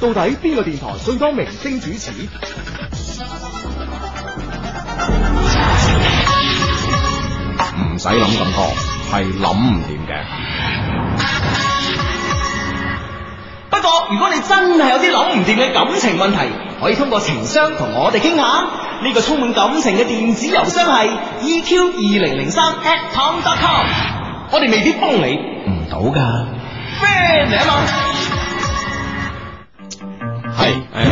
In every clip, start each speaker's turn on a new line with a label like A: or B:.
A: 到底邊個電台最多明星主持？
B: 唔使諗咁多，係諗唔掂嘅。
C: 不過，如果你真係有啲諗唔掂嘅感情問題，可以通過情商同我哋傾下。呢、個充滿感情嘅電子郵箱係 eq 二零零三 at tom dot com。我哋未必幫你
B: 唔到噶。
C: friend 嚟啊嘛。
D: 係誒哎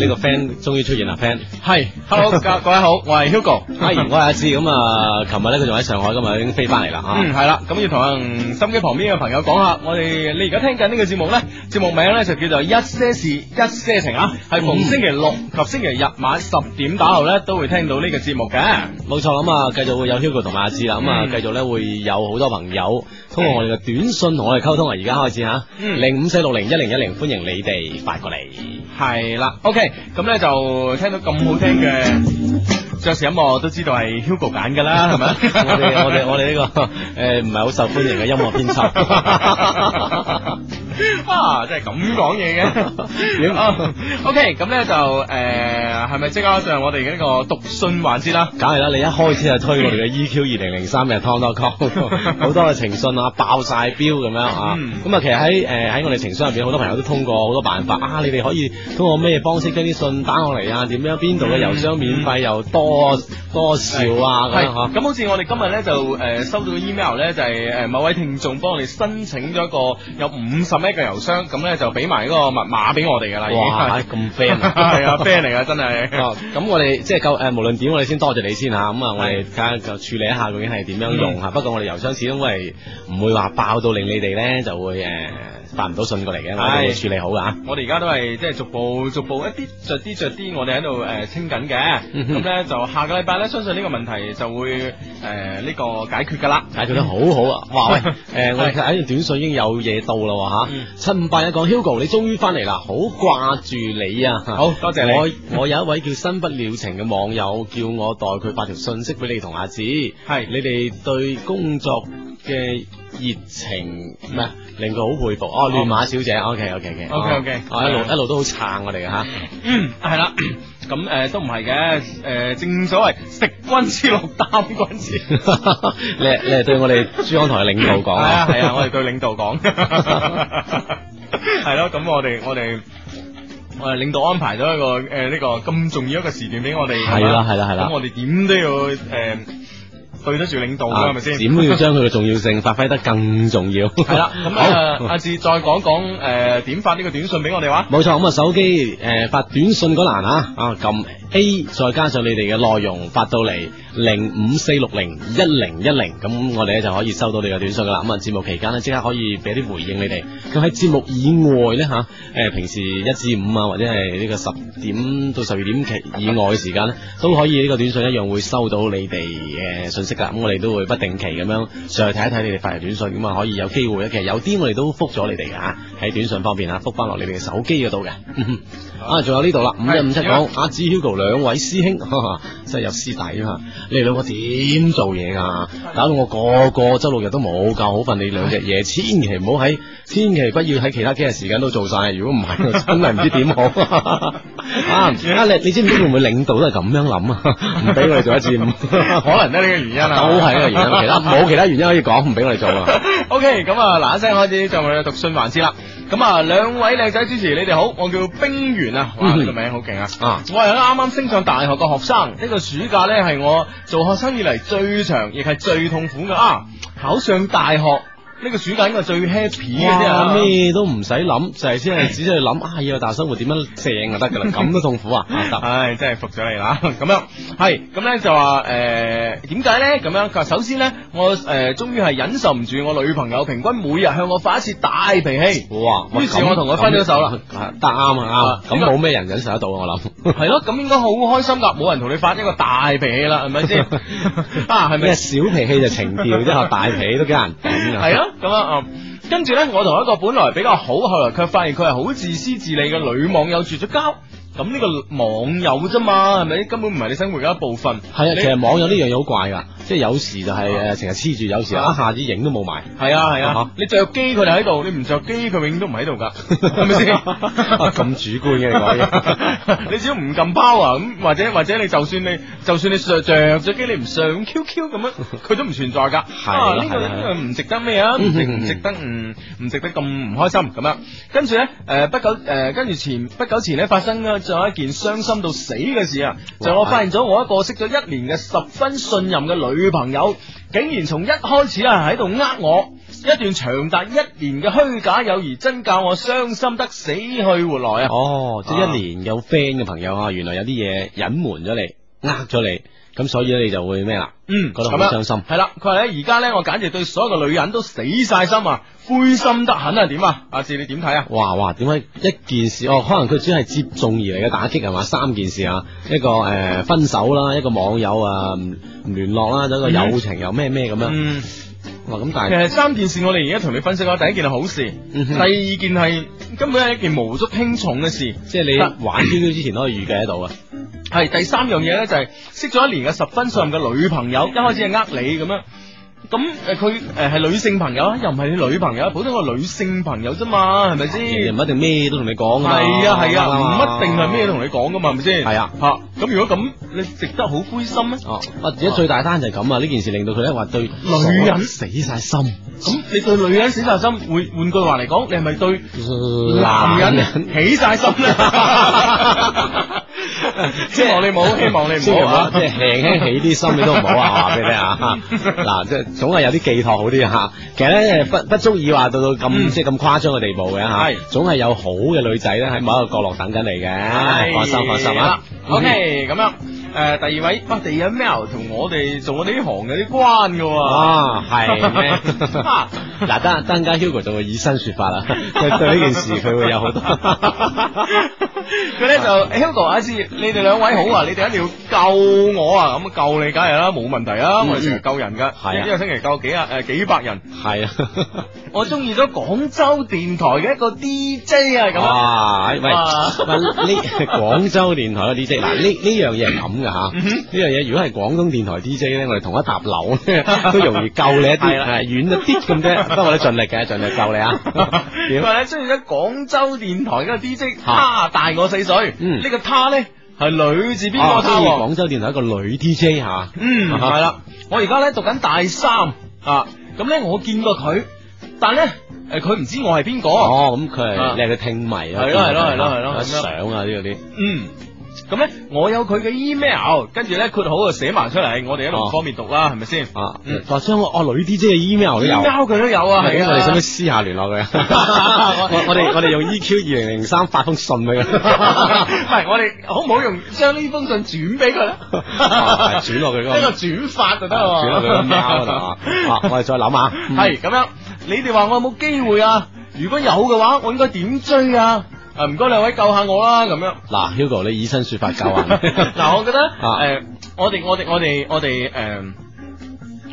D: 呢個 friend 終於出現啦，friend 係
E: Hello，各各位好，我係 Hugo。
D: 阿賢，我係阿志咁啊，琴日咧佢仲喺上海，今日已經飛翻嚟啦嚇。
E: 嗯，係啦，咁要同啊嗯心機旁邊嘅朋友講下，我哋你而家聽緊呢個節目咧，節目名咧就叫做一些事一些情啊，係逢星期六及星期日晚十點打後咧都會聽到呢個節目嘅。
D: 冇錯咁啊，繼續會有 Hugo 同埋阿志啦，咁啊
E: 嗯
D: 繼續咧會有好多朋友通過我哋嘅短信同我哋溝通啊，而家開始嚇，
E: 嗯
D: 零五四六零一零一零，歡迎你哋發過嚟。
E: 係啦，OK，咁咧就聽到咁好聽嘅爵士音樂，都知道係 Hugo 揀噶啦，係咪？
D: 我哋 我哋我哋呢個誒唔係好受歡迎嘅音樂編輯。
E: 啊，真係咁講嘢嘅。啊 OK，咁咧就誒，係咪即刻上我哋嘅呢個讀信環節啦？
D: 梗係啦，你一開始就推我
E: 嗯
D: 哋嘅 EQ 二零零三嘅 tom.com，好多嘅情信啊，爆晒標咁樣啊。
E: 嗯
D: 咁啊，其實喺誒喺我哋情商入邊，好多朋友都通過好多辦法啊。你哋可以通過咩方式將啲信打落嚟啊？點樣邊度嘅郵箱免費又多多少啊？咁
E: 係
D: 樣嚇。
E: 咁好似我哋今日咧就誒收到個 email 咧，就係誒某位聽眾幫我哋申請咗一個有五十一個郵箱，咁咧就俾埋嗰個密碼俾我哋噶啦，已經
D: 哇，
E: 係
D: 咁 friend
E: 係啊 friend 嚟噶，真係。
D: 哦，咁我哋即係夠呃誒，無論點我哋先多謝你先嚇，咁啊，我哋睇下就處理一下究竟係點樣用啊
E: 嗯
D: 嚇。不過我哋郵箱始終係唔會話爆到令你哋咧就會誒發唔到信過嚟嘅，我哋會處理好啊㗎嚇。
E: 我哋而家都係即係逐步逐步一啲着啲着啲，我哋喺度誒清緊嘅。
D: 嗯哼
E: 咁咧就下個禮拜咧，相信呢個問題就會誒呢個解決㗎啦。
D: 解決得好好啊！哇 喂，誒、我哋喺短信已經有嘢到啦
E: 嗯
D: 吓，七五八一講 Hugo，你終於翻嚟啦，好掛住你啊！
E: 好 多謝你
D: 我我有一位叫新不了情嘅網友叫我代佢發條信息俾你同阿子，
E: 係
D: 你哋對工作嘅熱情唔係令佢好佩服哦，亂馬小姐，OK OK OK
E: OK，OK 啊
D: 一路一路都好撐我哋嘅吓，
E: 嗯，係啦。咁誒、都唔係嘅，誒、正所謂食君之祿，擔君之
D: 你係 你係對我哋珠江台嘅領導講
E: 係啊係啊，我哋對領導講， 係咯，咁我哋我哋。我哋領導安排咗一個誒呢、個咁重要一個時段俾我哋，
D: 係啦係啦係啦
E: 咁我哋點都要誒、對得住領導㗎，係咪先？
D: 點都要將佢嘅重要性發揮得更重要。
E: 系啦，咁啊，阿志再講講诶點發呢個短信俾我哋話。
D: 冇錯，咁啊手機誒、呃、發短信嗰欄啊，啊撳 A 再加上你哋嘅內容發到嚟零五四六零一零一零，咁我哋咧就可以收到你嘅短信噶啦。咁啊節目期間呢，即刻可以俾啲回應你哋。咁喺節目以外呢，吓，誒、平時一至五啊或者係呢個十點到十二點期以外嘅時間呢，都可以呢個短信一樣會收到你哋嘅信息噶。咁我哋都會不定期咁樣上去睇一睇你哋發嚟短信，咁啊可以有機會咧。其實有啲我哋都覆咗你哋嘅嚇，喺短信方面啊，覆翻落你哋嘅手機嗰度嘅。啊，仲有呢度啦，五
E: 係
D: 一五七
E: 點啊
D: 講阿志 Hugo 兩位師兄，哈哈真係有師弟啊！你哋兩個點做嘢㗎？搞到我個個周六日都冇覺好瞓，你兩隻嘢千祈唔好喺， 千祈不要喺其他幾日時間都做晒。如果唔 係，真係唔知點好 啊！啊，你你知唔知會唔會領導都係咁樣諗 啊？唔俾我哋做一至五，
E: 可能都係呢個原因啊，
D: 都係呢個原因，其他冇其他原因可以講唔俾我哋做啊！
E: O K，咁啊嗱一聲開始就我哋嘅讀信環節啦。咁啊，兩位靚仔主持，你哋好，我叫冰原啊，哇，
D: 嗯
E: 呢個名好勁啊！
D: 啊，
E: 我係啱啱升上大學嘅學生，呢、個暑假呢，係我做學生以嚟最長，亦係最痛苦嘅啊！考上大學呢、個暑假應該係最 happy 嘅啫啊
D: 哇！咩都唔使諗，就係先係只需要諗啊，以後大學生活點樣正就得㗎啦，咁 都痛苦啊！啊得
E: 唉，真係服咗你啦！ 咁樣係咁咧就話誒呃點解咧？咁樣佢話首先咧，我誒、呃、終於係忍受唔住我女朋友平均每日向我發一次大脾氣，
D: 哇！
E: 於是我同佢分咗手啦。
D: 啊得啱啊啱，咁冇咩人忍受得到啊我諗。
E: 係咯，咁應該好開心㗎，冇人同你發一個大脾氣啦，係咪 先？啊，係咪
D: 咩？小脾氣就情調，即係大脾氣都幾難頂啊。
E: 係咯，咁啊，嗯跟住呢，我同一個本來比較好，後來卻發現佢係好自私自利嘅女網友絕咗交。咁呢個網友啫嘛，係咪？根本唔係你生活嘅一部分。
D: 係啊，
E: 你
D: 其
E: 啊
D: 實網友呢樣嘢好怪㗎，即係有時就係誒成日黐住，有時啊一下子影都冇埋。
E: 系啊系
D: 啊
E: 啊
D: 哈，
E: 你着機佢哋喺度，你唔着機佢永遠都唔喺度噶，係咪 先？
D: 啊咁主觀嘅你講嘢，
E: 你只要唔撳包啊，咁或者或者你就算你就算你着着咗機，你唔上 QQ 咁樣，佢都唔存在㗎。
D: 係
E: 啊，
D: 啦
E: 呢個
D: 係啦係啦
E: 呢個唔值得 咩啊？唔值唔值得唔唔值得咁唔開心咁樣。跟住咧，誒不久誒跟住前不久前咧發生咗一件傷心到死嘅事啊！就係我發現咗我一個識咗一年嘅十分信任嘅女朋友，竟然從一開始啊喺度呃我。一段長達一年嘅虛假友誼，真教我傷心得死去活來啊！
D: 哦，即係一年有 friend 嘅朋友啊，原來有啲嘢隱瞞咗你，呃咗你，咁所以咧你就會咩啦？
E: 嗯，
D: 覺得啊好
E: 咁樣
D: 傷心
E: 系啦，佢話咧而家咧，我簡直對所有嘅女人都死晒心啊，灰心得很啊，點啊？阿志你點睇啊？
D: 哇哇，點解一件事哦？可能佢只係接踵而嚟嘅打擊係嘛？三件事啊，一個誒、呃分手啦，一個網友啊唔唔聯絡啦，一個友情又咩咩咁樣。
E: 嗯，
D: 哇咁但係
E: 诶，三件事我哋而家同你分析啦，第一件係好事，
D: 嗯
E: 第
D: 哼
E: 二件係根本係一件無足輕重嘅事，
D: 即
E: 嗯
D: 係你玩 QQ 之前都可以預計得到啊。
E: 係第三樣嘢咧就係識咗一年嘅十分信任嘅女朋友，一開始係呃你咁樣。咁诶，誒佢诶係女性朋友啊，又唔係你女朋友，普通個女性朋友啫嘛，係咪先？
D: 人哋唔一定咩啊都同你講㗎嘛
E: 係啊係啊，唔一定係咩同你講噶嘛，係咪先？
D: 係啊
E: 吓咁如果咁，你值得好灰心咩？
D: 哦，啊而家最大單就係咁啊！呢件事令到佢咧話對
E: 女人
D: 死晒心，
E: 咁你對女人死晒心，換換句話嚟講，你係咪對
D: 啊
E: 男人起晒心 咧？希望你冇，希望你
D: 千祈
E: 唔
D: 唔好
E: 好啊
D: 即！係輕輕起啲心，你都唔好啊！話俾你聽啊，嗱，即係總係有啲寄託好啲嚇。其實咧，不不足以話到到咁
E: 嗯
D: 即係咁誇張嘅地步嘅嚇
E: 係，
D: 總係有好嘅女仔咧喺某一個角落等緊你嘅，
E: 係
D: 放心放心啊！
E: ！OK，咁樣誒，第二位，哇，第二位 Mel 同我哋做我哋呢行有啲關嘅喎。
D: 啊，係咩？
E: 啊
D: 嗱，等等陣間 Hugo 就會以身説法啦，對對呢件事佢會有好多。
E: 佢咧就 Hugo 阿志，你哋兩位好啊！你哋一定要救我啊！咁救你梗係啦，冇問題啊！我哋成日救人噶，
D: 係啊
E: 一個星期救幾啊誒幾百人。
D: 係啊。
E: 我中意咗廣州電台嘅一個 DJ 啊，咁啊
D: 哇！哎喂，喂，
E: 哇
D: 呢廣州電台嘅 DJ 嗱，呢呢樣嘢係咁嘅吓，呢
E: 嗯哼
D: 樣嘢如果係廣東電台 DJ 咧，我哋同一搭樓 咧都容易救你一啲，
E: 係啦
D: 係遠一啲咁 啫。不過我哋盡力嘅，盡力救你啊！
E: 佢
D: 點
E: 話咧中意咗廣州電台嘅 DJ，
D: 啊
E: 他大我四歲，
D: 嗯
E: 呢個他咧係女字邊
D: 哦
E: 個
D: 我
E: 他
D: 中意
E: 喎？
D: 廣州電台一個女 DJ 吓，
E: 嗯，
D: 啊哈
E: 啊係啦，我而家咧讀緊大三啊，咁咧我見過佢，但咧誒佢唔知我係邊個。
D: 哦，咁佢係
E: 啊
D: 你係佢聽迷啊，
E: 係咯係咯係咯係咯
D: 啊
E: 咁樣
D: 相啊呢嗰啲，
E: 嗯，咁咧我有佢嘅 email，跟住咧括號就寫埋出嚟，我哋一路
D: 哦
E: 唔方便讀啦，係咪先
D: 啊
E: 嗯，
D: 或者我哦女 DJ 嘅 email 都有。
E: ？email 佢都有啊，
D: 係
E: 係
D: 啊，我哋使唔使
E: 啊。
D: 私下聯絡佢啊？我我哋我哋用 EQ 二零零三發封信俾佢。
E: 唔係，我哋好唔好用將呢封信轉俾佢咧？
D: 啊轉落佢嗰個
E: 一個轉發就得喎。
D: 轉落佢個貓度啊！啊，我哋再諗下。
E: 係咁樣，你哋話我有冇機會啊？如果有嘅話，我應該點追啊？啊，唔該兩位救下我啦，咁樣。
D: 嗱，Hugo，你以身說法夠啊！
E: 嗱，我覺得
D: 啊
E: 誒，我哋我哋我哋我哋誒。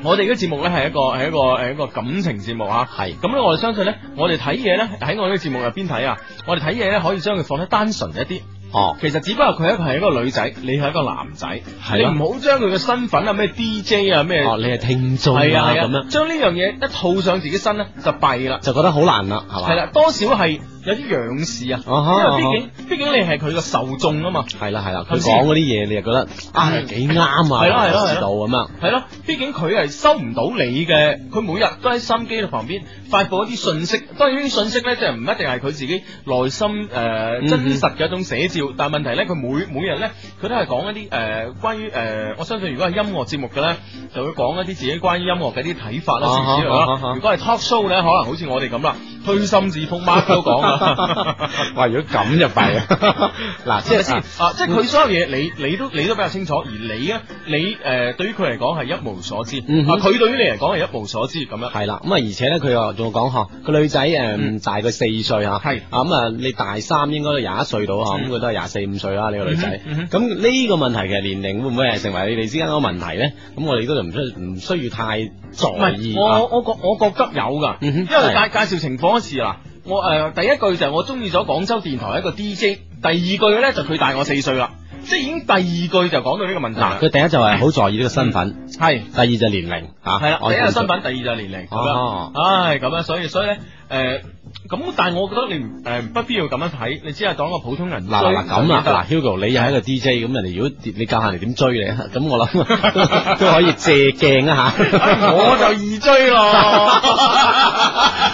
E: 我哋嘅節目咧係一個係一個係一個感情節目啊，
D: 係
E: 咁咧我哋相信咧，我哋睇嘢咧喺我呢個節目入邊睇啊，我哋睇嘢咧可以將佢放得單純一啲，
D: 哦，
E: 其實只不過佢一個係一個女仔，你係一個男仔，
D: 係
E: 你
D: 咯
E: 唔好將佢嘅身份啊咩 DJ 啊咩，
D: 哦，你係聽眾啊，
E: 係啊係
D: 咁
E: 啊，
D: 樣
E: 將呢樣嘢一套上自己身咧就弊啦。
D: 就覺得好難啦，係嘛？
E: 係啦，多少係有啲仰視啊，
D: 啊哈
E: 因為畢竟畢竟你係佢嘅受眾啊嘛，
D: 係啦，係啦，佢
E: 係咪先
D: 講嗰啲嘢，你又覺得啊
E: 嗯
D: 幾啱啊，
E: 係咯係咯
D: 知道咁啊 樣。
E: 係咯，畢竟佢係收唔到你嘅，佢每日都喺心機度旁邊發布一啲信息，當然呢啲信息咧即係唔一定係佢自己內心誒、呃
D: 嗯
E: 真實嘅一種寫照，但係問題咧佢每每日咧佢都係講一啲誒、呃、關於誒、呃我相信如果係音樂節目嘅咧，就會講一啲自己關於音樂嘅一啲睇法啦，諸如此類
D: 啊哈啊哈
E: 啦。如果係 talk show 咧，可能好似我哋咁啦，推心置腹乜都講 啦。
D: 哇！如果咁就弊啊！ 嗯嗱，即
E: 即係
D: 係
E: 先啊！即係佢所有嘢，你你都你都比較清楚，而你咧，你誒、呃、對於佢嚟講係一無所知，
D: 嗯哼
E: 啊佢對於你嚟講係一無所知咁樣。
D: 係啦，咁啊，而且咧，佢又仲講嗬，個女仔誒
E: 嗯
D: 大佢四歲嚇，
E: 係
D: 啊咁啊，你大三應該都廿一歲到啊嚇，咁
E: 嗯
D: 佢都係廿四五歲啦，呢個女仔
E: 嗯哼嗯。
D: 咁呢個問題其實年齡會唔會係成為你哋之間嗰個問題咧？咁我哋都唔需唔需要太
E: 唔
D: 在意
E: 係，
D: 啊
E: 我。我覺我覺得有㗎，
D: 嗯哼
E: 因為介介紹情況嗰時嗱，我誒、呃第一句就係我中意咗廣州電台一個 DJ，第二句咧就佢大我四歲啦。即係已經第二句就講到呢個問題啦
D: 嗱，佢。第一就係好在意呢個身份，
E: 係
D: 第二就係年齡吓，
E: 係啦，
D: 我
E: 第一係身份，第二就係年齡咁
D: 哦
E: 樣。唉，咁樣，所以所以咧，誒，咁但係我覺得你唔誒不必要咁樣睇，你只係當一個普通人
D: 嗱嗱嗱咁啦，嗱
E: 嗱
D: Hugo，你又係一個 DJ，咁人哋如果你教下人哋點追你，咁我諗 都可以借鏡一 下。
E: 哎我就易 追咯。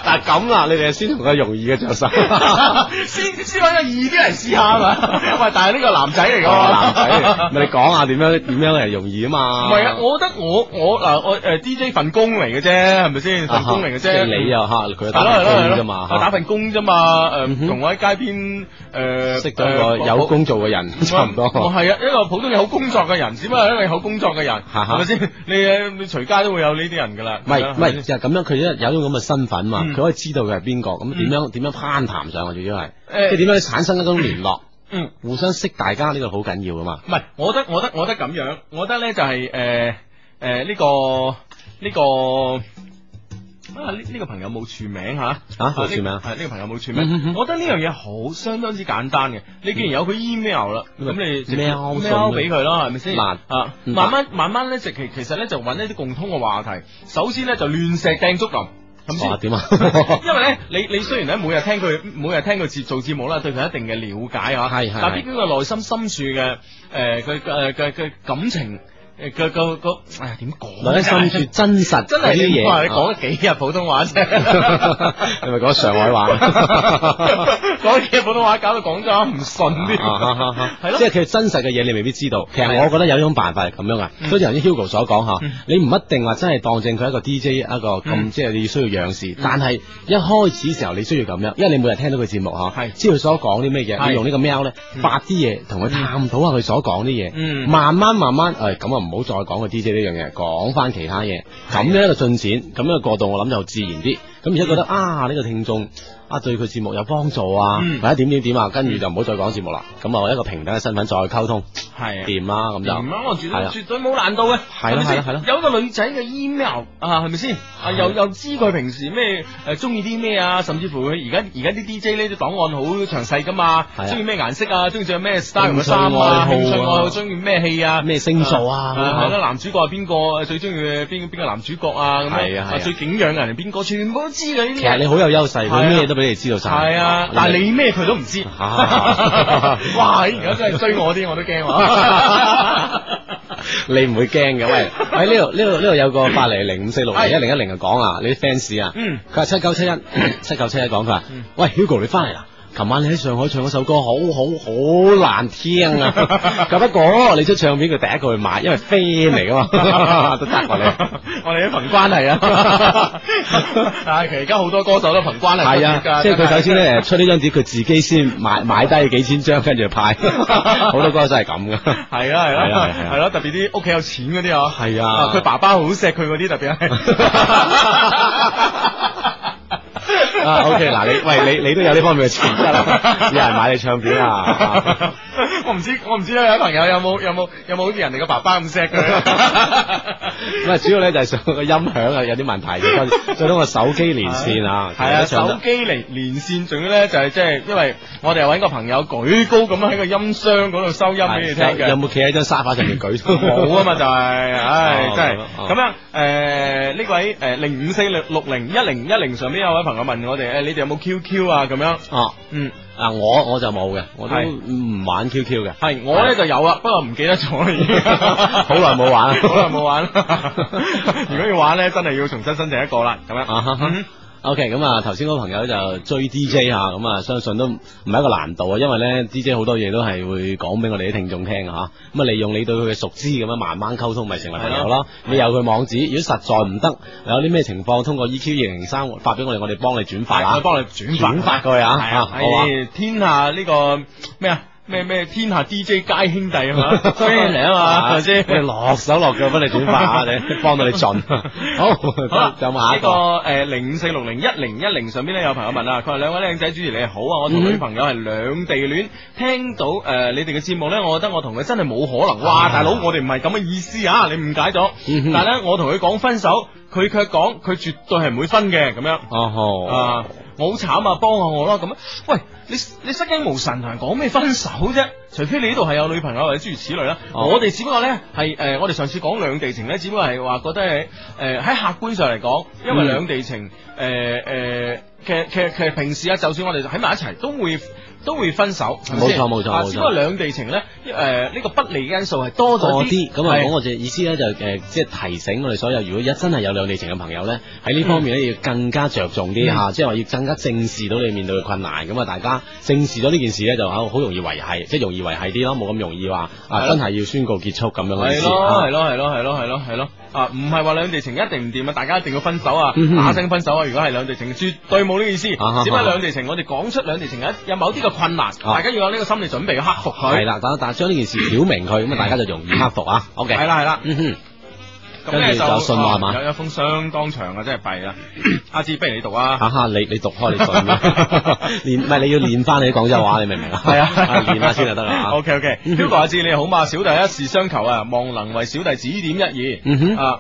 D: 但係咁啦，你哋先同佢容易嘅 着手。哦
E: 先先揾個易啲嚟試下 啊嘛。喂，但係呢個男仔嚟㗎喎，
D: 哦男仔，咪你講下點樣點樣係容易啊
E: 哦唔
D: 嘛？
E: 係啊，我覺得我我嗱我誒 DJ 份工嚟嘅啫，係咪先份工嚟嘅
D: 啊即係
E: 啫？
D: 你啊又嚇，佢
E: 係
D: 打
E: 咯係咯係
D: 工
E: 咯
D: 啫嘛，
E: 我打
D: 嚇
E: 份工啫嘛，
D: 嗯哼
E: 誒同我喺街邊呃誒
D: 識到個
E: 誒
D: 有工做嘅人差唔
E: 我我
D: 多。
E: 係啊，一個普通有工作嘅人，只不過係一個有工作嘅人，
D: 哈哈
E: 係咪先？你誒你隨街都會有呢啲人㗎啦。
D: 唔係
E: 咁樣
D: 唔係，就係咁樣，佢有種咁嘅身份嘛，
E: 嗯
D: 佢可以知道佢係邊個，咁點樣點樣攀談上去，最主要係
E: 誒
D: 即係點樣產生一種聯絡，
E: 呃嗯，
D: 互相識大家呢個好緊要噶啊嘛。
E: 唔係，我覺得我覺得我覺得咁樣，我覺得咧就係誒誒呢個呢個啊呢呢個朋友冇署名吓
D: 啊冇署名
E: 係呢個朋友冇署
D: 嗯嗯
E: 名，
D: 嗯
E: 我覺得呢樣嘢好相當之簡單嘅。你既然有佢 email 啦，
D: 嗯
E: 咁你直接
D: mail 信
E: mail 俾佢啦，係咪先？
D: 嗱
E: 啊，
D: 嗯
E: 慢慢慢慢咧，直其其實咧就揾一啲共通嘅話題。首先咧就亂石掟竹林，咁先
D: 哇，。點啊？
E: 因為咧，你你雖然咧每日聽佢每日聽佢節做節目啦，對佢一定嘅了解啊，
D: 係係
E: 但
D: 係
E: 畢竟佢內心深處嘅誒佢嘅嘅嘅感情誒嘅個個哎呀點講呢
D: 內心深處真實
E: 真
D: 嗰
E: 係
D: 啲
E: 你話
D: 嘢，
E: 你講咗幾日普通話啫，
D: 啊 你咪講上海話。
E: 講咗幾日普通話搞到廣州話唔順啲，係
D: 係
E: 咯，
D: 即係佢真實嘅嘢，你未必知道。其實我覺得有一種辦法係咁樣噶，
E: 啊嗯
D: 好似頭先 Hugo 所講吓
E: 嗯，
D: 你唔一定話真係當正佢一個 DJ 一個
E: 嗯
D: 咁，即係你需要仰視。但係一開始時候你需要咁樣，因為你每日聽到佢節目吓，
E: 係
D: 知道佢所講啲咩嘢，
E: 係
D: 你用呢個 mail 咧
E: 嗯
D: 發啲嘢同佢探討下佢所講啲嘢。
E: 嗯
D: 慢慢慢慢，誒咁啊，唔好再講個 DJ 呢樣嘢，講翻其他嘢，咁樣一個進展，咁樣嘅過渡，我諗就自然啲。咁而且覺
E: 嗯
D: 得啊，呢個聽眾啊對佢節目有幫助啊
E: 嗯，
D: 或者點點點啊，跟住就唔好再講節目啦。咁啊，一個平等嘅身份再溝通，
E: 係啊。
D: 掂啦咁
E: 唔
D: 就。
E: 啱，我絕
D: 係啦
E: 對絕對冇難度嘅，
D: 係
E: 咪
D: 咯係
E: 先
D: 啊咯係咯
E: 有一個女仔嘅 email 啊，係咪先？啊，又又知佢平時咩誒中意啲咩啊，甚至乎佢而家而家啲 DJ 呢啲檔案好詳細噶嘛
D: 係，啊
E: 中意咩顏色啊，中意着咩 style 嘅
D: 興趣
E: 衫
D: 愛
E: 啊，
D: 好啊
E: 興趣愛好，中意咩戲啊，
D: 咩星座啊咁樣
E: 係啦，男主角係邊個，最中意邊邊個男主角啊，咁
D: 係
E: 樣
D: 啊係啊
E: 最景仰嘅人係邊個，全部都知嘅呢
D: 其
E: 啲
D: 實你
E: 人。
D: 好有優勢，
E: 係啊
D: 佢咩都俾你知道晒。
E: 係啊，但係你咩佢都唔知，
D: 啊
E: 哇！而家真係追我啲我都驚 啊！
D: 你唔會驚嘅， 喂，喺呢度呢度呢度有個八零零五四六零一零一零就講啊，你啲 fans 啊，
E: 嗯
D: 佢話七九七一七九七一講佢話，喂 Hugo 你翻嚟啦。琴晚你喺上海唱嗰首歌好好好難聽 啊！咁不過你出唱片佢第一個去買，因為 friend 嚟 噶嘛，都得喎哦 你。
E: 我哋啲憑關 係啊！啊，其實而家好多歌手都憑關係
D: 係啊，即係佢首先咧出呢張碟，佢自己先買買低幾千張，跟住 派，好多歌手係咁噶。
E: 係啦係
D: 係啊
E: 啦
D: 係啊
E: 係啦，特別啲屋企有錢嗰啲啊，
D: 係啊
E: 佢爸爸好錫佢嗰啲特別係。
D: 啊，OK，嗱，你喂你你都有呢方面嘅潛 質啦，有人買你唱片啊，
E: 我唔知我唔知咧，有啲朋友有冇有冇有冇好似人哋嘅爸爸咁錫佢？
D: 咁啊主要咧就係上個音響啊有啲問題 嘅，再通過手機 連線啊，
E: 係啊，
D: 其實都唱
E: 手
D: 得
E: 機嚟連線，仲要咧就係即係，因為我哋有揾個朋友舉高咁樣喺個音箱嗰度收音俾你聽
D: 有有
E: 嘅。
D: 冇企喺張沙發上面舉？
E: 冇啊嘛，就係、唉
D: 哦，
E: 真係
D: 哦
E: 咁樣。誒、呢位誒零五四六六零一零一零上邊有位朋友問我哋，誒、你哋有冇 QQ 啊？咁樣，
D: 啊
E: 嗯，
D: 啊，我我就冇嘅，我都
E: 係
D: 唔玩 QQ 嘅。
E: 係我咧就有 啊，不過唔記得咗啦，已經好
D: 耐冇玩
E: 好耐冇玩啦。如果要玩咧，真係要重新申請一個啦，咁樣。
D: 啊哈哈
E: 嗯
D: OK，咁啊，頭先嗰個朋友就追 DJ 啊，咁啊，相信都唔唔係一個難度啊，因為咧 DJ 好多嘢都係會講俾我哋啲聽眾聽嘅嚇，咁啊，利用你對佢嘅熟知咁樣慢慢溝通，咪成為朋友
E: 啊
D: 咯。你有佢網址，如果實在唔得，有啲咩情況，通過 EQ 二零三發俾我哋，我哋幫你轉發
E: 係，我
D: 啊，
E: 幫你轉發
D: 轉發過去啊
E: 係啊，
D: 啊好啊
E: 係天下呢個咩啊？咩咩天下 DJ 皆兄弟啊嘛 ，friend 嚟啊嘛，係咪先？
D: 我哋落手落腳幫你轉發啊， 你幫到你盡。好，，有冇下
E: 好啦呢
D: 一
E: 個
D: 個？
E: 誒零五四六零一零一零上邊咧有朋友問啊，佢話兩位靚仔主持你好啊，我同
D: 嗯
E: 女朋友係兩地戀，聽到誒你哋嘅節目咧，我覺得我同佢真係冇可能。哇，
D: 啊
E: 大佬，我哋唔係咁嘅意思啊，你誤解咗。
D: 嗯哼
E: 但係咧，我同佢講分手，佢卻講佢絕對係唔會分嘅咁樣。
D: 哦吼。
E: 啊，我好慘啊，幫下我啦咁。喂，你你失驚無神同人講咩分手啫？除非你呢度係有女朋友或者諸如此類啦。
D: 哦
E: 我哋只不過咧係誒，我哋上次講兩地情咧，只不過係話覺得係誒喺客觀上嚟講，因為
D: 嗯
E: 兩地情誒誒，其實其實其實平時啊，就算我哋喺埋一齊都會。都會分手，係咪先
D: 冇錯冇錯
E: 啊
D: 冇錯
E: 只不過兩地情咧，誒、呢個不利嘅因素係多
D: 多
E: 咗
D: 啲咁啊！
E: 係
D: 咁我就意思咧就誒，即係提醒我哋所有，如果一真係有兩地情嘅朋友咧，喺呢方面咧要更加着重啲
E: 嗯
D: 嚇，即係話要更加正視到你面對嘅困難。咁啊，大家正視咗呢件事咧，就好好容易維係，即係容易維係啲咯，冇咁容易話
E: 係
D: 啊，
E: 咯
D: 真係要宣告結束咁樣嘅意
E: 係
D: 思
E: 咯，
D: 啊
E: 係。咯，係咯，係咯，係咯，係咯，啊，唔係話兩地情一定唔掂啊，大家一定要分手啊，
D: 嗯哼
E: 打聲分手啊！如果係兩地情，絕對冇呢個意思。只
D: 啊哈
E: 不過兩地情，我哋講出兩地情有有某啲嘅困難，
D: 啊
E: 大家要有呢個心理準備去克服
D: 係
E: 佢。
D: 啦，但但將呢件事表明佢，咁啊大家就容易克服啊。OK，
E: 係啦，係啦。
D: 嗯哼，
E: 咁
D: 跟
E: 咧
D: 住就信啦係嘛
E: 啊有有一封相當長啊，真係弊啦。阿志，不如你讀啊。
D: 哈哈，你你讀開你信啦， 練唔係你要練翻你啲廣州話，你明唔明啊？
E: 係啊
D: 練下先就得啦 啊
E: O K O K，
D: 嗯
E: h u 阿志你好嘛，小弟一事相求啊，望能為小弟指點一
D: 嗯哼
E: 二。啊，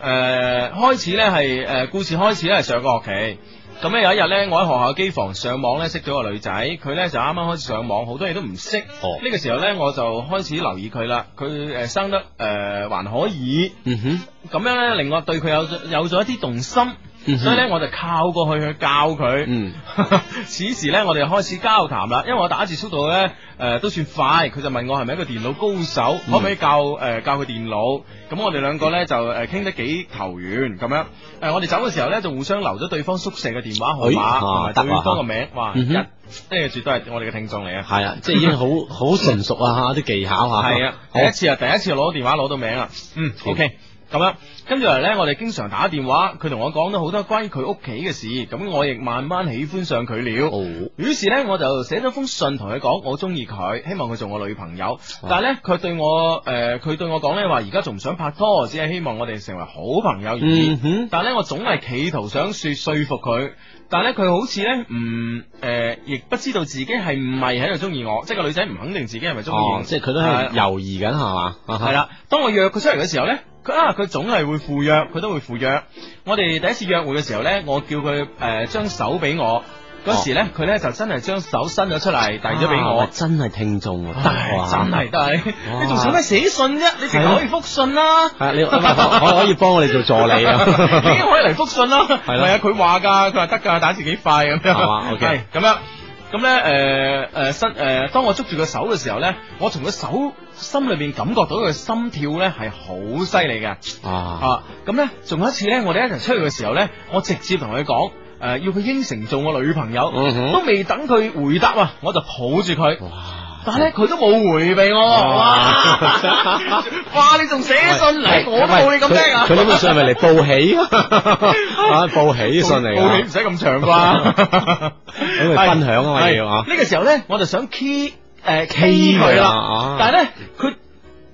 E: 诶，開始咧係诶，故事開始咧係上個學期。咁咧有一日咧，我喺學校機房上網咧識咗個女仔，佢咧就啱啱開始上網，好多嘢都唔識。呢、
D: 哦
E: 個時候咧，我就開始留意佢啦。佢誒生得誒、呃、還可以，
D: 嗯哼，
E: 咁樣咧令我對佢有咗有咗一啲動心，
D: 嗯哼
E: 所以咧我就靠過去去教佢。
D: 嗯，
E: 此時咧，我哋開始交談啦，因為我打字速度咧，誒、都算快，佢就問我係咪一個電腦高手，
D: 嗯
E: 可唔可以教誒、教佢電腦？咁我哋兩個咧就誒傾、得幾投緣咁樣。誒、我哋走嘅時候咧就互相留咗對方宿舍嘅電話號
D: 哎
E: 碼同埋、
D: 啊
E: 對
D: 得啊
E: 方嘅名，哇！
D: 嗯
E: 一
D: 哼
E: 呢個絕對係我哋嘅聽眾嚟啊！
D: 係啊，即係已經 好好純熟啊嚇啲技巧嚇。
E: 係啊，
D: 好
E: 第一次啊，第一次攞電話攞到名啊，嗯，OK。咁樣，跟住嚟呢，我哋經常打電話，佢同我講咗好多關於佢屋企嘅事，咁我亦慢慢喜歡上佢了。
D: 哦，
E: 於是呢，我就寫咗封信同佢講，我中意佢，希望佢做我女朋友。但係呢，佢對我誒，佢、對我講呢話，而家仲唔想拍拖，只係希望我哋成為好朋友而已。
D: 嗯哼，
E: 但係呢，我總係企圖想説說服佢，但係呢，佢好似呢，唔誒，亦、不知道自己係唔係喺度中意我，即係個女仔唔肯定自己係咪中意我。
D: 哦，即係佢都係
E: 係
D: 猶豫緊係嘛？啊
E: 系
D: 係，
E: 啦，當我約佢出嚟嘅時候呢，佢啊佢總係會赴約，佢都會赴約。我哋第一次約會嘅時候呢，我叫佢诶将手俾我，嗰時呢，佢呢就真係將手伸咗出嚟，遞咗俾
D: 哦啊
E: 我。
D: 真係聽眾啊，得
E: 唉
D: 啊，
E: 真係，但係
D: 哇
E: 你仲使咩寫信啫？你直頭可以覆信 啦。
D: 係啊，你可可可以幫我哋做助理
E: 已經
D: 啊？
E: 可以嚟覆信啦。係
D: 係咯
E: 啊，佢話㗎，佢話得㗎，打字幾快咁樣。
D: 係嘛，OK
E: 係咁樣。咁咧，誒誒身誒，當我捉住佢手嘅時候咧，我從佢手心裏邊感覺到佢心跳咧係好犀利嘅。
D: 啊，
E: 啊，咁咧，仲有一次咧，我哋一齊出去嘅時候咧，我直接同佢講，誒、呃要佢應承做我女朋友，
D: 嗯
E: 都
D: 哼，
E: 未等佢回答啊，我就抱住佢，
D: 哇，
E: 但係咧佢都冇回避我，
D: 哦
E: 哇
D: 哇，
E: 哇，你仲寫信嚟，我都冇你咁叻啊
D: 佢！佢呢本信係咪嚟報喜啊？ 啊，報喜信嚟
E: 報喜唔
D: 㗎，
E: 使咁長啩，
D: 因為分享啊嘛
E: 係
D: 要啊
E: 係呢個時候咧，我就想 key
D: K
E: 誒 key 佢啦，
D: 啊
E: 但係咧佢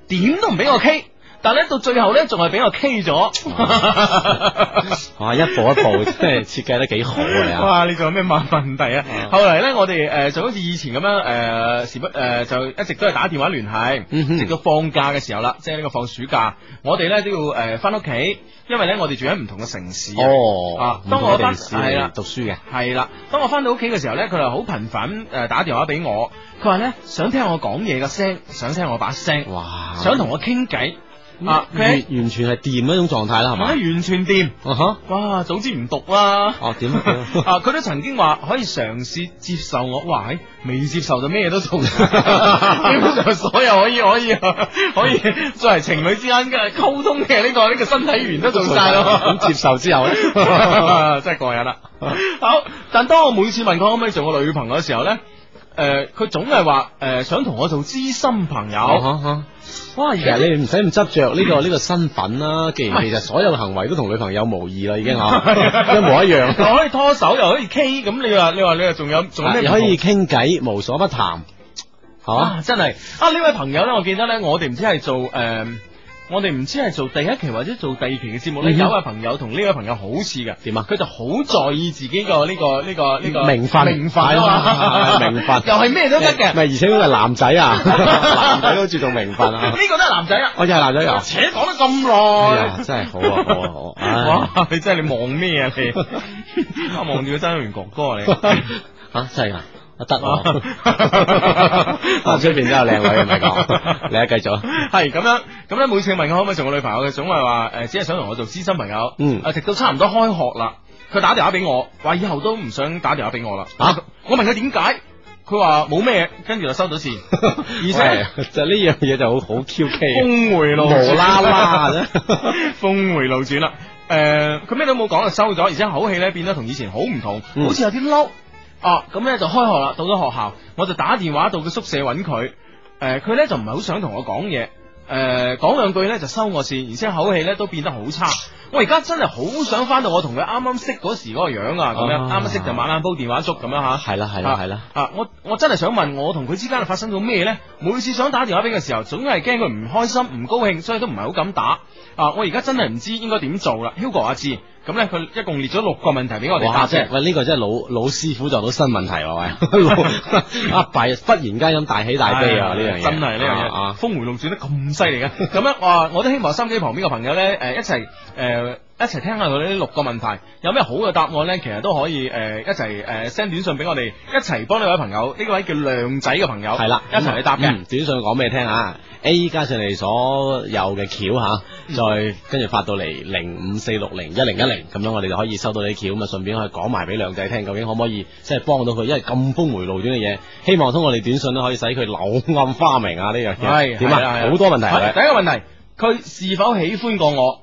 E: 點都唔俾我 key，但係咧到最後咧仲係俾我 key
D: 哦
E: 咗。
D: 哇，一步一步，即係設計得幾好啊你啊！
E: 哇！你仲有咩問問題啊？後嚟咧，我哋誒、呃就好似以前咁樣誒、呃時不誒、呃就一直都係打電話聯繫，
D: 嗯哼
E: 直到放假嘅時候啦，即係呢個放暑假，我哋咧都要誒翻屋企，因為咧我哋住喺唔同嘅城市啊。
D: 哦
E: 啊，當我啊
D: 哋
E: 翻
D: 係
E: 係
D: 啦
E: 啦，
D: 讀書嘅，
E: 係啦，當我翻到屋企嘅時候咧，佢就好頻繁誒打電話俾我，佢話咧想聽我講嘢嘅聲，想聽我把聲，
D: 哇，
E: 想同我傾偈啊
D: 啊！，
E: 佢
D: 完完全係掂嗰種狀態啦，係
E: 係
D: 嘛？
E: 完全掂，
D: 啊哈，
E: 哇！早知唔讀啦。
D: 哦點啊點啊
E: 啊！佢都曾經話可以嘗試接受我，哇！嘿未接受就咩都做，基 本上所有可以可以可以作為情侶之間嘅溝通嘅呢個呢個身體語言都做晒咯。
D: 咁接受之啊後咧，
E: 真係過癮啦！好，但當我每次問佢可唔可以做我女朋友嘅時候咧，诶、佢總係話诶呃想同我做知心朋友。
D: 啊哈哈
E: 哇！而
D: 其實
E: 家
D: 你唔使咁執着呢個呢個身份啦，既然其實所有行為都同女朋友無異啦，已經
E: 啊
D: 嚇一模一樣，
E: 又可以拖手，又可以 K，咁你話你話你話仲有仲有咩唔
D: 你
E: 同？
D: 啊可以傾偈，無所不談，係嘛？
E: 啊啊，真係啊！呢位朋友咧，我記得咧，我哋唔知係做誒誒、我哋唔知係做第一期或者做第二期嘅節目咧，
D: 嗯哼
E: 有位朋友同呢位朋友好似嘅，
D: 點啊
E: 佢就好在意自己個呢個呢個呢個
D: 名分
E: 名分
D: 係
E: 啊嘛
D: 啊，名分
E: 又係咩都得嘅
D: 唔係，，而且佢係男仔 啊，男仔都注重名分啊
E: 呢。個都係男仔啊，
D: 我又係男仔 又，
E: 且講得咁
D: 哎
E: 耐
D: 呀，。真係好啊好啊好啊唉！
E: 哦 哇！你真係你望咩啊你？ 啊望住個周元哥哥啊你。
D: 吓真係啊，啊得啊， 啊出邊都有靚女，唔係講， 你啊繼續啊，
E: 系咁样，咁咧每次問我可唔可以做我女朋友嘅，總係話诶，誒只係想同我做知心朋友。
D: 嗯
E: 啊，直到差唔多開學啦，佢打電話俾我，話以後都唔想打電話俾我啦。
D: 啊，
E: 我問佢點解，佢話冇咩，跟住就收 到線，而且
D: 喂就呢樣嘢就好好 Q K
E: 峰回路轉
D: 無啊啦啦，啫，
E: 峰回路轉啦。诶、佢咩都冇講就收咗，而且口氣咧變得同以前好唔同，
D: 嗯
E: 好似有啲嬲。啊，咁咧就開學啦，到咗學校，我就打電話到佢宿舍揾佢。诶、佢咧就唔係好想同我講嘢。诶、講兩句咧就收我線，而且口氣咧都變得好差。我而家真係好想翻到我同佢啱啱識嗰時嗰個樣啊，咁樣
D: 啊
E: 啱啱識就晚晚煲電話粥咁樣吓。
D: 係啦係啦係啦。
E: 啊！我我真係想問，我同佢之間發生咗咩呢？每次想打電話俾佢嘅時候，總係驚佢唔開心、唔高興，所以都唔係好敢打。啊！我而家真係唔知應該點做啦，Hugo 阿志。咁呢，佢一共列咗六個問題俾我哋答
D: 哇！即
E: 啫
D: 係。喂，呢、個真係老老師傅撞到新問題喎，喂， 老阿弊忽然間咁大喜大悲啊！呢樣嘢
E: 真係呢樣
D: 啊
E: 嘢，
D: 啊！
E: 峰回路轉得咁犀利嘅。 咁樣哇，我都希望心機旁邊嘅朋友咧，誒一齊誒。一齊聽下佢呢六個問題，有咩好嘅答案呢？其實都可以誒、一齊誒 send 短信俾我哋，一齊幫呢位朋友，呢位叫亮仔嘅朋友，
D: 係啦，
E: 一齊去答嘅。
D: 嗯短信講俾你聽啊？A 加上你所有嘅橋
E: 嗯
D: 吓，再跟住發到嚟零五四六零一零一零，咁樣我哋就可以收到你啲橋，咁啊順便可以講埋俾靚仔聽，究竟可唔可以即係幫到佢？因為咁峰回路轉嘅嘢，希望通過你短信咧可以使佢柳暗花明啊！呢樣嘢
E: 係
D: 點
E: 係啦係
D: 啊？
E: 啦
D: 好多問題
E: 係
D: 啊！
E: 第一個問題，佢是否喜歡過我？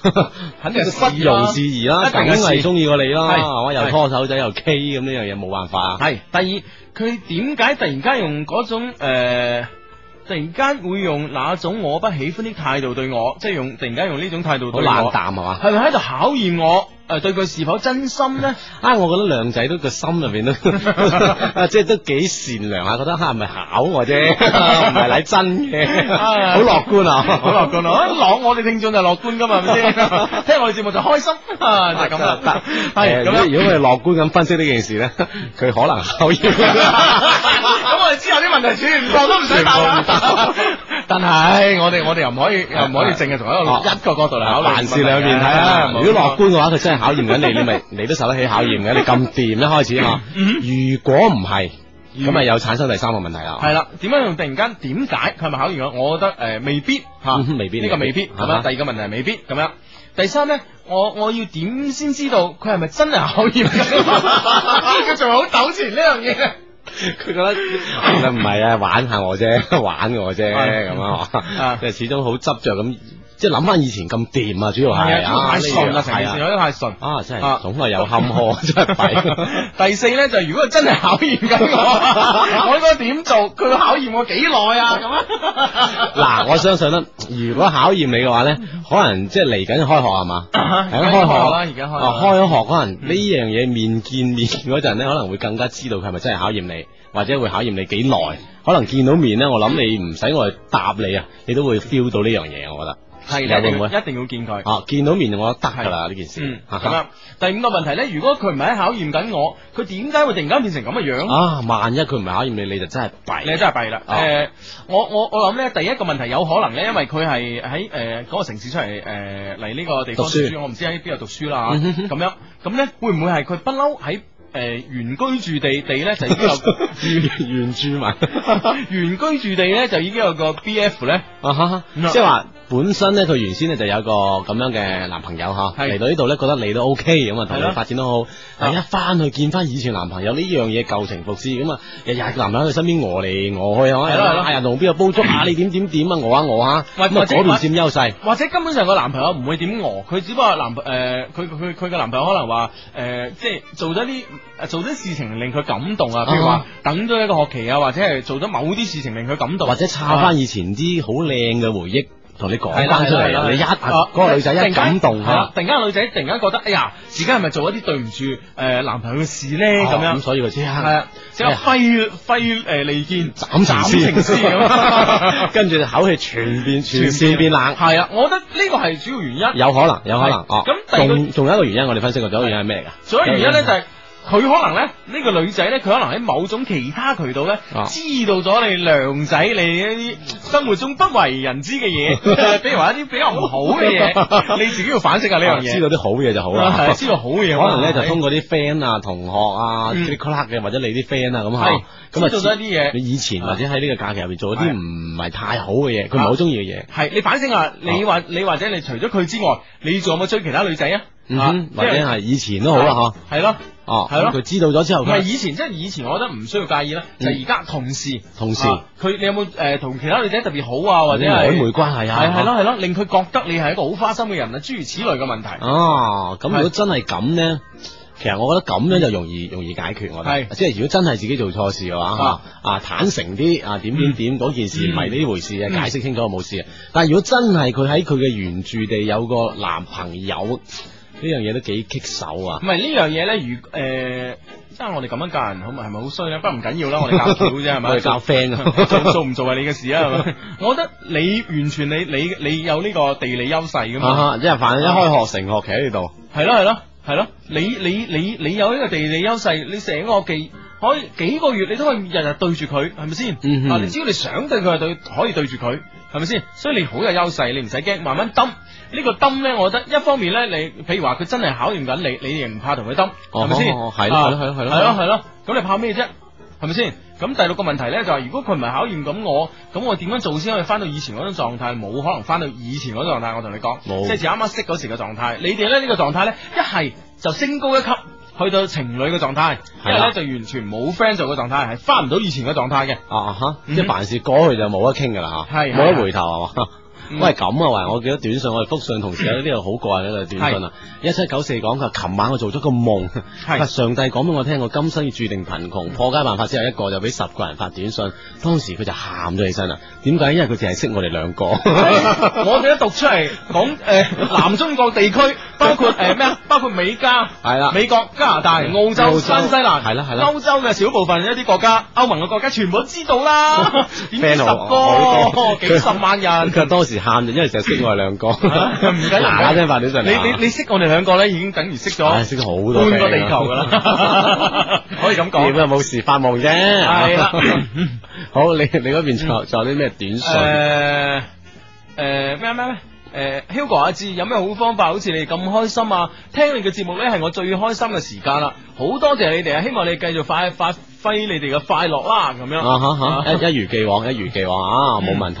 E: 肯定係
D: 不容置疑啦，
E: 一定
D: 梗
E: 係是
D: 係中意過你啦，
E: 係
D: 係嘛？又
E: 係
D: 拖手仔又 K 咁呢樣嘢冇辦法啊。
E: 係第二，佢點解突然間用嗰種诶、呃突然間會用那種我不喜歡的態度對我，即係用突然間用呢種態度
D: 好
E: 對
D: 冷
E: 我，
D: 淡係嘛？
E: 係咪喺度考驗我？诶、對佢是否真心呢？
D: 啊，我覺得靚仔都個心入邊都， 啊即係都幾善良啊，覺得嚇係咪考我 啫，唔係嚟真嘅，
E: 啊
D: 好樂觀啊，
E: 好樂 觀啊！樂我哋聽眾就樂觀噶嘛，係咪 先？聽我哋節目就開心啊，就係咁啦。
D: 誒
E: 係咁啊
D: 如
E: 樣
D: 果。如果我哋樂觀咁分析呢件事咧，佢可能考驗。
E: 咁我哋之後啲問題全部都唔使答啦
D: 全部唔答。
E: 但係我哋我哋又唔可以又唔可以淨係從一個
D: 哦
E: 一個角度嚟 考慮，
D: 凡事兩面睇啊！如果樂
E: 觀，
D: 觀嘅話，佢真係考驗緊你，你 咪你都受得起考驗嘅。你咁掂一開始啊，
E: 嗯
D: 如果唔係，咁咪又產生第三個問題啦。
E: 係啦，點解用突然間點解佢係咪考驗我？我覺得誒未必嚇
D: 嗯， 未必
E: 呢個未必
D: 未必
E: 咁樣。
D: 啊
E: 第二個問題係未必咁樣。第三咧，我我要點先知道佢係咪真係考驗 我？佢仲係好糾纏呢樣嘢。
D: 佢覺得其實唔係啊，玩下我啫， 玩我啫
E: 係
D: 咁
E: 啊
D: 啊，即係始終好執着咁，即係諗翻以前咁掂啊，主要係啊，
E: 太順啦，
D: 呢樣
E: 成件事
D: 係啊
E: 都太順。
D: 啊，真
E: 啊
D: 係總係有坎坷，真係弊。
E: 第四咧就係如果佢真係考驗緊 我，我應該點做？佢會考驗我幾耐啊？咁啊，
D: 嗱，我相信咧，如果考驗你嘅話咧，可能即係嚟緊開學係嘛？
E: 嗯而家
D: 係啊
E: 開
D: 開
E: 學
D: 學
E: 啦而家開學啦
D: 啊開咗學可能呢樣嘢面見面嗰陣咧，可能會更加知道佢係咪真係考驗你，或者會考驗你幾耐。可能見到面咧，我諗你唔使我哋答你啊，你都會 feel 到呢樣嘢，我覺得。
E: 係
D: 你會唔會
E: 一定要見佢。
D: 啊，見到面我覺得得㗎啦呢件
E: 嗯
D: 事。，啊
E: 咁樣。第五個問題咧，如果佢唔係喺考驗緊我，佢點解會突然間變成咁嘅樣？
D: 啊，萬一佢唔係考驗你，你就真係
E: 你
D: 弊。
E: 真係弊啦！誒、
D: 啊
E: 我我我諗咧，第一個問題有可能咧，因為佢係喺誒嗰個城市出嚟誒嚟呢個地方
D: 讀書
E: 我唔知喺邊度讀 書啦
D: 嗯哼
E: 咁
D: 哼
E: 樣咁咧，會唔會係佢不嬲喺誒原居住地地咧就已經有
D: 原原住民
E: 原居住地咧就已經有個 B F 咧，
D: 啊哈，
E: 嗯
D: 即係話本身咧，佢原先咧就有個咁樣嘅男朋友吓，
E: 係
D: 嚟到呢度咧覺得你都 O K 咁啊，同
E: 係咯啊
D: 你發展都好。但一翻去見翻以前男朋友呢樣嘢舊情復熾，咁啊日日個男朋友喺佢身邊餓嚟餓去
E: 係咯係咯
D: 啊，哎呀同邊個 煲粥啊，你點點點啊，我啊我啊，
E: 喂
D: 咁
E: 或
D: 啊
E: 者
D: 嗰邊佔優勢。
E: 或者根本上個男朋友唔會點餓，佢只不過男誒呃佢佢佢嘅男朋友可能話誒、即係做咗啲誒做咗事情令佢感動啊，譬如話
D: 啊
E: 等咗一個學期啊，或者係做咗某啲事情令佢感動，
D: 或者抄翻以前啲好靚嘅回憶同你講
E: 係啦
D: 翻出
E: 係啦
D: 嚟，
E: 係啦
D: 你一下
E: 啊
D: 嗰個女仔
E: 突然
D: 一
E: 間
D: 感動啊
E: 係啦
D: 嚇，
E: 突然間個女仔突然間覺得，哎呀，自己係咪做一啲對唔住誒男朋友嘅事咧？咁
D: 哦咁
E: 樣
D: 所以佢即
E: 係
D: 刻
E: 啊，即係揮揮誒利劍
D: 斬情
E: 情絲 咁。
D: 跟住就口氣全變全線變冷。
E: 係啊，我覺得呢個係主要原因。
D: 有可能，有可能
E: 係
D: 哦。
E: 咁第二個
D: 仲仲有一個原因，我哋分析過，仲有一個原因係啊咩嚟噶？
E: 所以原
D: 嗯
E: 因咧就係佢可能咧呢個女仔咧，佢可能喺某種其他渠道咧
D: 啊
E: 知道咗你梁仔你一啲生活中不為人知嘅嘢， 比如話一啲比較唔好嘅嘢，你自己要反省下呢樣嘢。
D: 哦知道啲好嘢就好
E: 啊係
D: 啦。
E: 知道好嘢，
D: 可能咧就
E: 係
D: 通過啲 friend 啊、同學啊、
E: 嗯
D: click clack 嘅，或者你啲 friend 啊咁
E: 係
D: 嚇，咁啊
E: 知道咗一啲嘢
D: 你以前或者喺呢個假期入邊做咗啲
E: 係啊
D: 唔係太好嘅嘢，佢唔係好中意嘅嘢。
E: 係你反省下，你
D: 啊
E: 或你或者你除咗佢之外，你仲有冇追其他女仔啊？
D: 嗯
E: 啊
D: 哼，或者係以前都好啦，嗬。，
E: 係係咯，
D: 哦，
E: 係咯
D: 咁佢知道咗之後，
E: 唔係
D: 佢
E: 以前即係以前，我覺得唔需要介意啦。
D: 嗯
E: 就而家同事，
D: 同事
E: 啊佢你有冇誒同其他女仔特別好啊，或者
D: 啲曖昧
E: 係
D: 關係啊，
E: 係係咯係咯，令佢覺得你係一個好花心嘅人啊，諸如此類嘅問題。
D: 哦，咁如
E: 係
D: 果真係咁咧，其實我覺得咁樣就容易容易解決我哋
E: 係，
D: 即係如果真係自己做錯事嘅話
E: 啊，嗯
D: 啊坦誠啲啊點點點嗰件事唔係呢回事嘅，解釋清楚就冇事嘅。啊但係如果真係佢喺佢嘅原住地有個男朋友，呢樣嘢都幾棘手啊
E: 唔！係呢樣嘢咧，如誒，即係我哋咁樣教人，好咪係咪好衰咧？不過唔緊要啦， 我哋教橋啫，係咪？
D: 我哋教 friend 啊
E: 做做唔做係你嘅事啊，係咪？我覺得你完全你你你有呢個地理優勢噶
D: 啊
E: 嘛，
D: 哈， 即係反正一開學成學期喺呢度，
E: 係咯係咯係咯，你你你你有呢個地理優勢，你成個技可以幾個月你都可以日日對住佢，係咪先？
D: 嗯哼
E: 啊，你只要你想對佢係對，可以對住佢，係咪先？所以你好有優勢，你唔使驚，慢慢揼。呢個揼咧，我覺得一方面咧，你譬如話佢真係考驗緊你，你亦唔怕同佢揼，係咪先？
D: 哦係
E: 啊
D: 咯係咯係咯
E: 係咯係咯，咁你怕咩啫？係咪先？咁第六個問題咧就係、如果佢唔係考驗咁我，咁我點樣做先可以翻到以前嗰種狀態？冇可能翻到以前嗰種狀態，我同你講，
D: 冇
E: 即係自啱啱識嗰時嘅狀態。你哋咧呢、個狀態咧，一係就升高一級。去到情侶嘅狀態，一
D: 係
E: 係
D: 啦
E: 咧就完全冇 friend 做嘅狀態，係翻唔到以前嘅狀態 嘅。
D: 啊哈，
E: 嗯哼
D: 即係凡事過去就冇得傾噶啦吓，
E: 係
D: 冇
E: 係
D: 得回頭係嘛。
E: 嗯
D: 喂，咁啊，喂，我記得短信，我哋覆信同事喺呢度好過癮喺度短信啊，一七九四講佢話琴晚我做咗個夢，佢話上帝講俾我聽，我今生要注定貧窮，破解辦法只有一個，就俾十個人發短信，當時佢就喊咗起身啦。啊點解？因為佢淨係識我哋兩 個，
E: 我哋一讀出嚟講，誒、南中國地區包括誒咩啊？ 包括美加、
D: 係啦，
E: 美國、加拿大、澳
D: 澳洲
E: 洲、新西蘭，
D: 係啦係啦
E: 歐洲嘅少部分一啲國家，歐盟嘅國家全部都知道 啦，點知
D: friend
E: 十
D: 好好
E: 個
D: 多
E: 幾十 萬人，
D: 佢當時喊就因為淨係識我哋兩個，
E: 啊 唔 緊要
D: 嗱嗱聲發短信
E: 你
D: 嚟啊，
E: 你你識我哋兩個咧，已經等於識咗
D: 唉識咗好多
E: 半個
D: 嘅
E: 地球 噶啦，可以
D: 點
E: 咁講。
D: 啊冇事發夢啫，
E: 係啦， 嗯
D: 好，你你嗰邊仲有仲有啲咩短信？
E: 誒誒呃咩咩咩？誒、h u g o 阿志有咩好方法？好似你哋咁開心啊！聽你嘅節目呢，係我最開心嘅時間啦，好多謝你哋啊！希望你繼續快發揮你哋嘅快樂啦，咁樣。
D: 啊哈哈，一一如既往，一如既往啊，冇問題。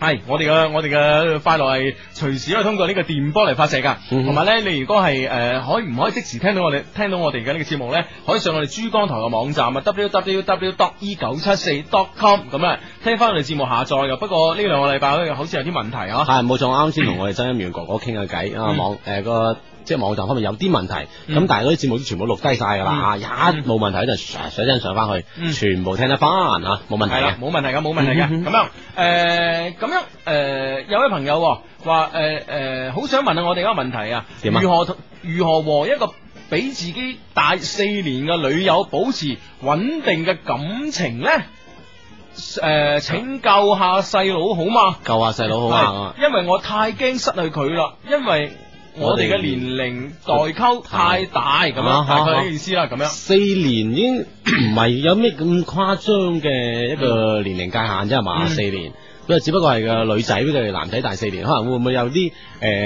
E: 系我哋嘅我哋嘅快樂係隨時可以通過呢個電波嚟發射噶，
D: 嗯哼
E: 同埋咧，你如果係誒、呃可以唔可以即時聽到我哋聽到我哋嘅呢個節目咧，可以上我哋珠江台嘅網站啊，www dot e 九七四 dot com 咁啊，聽翻我哋節目下載嘅。不過呢兩個禮拜咧好似有啲問題啊。
D: 係冇錯，啱先同我哋曾音源哥哥傾下偈啊，
E: 嗯
D: 網誒個即係網站方面有啲問題，咁
E: 嗯
D: 但係嗰啲節目都全部錄低晒㗎啦，
E: 嗯
D: 啊一冇問題就上上真上翻去，
E: 嗯
D: 全部聽得翻啊，冇問題
E: 係啦
D: 嘅，。
E: 冇問題噶，冇問題嘅。
D: 嗯哼
E: 咁樣，誒，咁樣，誒，有位朋友喎話，誒，誒，好想問下我哋一個問題啊，
D: 點啊
E: 如何同如何和一個比自己大四年嘅女友保持穩定嘅感情咧？誒，請教下細佬好嗎？
D: 救下細佬好啊！
E: 係因為我太驚失去佢啦，因為我哋嘅年齡代溝太大咁
D: 啊
E: 樣，大概呢個意思啦，咁樣。
D: 四年已 經唔係有咩咁誇張嘅一個年齡界限啫係嘛？
E: 嗯
D: 四年，因為只不過係個女仔比佢哋男仔大四年，可能會唔會有啲誒、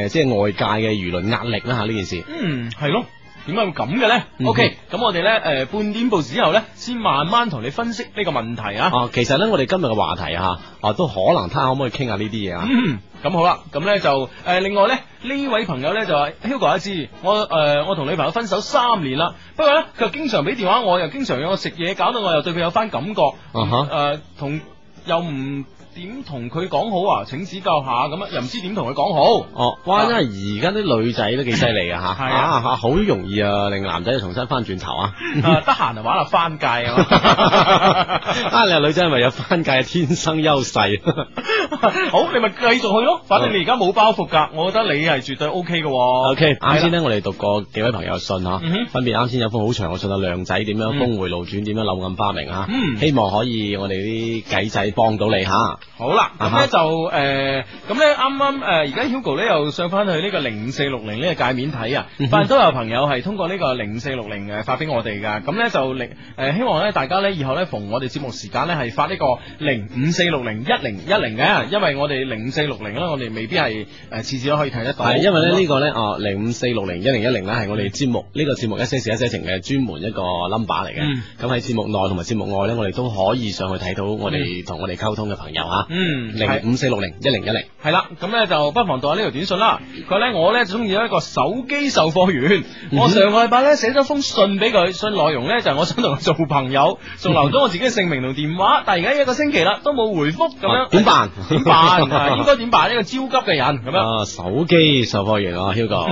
D: 呃即係外界嘅輿論壓力啦嚇呢件事？
E: 嗯，係咯。點解會咁嘅咧
D: 嗯
E: ？OK，咁我哋咧，誒、半點報時之後咧，先慢慢同你分析呢個問題啊。
D: 啊，其實咧，我哋今日嘅話題啊，啊都可能睇下可唔可以傾下呢啲嘢啊？
E: 嗯，咁好啦，咁咧就誒、另外咧呢位朋友咧就話 Hugo 阿志，我誒、我同女朋友分手三年啦，不過咧佢又經常俾電
D: 哦
E: 嗯
D: 啊
E: 話我，又經常約我食嘢，搞到我又對佢有翻感覺，誒
D: 啊哈
E: 同、又唔點同佢講好啊？請指教下咁啊，又唔知點同佢講好。
D: 哦，哇！因為而家啲女仔都幾犀利噶吓，
E: 啊係啊
D: 啊啊好容易啊令男仔重新翻轉頭 啊！
E: 啊，得閒就玩下翻界啊 嘛。
D: 啊，你話女仔係咪有翻界天生優勢？
E: 好，你咪繼續去咯。反正你而家冇包袱噶，我覺得你係絕對 O K 嘅。O
D: OK，啱先咧，我哋讀過幾位朋友嘅信吓，
E: 嗯哼
D: 分別啱先有封好長嘅信啊，亮仔點樣
E: 嗯
D: 峰回路轉，點樣柳暗花明吓，
E: 嗯
D: 希望可以我哋啲計仔幫到你吓。
E: 好啦，咁
D: 啊哈
E: 咧就誒，呃咁咧啱啱誒，而家 Hugo 咧又上翻去呢個零五四六零呢個界面睇啊
D: 嗯哼，
E: 發現都有朋友係通過呢個零五四六零誒發俾我哋噶，咁咧就零誒希望咧大家咧以後咧逢我哋節目時間咧係發呢個零五四六零一零一零嘅，因為我哋零五四六零咧我哋未必係誒次次都可以睇得到，
D: 係，因為咧呢個咧哦零五四六零一零一零
E: 嗯
D: 咧係我哋節目呢個節目一些事一些情嘅專門一個 number 嚟嘅
E: 嗯。
D: 咁喺節目內同埋節目外咧，我哋都可以上去睇到我哋同我哋溝通嘅朋友吓。
E: 嗯係
D: 零五四六零一零一零，
E: 系啦，咁咧就不妨讀下呢條短信啦。佢咧我咧就中意一個手機售貨員，我上個禮拜咧寫咗封信俾佢，信內容咧就係我想同佢做朋友，仲留咗我自己嘅姓名同電話，但係而家一個星期啦都冇回覆咁
D: 啊
E: 樣，
D: 點 辦
E: 點辦？啊應該點辦？呢個焦急嘅人咁樣。
D: 啊手機售貨員啊，Hugo，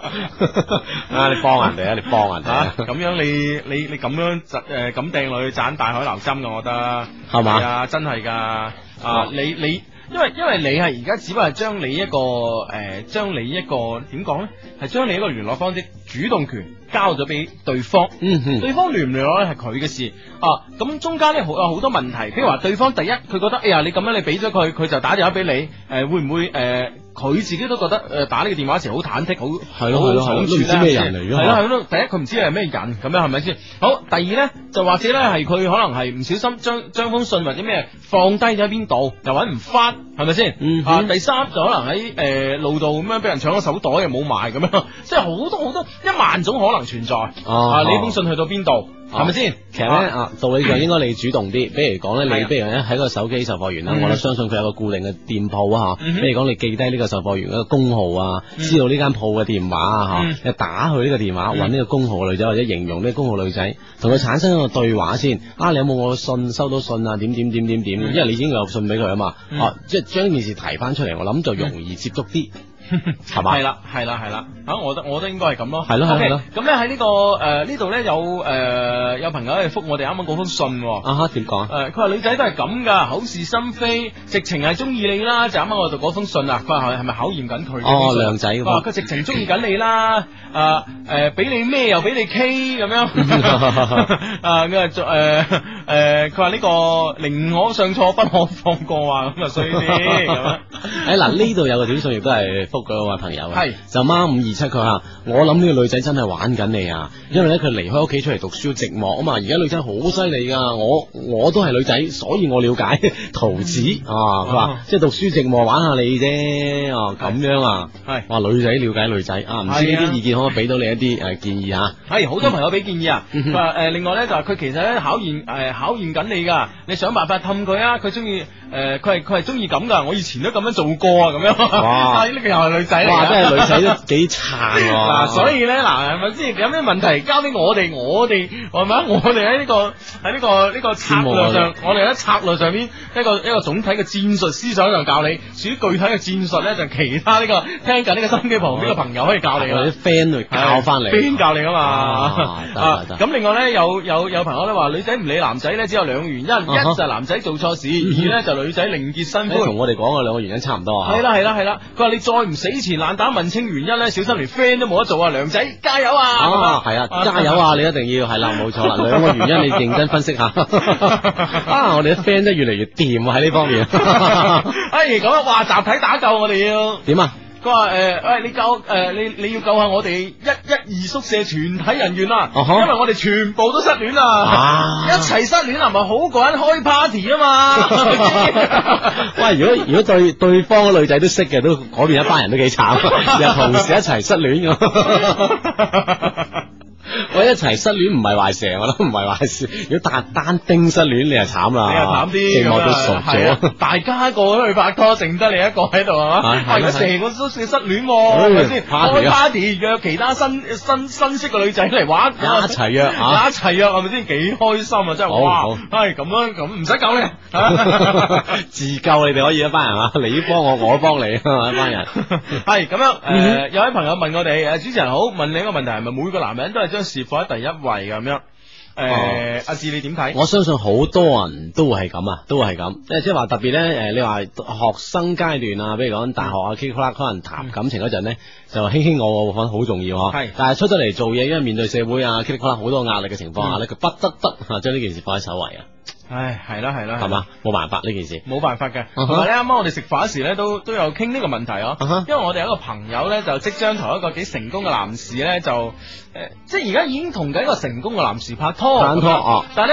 D: 啊你幫人哋啊，你幫人哋
E: 吓
D: 啊，
E: 咁樣你你你咁樣窒誒咁掟落去盞大海撈針嘅，我覺得
D: 係嘛哦
E: 係啊，真係㗎啊！你你因為因為你係而家只不過係將你一個誒將你一個點講咧，係將你一個聯絡方式主動權交咗俾對方。
D: 嗯哼。
E: 對方聯唔聯絡咧係佢嘅事啊，咁中間咧好有好多問題，譬如話對方第一佢覺得，哎呀你咁樣你俾咗佢，佢就打電話俾你，誒、會唔會誒佢、自己都覺得誒、打呢個電話時好忐忑，好
D: 係咯係咯係
E: 好
D: 咯
E: 倉促
D: 都唔知
E: 啦
D: 咩人嚟㗎
E: 係咯係咯，第一佢唔知你係咩人咁樣係咪先？好，第二咧就或者咧係佢可能係唔小心將將封信或者咩放低咗喺邊度，又揾唔翻係咪先？
D: 嗯
E: 啊
D: 哼
E: 第三就可能喺誒、路度咁樣俾人搶咗手袋又冇埋咁樣， 即係好多好多一萬種可能存在。
D: 哦
E: 啊，你封信去到邊度，
D: 哦
E: 係咪先？
D: 其實咧啊，道理上應該你主動啲，比如講咧，
E: 係
D: 你
E: 啊
D: 比如咧喺個手機售貨員啦，
E: 嗯
D: 我都相信佢有個固定嘅店鋪啊
E: 嗯
D: 吓，
E: 哼
D: 比如講你記低呢個售貨員嗰個工號啊，
E: 嗯
D: 知道呢間鋪嘅電話啊
E: 嗯
D: 吓，你打佢呢個電話，
E: 嗯
D: 搵呢個工號嘅女仔或者形容呢個工號女仔，同佢產生一個對話先。啊，你有冇我信收到信啊？點點點點點，
E: 嗯
D: 因為你已經有信俾佢啊嘛，
E: 嗯
D: 哦，即係將呢件事提翻出嚟，我諗就容易接觸啲， 係嘛
E: 嗯係？啦，係啦，係啦，啊，我覺得我覺得應該係咁咯，
D: 係咯係咯
E: OK，
D: 係咯
E: 咁咧喺呢個誒呢度咧有誒有朋友嚟覆我哋啱啱嗰封信喎。
D: 啊哈，點講啊？
E: 呃誒，佢話女仔都係咁噶，口是心非，直情係中意你啦。就啱啱我讀嗰封信啊，佢話係咪考驗緊佢嘅
D: 哦
E: 封信啊
D: 靚仔嗰
E: 佢
D: 封
E: 話佢直情中意緊你啦。啊誒，俾你咩又俾你 K 咁樣。 啊，佢話做誒誒，佢話呢個寧可上錯不可放過啊，咁啊衰啲咁啊 樣。
D: 诶哎嗱，呢度有個短信亦都係覆嗰位朋友嘅啊
E: 係
D: 就孖五二七佢話：我諗呢個女仔真係玩緊你啊，因為咧佢離開屋企出嚟讀書寂寞啊嘛，而家女仔好犀利噶，我我都係女仔，所以我了解 桃子啊，佢
E: 哦
D: 話即係讀書寂寞玩下你啫，哦咁樣啊，
E: 係
D: 哇女仔了解女仔啊，唔知呢
E: 係啊
D: 啲意見可唔可以俾到你一啲诶建議啊？
E: 係哎好多朋友俾建議啊，
D: 嗯
E: 佢話誒另外咧就係佢其實咧考驗誒、呃考驗緊你㗎，你想辦法氹佢啊，佢中意誒佢係佢係中意咁㗎，我以前都咁樣做過啊咁樣，
D: 哇
E: 啊 呢個又係女仔嚟㗎
D: 哇，真係女仔 都幾撐喎，
E: 嗱，所以咧，嗱，係咪先？有咩問題交俾我哋，我哋係咪啊？ 我哋喺呢個喺呢個呢個策
D: 羨慕
E: 略
D: 我哋
E: 上，我哋喺策略上邊一個一個總體嘅戰術思想上教你，至於具體嘅戰術咧，就其他呢個聽緊呢個心機旁邊嘅朋友可以教你
D: 我
E: 啦
D: 啲。friend 會教翻嚟，
E: 邊教你噶嘛？
D: 啊得
E: 啊
D: 得得
E: 咁另外咧，有有有朋友咧話，女仔唔理男仔咧，只有兩個原因，一就
D: 哈
E: 係男仔做錯 事，二咧就女仔另結新
D: 誒
E: 歡
D: 同。我哋講嘅兩個原因差唔多啊。
E: 系啦系啦系啦，佢話你再唔死纏爛打問清原因咧，小心連 friend 都冇得做啊！梁仔加油啊！咁
D: 啊，系啊，加油！啊！你一定要係啦，冇錯啦，兩個原因你認真分析下。 啊，我哋啲 friend 真係越嚟越掂啊喺呢方面。
E: 哎，咁啊，哇！集體打救我哋要，
D: 點啊？
E: 佢話诶，喂，你救诶、呃你你要救下我哋一一二宿舍全體人員啦，
D: 啊哈
E: 因為我哋全部都失戀啦，
D: 啊
E: 一齊失戀啊，咪好過人開 party 啊嘛！
D: 喂，如果如果對對方嘅女仔都識嘅，都啊嗰邊 一班人都幾慘，又同時一齊失戀咁。 喂，一齊失戀唔係壞事，我諗唔係壞事。如果單單丁失戀，你係慘啦，
E: 你又慘啲
D: 寂
E: 咁
D: 寞
E: 啊
D: 都傻
E: 係啊
D: 咗。
E: 大家個個都去拍拖，剩得你一個喺度係嘛
D: 係？係
E: 哇如果成個都算失戀
D: 哎
E: 喎，係咪先
D: 唉，party
E: 開
D: 啊
E: party 約其他新新新識嘅女仔嚟玩，
D: 一齊約啊
E: 一齊約係咪先？幾開心啊！真係
D: 好
E: 哇
D: 好，
E: 係咁樣咁唔使 搞你。
D: 自救你哋可以一班人 啊，你幫我，我幫你啊，一班人。
E: 系咁样，
D: 嗯
E: 诶、有位朋友問我哋，诶，主持人好，問你一個問題，係咪每個男人都係將事放喺第一位咁樣？诶、
D: 哦
E: 阿志你點睇？
D: 我相信好多人都會係咁啊，都會係咁，即係即係話特別咧，誒、你話學生階段啊，比如講大學
E: 嗯
D: 啊，K 啦，可能談感情嗰陣咧，就卿卿我我部分好重要呵。
E: 係
D: 但係出咗嚟做嘢，因為面對社會啊，K 啦好多壓力嘅情況下咧，
E: 嗯
D: 佢、不得不嚇將呢件事放喺首位啊，
E: 唉，係啦係啦，
D: 係嘛？冇辦法呢件事。
E: 冇辦法嘅，
D: 嗯哼
E: 同埋咧，啱啱我哋食飯嗰時咧，都都有傾呢個問題啊
D: 嗯哼
E: 因為我哋有一個朋友咧，就即將同一個幾成功嘅男士咧，就誒、呃即係而家已經同緊一個成功嘅男士拍拖，
D: 拍拖
E: 咁樣
D: 哦
E: 但係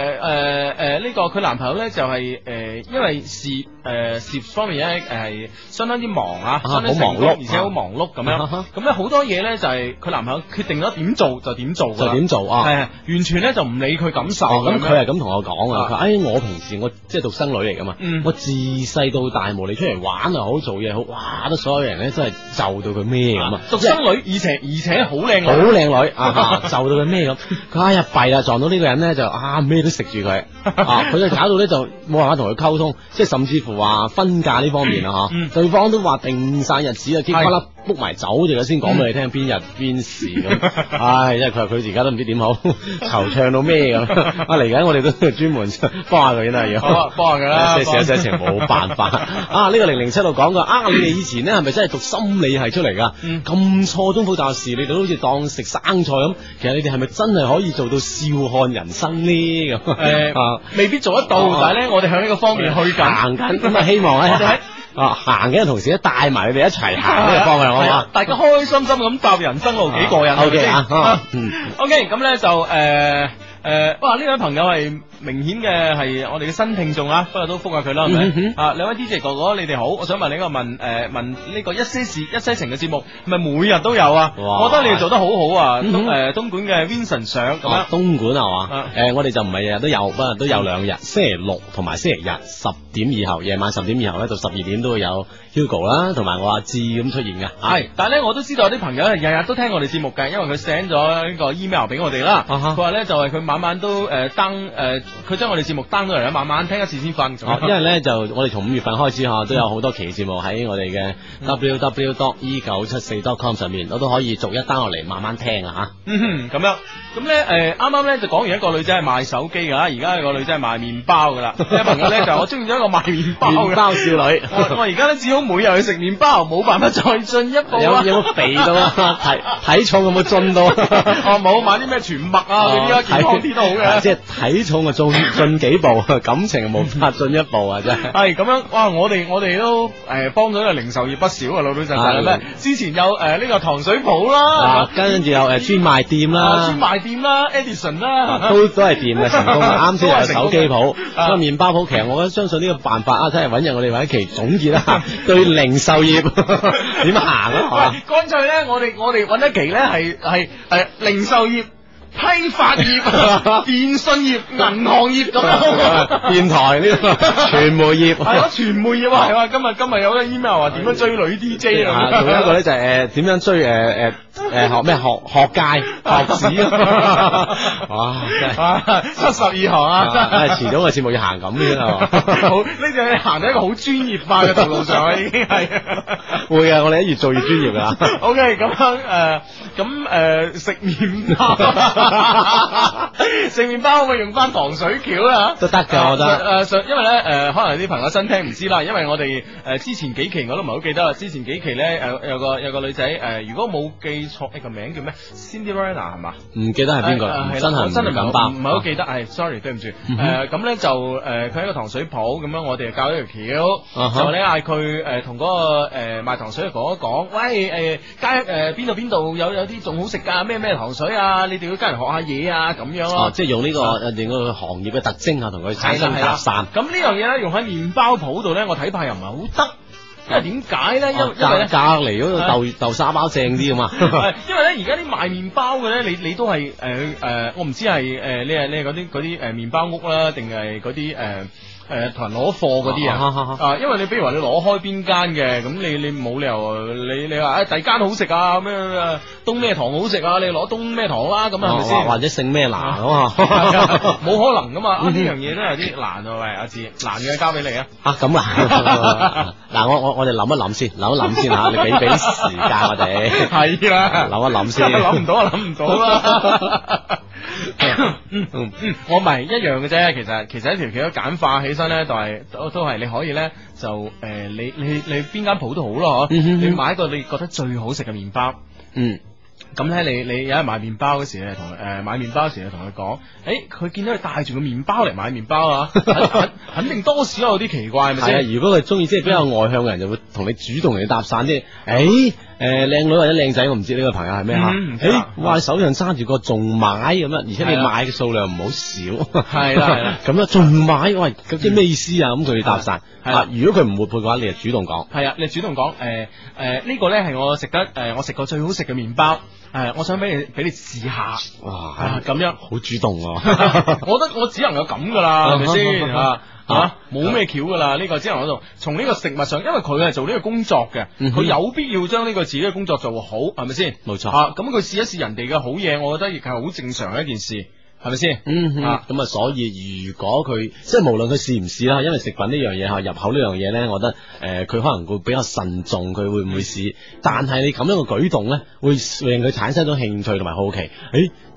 E: 咧誒誒呃誒呢個佢男朋友咧就係、呃因為事誒、呃、事業方面咧誒係相當之忙啊，
D: 啊
E: 相當之
D: 好忙
E: 成功
D: 碌
E: 而且好忙碌咁
D: 啊
E: 樣
D: 哈，
E: 咁咧好多嘢咧就係、佢男朋友決定咗點做就點做㗎
D: 就
E: 啦，
D: 點做啊？
E: 係啊完全咧就唔理佢感受
D: 哦，咁
E: 咁
D: 佢係
E: 樣。
D: 咁同我講啊，佢話：，哎，我平時我即係獨生女嚟噶嘛
E: 嗯，
D: 我自細到大，無論出嚟玩又好，做嘢好，哇，都所有人咧真係就到佢咩咁啊！
E: 獨生女，而且而且好靚女
D: 好，靚女 啊，就到佢咩咁，佢哎呀弊啦，撞到呢個人咧就啊咩都食住佢啊， 佢就搞到咧就冇辦法同佢溝通，即係甚至乎話婚嫁呢方面啊
E: 嗯
D: 吓，對方都話定晒日子啊，結果啦 book 埋酒咗先講俾你聽
E: 嗯
D: 邊日邊時咁，唉，真係佢話佢而家都唔知點好， 惆悵到咩咁，啊嚟緊我哋都要專門幫下佢啦要。
E: 好啊，幫下佢啦，
D: 一些事一些情
E: 幫
D: 冇辦 法啊！呢、個零零七度講過啊，你哋以前咧係咪真係讀心理系出嚟噶？
E: 嗯
D: 咁錯綜複雜事，你哋都好似當食生菜咁。其實你哋係咪真係可以做到笑看人生呢？咁
E: 誒
D: 啊，
E: 未必做得到，
D: 哦
E: 但係咧，我哋向呢個方面去緊。
D: 行緊咁啊，希望
E: 我哋喺
D: 咧啊行緊嘅同時咧，帶埋你哋一齊行呢個方向，好唔
E: 係
D: 好
E: 啊
D: 啊？
E: 大家開心心咁踏人生路，幾過癮啊
D: O K 啊啊，
E: 係咪
D: 嗯
E: 先 OK，咁咧就誒誒，哇！呢位朋友係明顯嘅係我哋嘅新聽眾啊，不過都覆下佢啦，
D: 嗯
E: 係咪
D: 哼？
E: 啊，兩位 DJ 哥哥，你哋好，我想問你一個問誒問呢個一些事一些情嘅節目，係咪每日都有啊？
D: 哇
E: 我覺得你哋做得好好啊！
D: 嗯
E: 東
D: 哼
E: 誒東莞嘅 Vincent 上咁樣
D: 啊。東莞係
E: 啊
D: 嘛？誒，我哋就唔係日日都有，不過都有兩日，星期六同埋星期日十點以後，夜晚十點以後咧到十二點都會有 Hugo 啦，同埋我阿志咁出現嘅。啊
E: 系，但系咧，我都知道有啲朋友係日日都聽我哋節目嘅，因為佢 send 咗呢個 email 俾我哋啦。
D: 啊哈
E: 佢話咧就係佢晚晚都诶 down 诶，佢將我哋節目 down 咗嚟，晚晚聽一次先 瞓。
D: 哦因為咧就我哋從五月份開始嚇，都有好多期節目喺我哋嘅
E: 嗯
D: w w dot e 九七四 dot com 上面，我都可以逐一 down 落嚟慢慢聽啊
E: 嗯哼，咁樣，咁咧诶，誒啱啱咧就講完一個女仔係賣手機㗎啦，而家有個女仔係賣麵包㗎啦。有位朋友咧就話我中意咗一個賣麵
D: 嚇。
E: 包
D: 麵
E: 嘅。
D: 包少女，
E: 我我而家咧只好每日去食麵包，冇辦法再進一步啦
D: 有。有冇肥到啊？體體重有冇進到啊？
E: 哦，冇買啲咩全麥啊嗰啲啊，健康啲都好嘅
D: 啊。哦即係體重啊進進幾步， 感情啊冇法進一步啊，真係。
E: 系咁樣，哇！我哋我哋都诶帮咗個零售業不少啊，老老實實啦
D: 係
E: 咩？之前有诶呢個糖水鋪啦
D: 啊，，跟住又誒專賣店
E: 啊
D: 啦
E: 專。賣店啦，Edison 啦，
D: 啊都都係掂 嘅成功嘅，啱先又有手機
E: 都係
D: 鋪，
E: 成功嘅啊
D: 咁啊麵包鋪，其實我覺得相信呢個辦法啊，真係揾日我哋揾一期總結一 下對零售業點行啊，
E: 喂，乾脆咧，我哋我哋揾一期咧係係诶零售業、批 發業、電信業、銀行業咁 樣。
D: 嚇電台呢個傳啊媒業。
E: 係咯，傳媒業啊，係啊，今日今日有個 email 話點樣追女 DJ
D: 啊
E: 啊，
D: 仲有一個咧就係誒呃點樣追誒誒誒學咩學學界學子 啊！ 哇，真係
E: 啊，七十二行
D: 啊
E: 啊
D: 唉，遲早個節目要行咁樣啊！
E: 好，呢就係行到一個好專業化嘅道路上啦，啊已經係。
D: 會啊，我哋一越做越專業㗎啦。
E: O K，咁樣誒，咁誒食麵包， 食麵包可唔可以用翻糖水橋啦？
D: 都得㗎我覺得
E: 誒上，因為呃咧誒，可能有啲朋友新聽唔知啦，因為我哋誒之前幾期我都唔係好記得啦。之前幾期咧誒有個有個女仔誒，如果冇記錯，誒個名叫咩？Cinderella 係嘛？
D: 唔記得係邊個
E: 啊
D: 啦，
E: 係啦
D: 真係
E: 我真係
D: 唔
E: 唔
D: 敢
E: 係好
D: 包。
E: 唔係好記得，係 sorry 對唔住。
D: 嗯哼
E: 誒咁咧就誒佢喺個糖水鋪咁樣，我哋就教咗條
D: 啊
E: 橋，
D: 哈
E: 就咧嗌佢誒同嗰個誒賣糖水嘅哥哥講，喂誒街誒邊度邊度有有啲仲好食㗎，咩咩糖水啊，你哋要跟人學下嘢啊咁樣
D: 哦
E: 咯，。
D: 即係用呢個令個行業嘅特徵啊，同佢產
E: 係啦
D: 生
E: 係啦
D: 搭訕。
E: 咁呢樣嘢咧用喺麵包鋪度咧，我睇怕又唔係好得。因為點解咧？因
D: 嗯哦
E: 為因為啊
D: 隔
E: 咧
D: 隔。離嗰個豆豆沙包正啲啊 嘛
E: 係，因為咧而家啲賣麵包嘅咧，你你都係誒誒，我唔知係誒你係你係嗰啲嗰啲誒麵包屋啦，定係嗰啲呃誒誒同人攞貨嗰啲
D: 啊啊
E: 啊
D: 啊？
E: 啊，因為你比如話你攞開邊間嘅，咁你你冇理由你你話誒第二間好食啊咩咩咩東咩堂好食啊，你攞東咩堂啦，咁啊係咪
D: 或或
E: 先？
D: 者姓咩男啊嘛？
E: 冇可能噶嘛，
D: 嗯
E: 啊呢樣嘢都有啲難啊，喂阿志，難嘅交俾 你啊。
D: 啊咁啊！嗱，我我我哋諗一諗先，諗一諗先吓，你俾俾時間我哋。
E: 係啦，
D: 諗一諗先
E: 諗唔到啊，諗唔 到啦。 嗯
D: 嗯
E: 嗯，我咪一樣嘅啫。其實其實一條橋都簡化起身咧，就係都都係你可以咧就誒、呃你你你邊間鋪都好咯，嗬、
D: 嗯哼哼
E: 你買一個你覺得最好食嘅麵包。
D: 嗯，
E: 咁咧，你你有人買麵包嗰時，你同佢誒買麵包嗰時，你同佢講，誒佢見到佢帶住個麵包嚟買麵 包啊，肯肯肯定多少有啲奇怪，係咪
D: 係啊，
E: 先？
D: 如果佢中意即係比較外向嘅人，就會同你主動嚟搭訕，即係誒誒靚女或者靚仔，我唔知呢個朋友係咩吓。
E: 嗯唔知
D: 誒
E: 啊，
D: 哇手上揸住個仲買咁樣，而且你
E: 係啊
D: 買嘅數量唔好少。
E: 係啦係啦，
D: 咁樣仲買，喂，咁即係咩意思啊？咁佢搭訕
E: 係啦
D: 啊，如果佢唔活潑嘅話，你就主動講。
E: 係啊，你主動講誒誒呢個咧係我食得誒、我食過最好食嘅麵包，誒、我想俾你俾你試下
D: 哇
E: 啊，咁樣。
D: 好主動喎。
E: 我覺得我只能夠咁噶啦，係咪先啊？啊
D: 啊，
E: 冇咩橋噶啦，呢個只能喺度從呢個食物上，因為佢係做呢個工作嘅，
D: 嗯
E: 佢
D: 哼
E: 有必要將呢個自己嘅工作做好，係咪先？
D: 冇錯
E: 啊，咁佢試一試人哋嘅好嘢，我覺得亦係好正常嘅一件事，係咪先？
D: 嗯哼
E: 啊
D: 咁啊，所以如果佢即係無論佢試唔試啦，因為食品呢樣嘢吓入口呢樣嘢咧，我覺得誒佢、可能會比較慎重，佢會唔會試？但係你咁樣嘅舉動咧，會令佢產生咗興趣同埋好奇。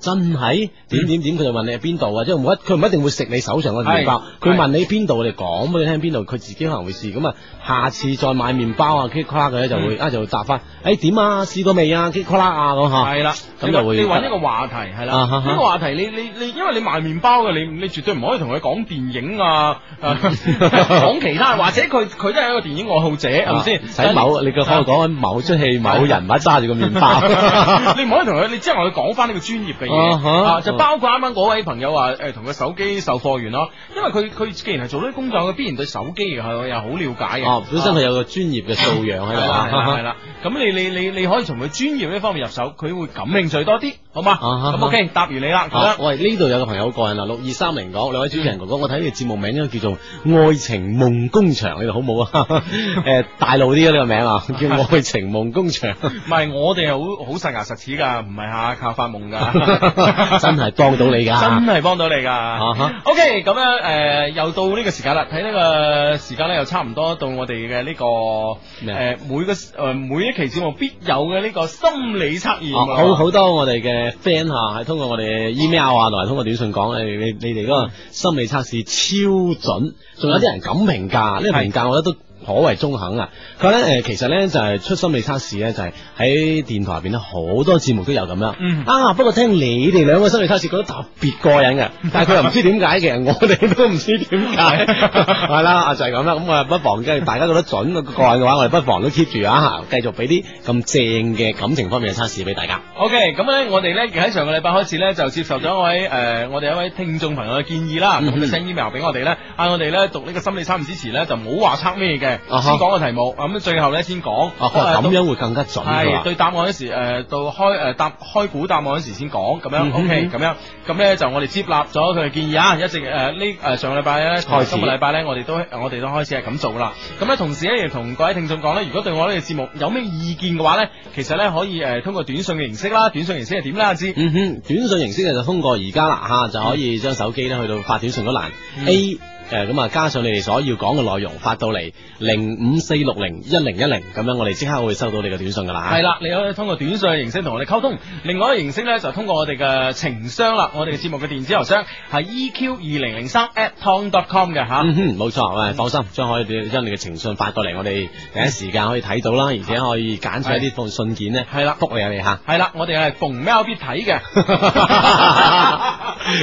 D: 誒、真係點點點，佢就問你係邊度啊？即係唔一佢唔一定會食你手上嘅麵包，
E: 係
D: 佢問你邊度，你講俾佢聽邊度，佢自己可能會試。咁啊，下次再買麵包啊，跟住佢咧就會、啊就會答翻誒點啊，試過未啊？跟住啊咁吓。
E: 係啦，
D: 咁
E: 你
D: 就
E: 揾
D: 會
E: 你揾一個話題係啦，
D: 啊哈哈
E: 呢個話題你你你，因為你賣麵包嘅，你你絕對唔可以同佢講電影啊，啊 講其他，或者佢佢都係一個電影愛好者，係咪先？
D: 啊使某你個可以講緊某出戲某人物揸住個麵 包，
E: 你唔可以同佢，你即係話佢講翻呢個專業嘅嘢
D: 啊哈
E: 啊，就包括啱啱嗰位朋友話誒同佢手機售貨員咯，因為佢佢既然係做呢啲工作，佢必然對手機嘅係又好了解嘅。
D: 哦，本身
E: 啊
D: 佢有個專業嘅素養喺
E: 係
D: 度
E: 啦係啦
D: 啊
E: 係。啦，咁你你你你可以從佢專業呢方面入手，佢會感興趣多啲，好嘛？
D: 啊哈
E: 咁 OK，答完你啦，咁
D: 啊
E: 樣
D: 喂，呢度有個朋友好過癮啊啦，六二三零講，兩位主持人哥哥，我睇你節目名應該叫做《愛情夢工場》，你哋好唔好啊？ 誒，大路啲啊呢個名啊，叫 《愛情夢工場》，
E: 唔係我哋係好好實牙實齒㗎，唔係下靠發 夢㗎，
D: 真係幫到你
E: 真
D: 㗎。
E: 係幫到你噶
D: 啊哈。
E: OK，咁樣誒，又到呢個時間啦，睇呢個時間咧，又差唔多到我哋嘅呢個
D: 咩啊
E: 誒每個誒每一期節目必有嘅呢個心理測驗
D: 哦
E: 啊
D: 好好多我哋嘅 friend 吓，係通過我哋嘅 email 啊，同埋通過短信講，誒你你哋嗰個心理測試超準，仲有啲人咁評價，呢個評價我覺得都。可謂中肯啊！佢咧誒，其實咧就係、出心理測試咧，就係、喺電台入邊咧好多節目都有咁樣。
E: 嗯
D: 啊，不過聽你哋兩個心理測試覺得特別過癮 嘅，但係佢又唔知點解嘅，我哋都唔知點解。係啦，啊就係咁啦。咁啊，不妨即係大家覺得準過癮嘅話，我哋不妨都 keep 住啊，繼續俾啲咁正嘅感情方面嘅測試俾大家。
E: OK，咁咧我哋咧喺上個禮拜開始咧就接受咗一位誒、呃我哋一位聽眾朋友嘅建議啦，咁
D: 嗯
E: 就 send email 俾我哋咧，啊嗌我哋咧讀呢個心理測驗之前咧就唔好話測咩嘅，
D: 啊哈
E: 先講個題目，咁最後咧先講。啊
D: 哦，咁樣會更加準㗎
E: 系
D: 嘛
E: 哎對答案嗰時，誒、到開誒、答開估答案嗰時先講咁樣
D: 嗯哼
E: ，OK 咁樣，咁咧就我哋接納咗佢嘅建議啊，一直誒呢誒上個禮拜咧，同埋
D: 開始
E: 今個禮拜咧，我哋都我哋都開始係咁做啦。咁咧同時咧，亦同各位聽眾講咧，如果對我呢個節目有咩意見嘅話咧，其實咧可以誒、通過短信嘅形式啦，短信形式係點啦，阿芝。
D: 嗯哼，短信形式嘅就通過而家啦吓，就可以將手機咧去到發短信嗰欄、
E: 嗯
D: A 誒咁啊，加上你哋所要講嘅內容發到嚟零五四六零一零一零，咁樣我哋即刻會收到你嘅短信噶啦。
E: 係啦，你可以通過短信嘅形式同我哋溝通。另外一個形式咧，就通過我哋嘅情商啦，我哋嘅節目嘅電子郵箱係 EQ 二零零三 at tom dot com 嘅吓。
D: 嗯哼，冇錯，喂，放心，將可以將你嘅情信發過嚟，我哋第一時間可以睇到啦，而且可以揀取一啲信件咧，
E: 係啦
D: 覆你啊你 吓。
E: 系啦，我哋係逢喵必睇 嘅。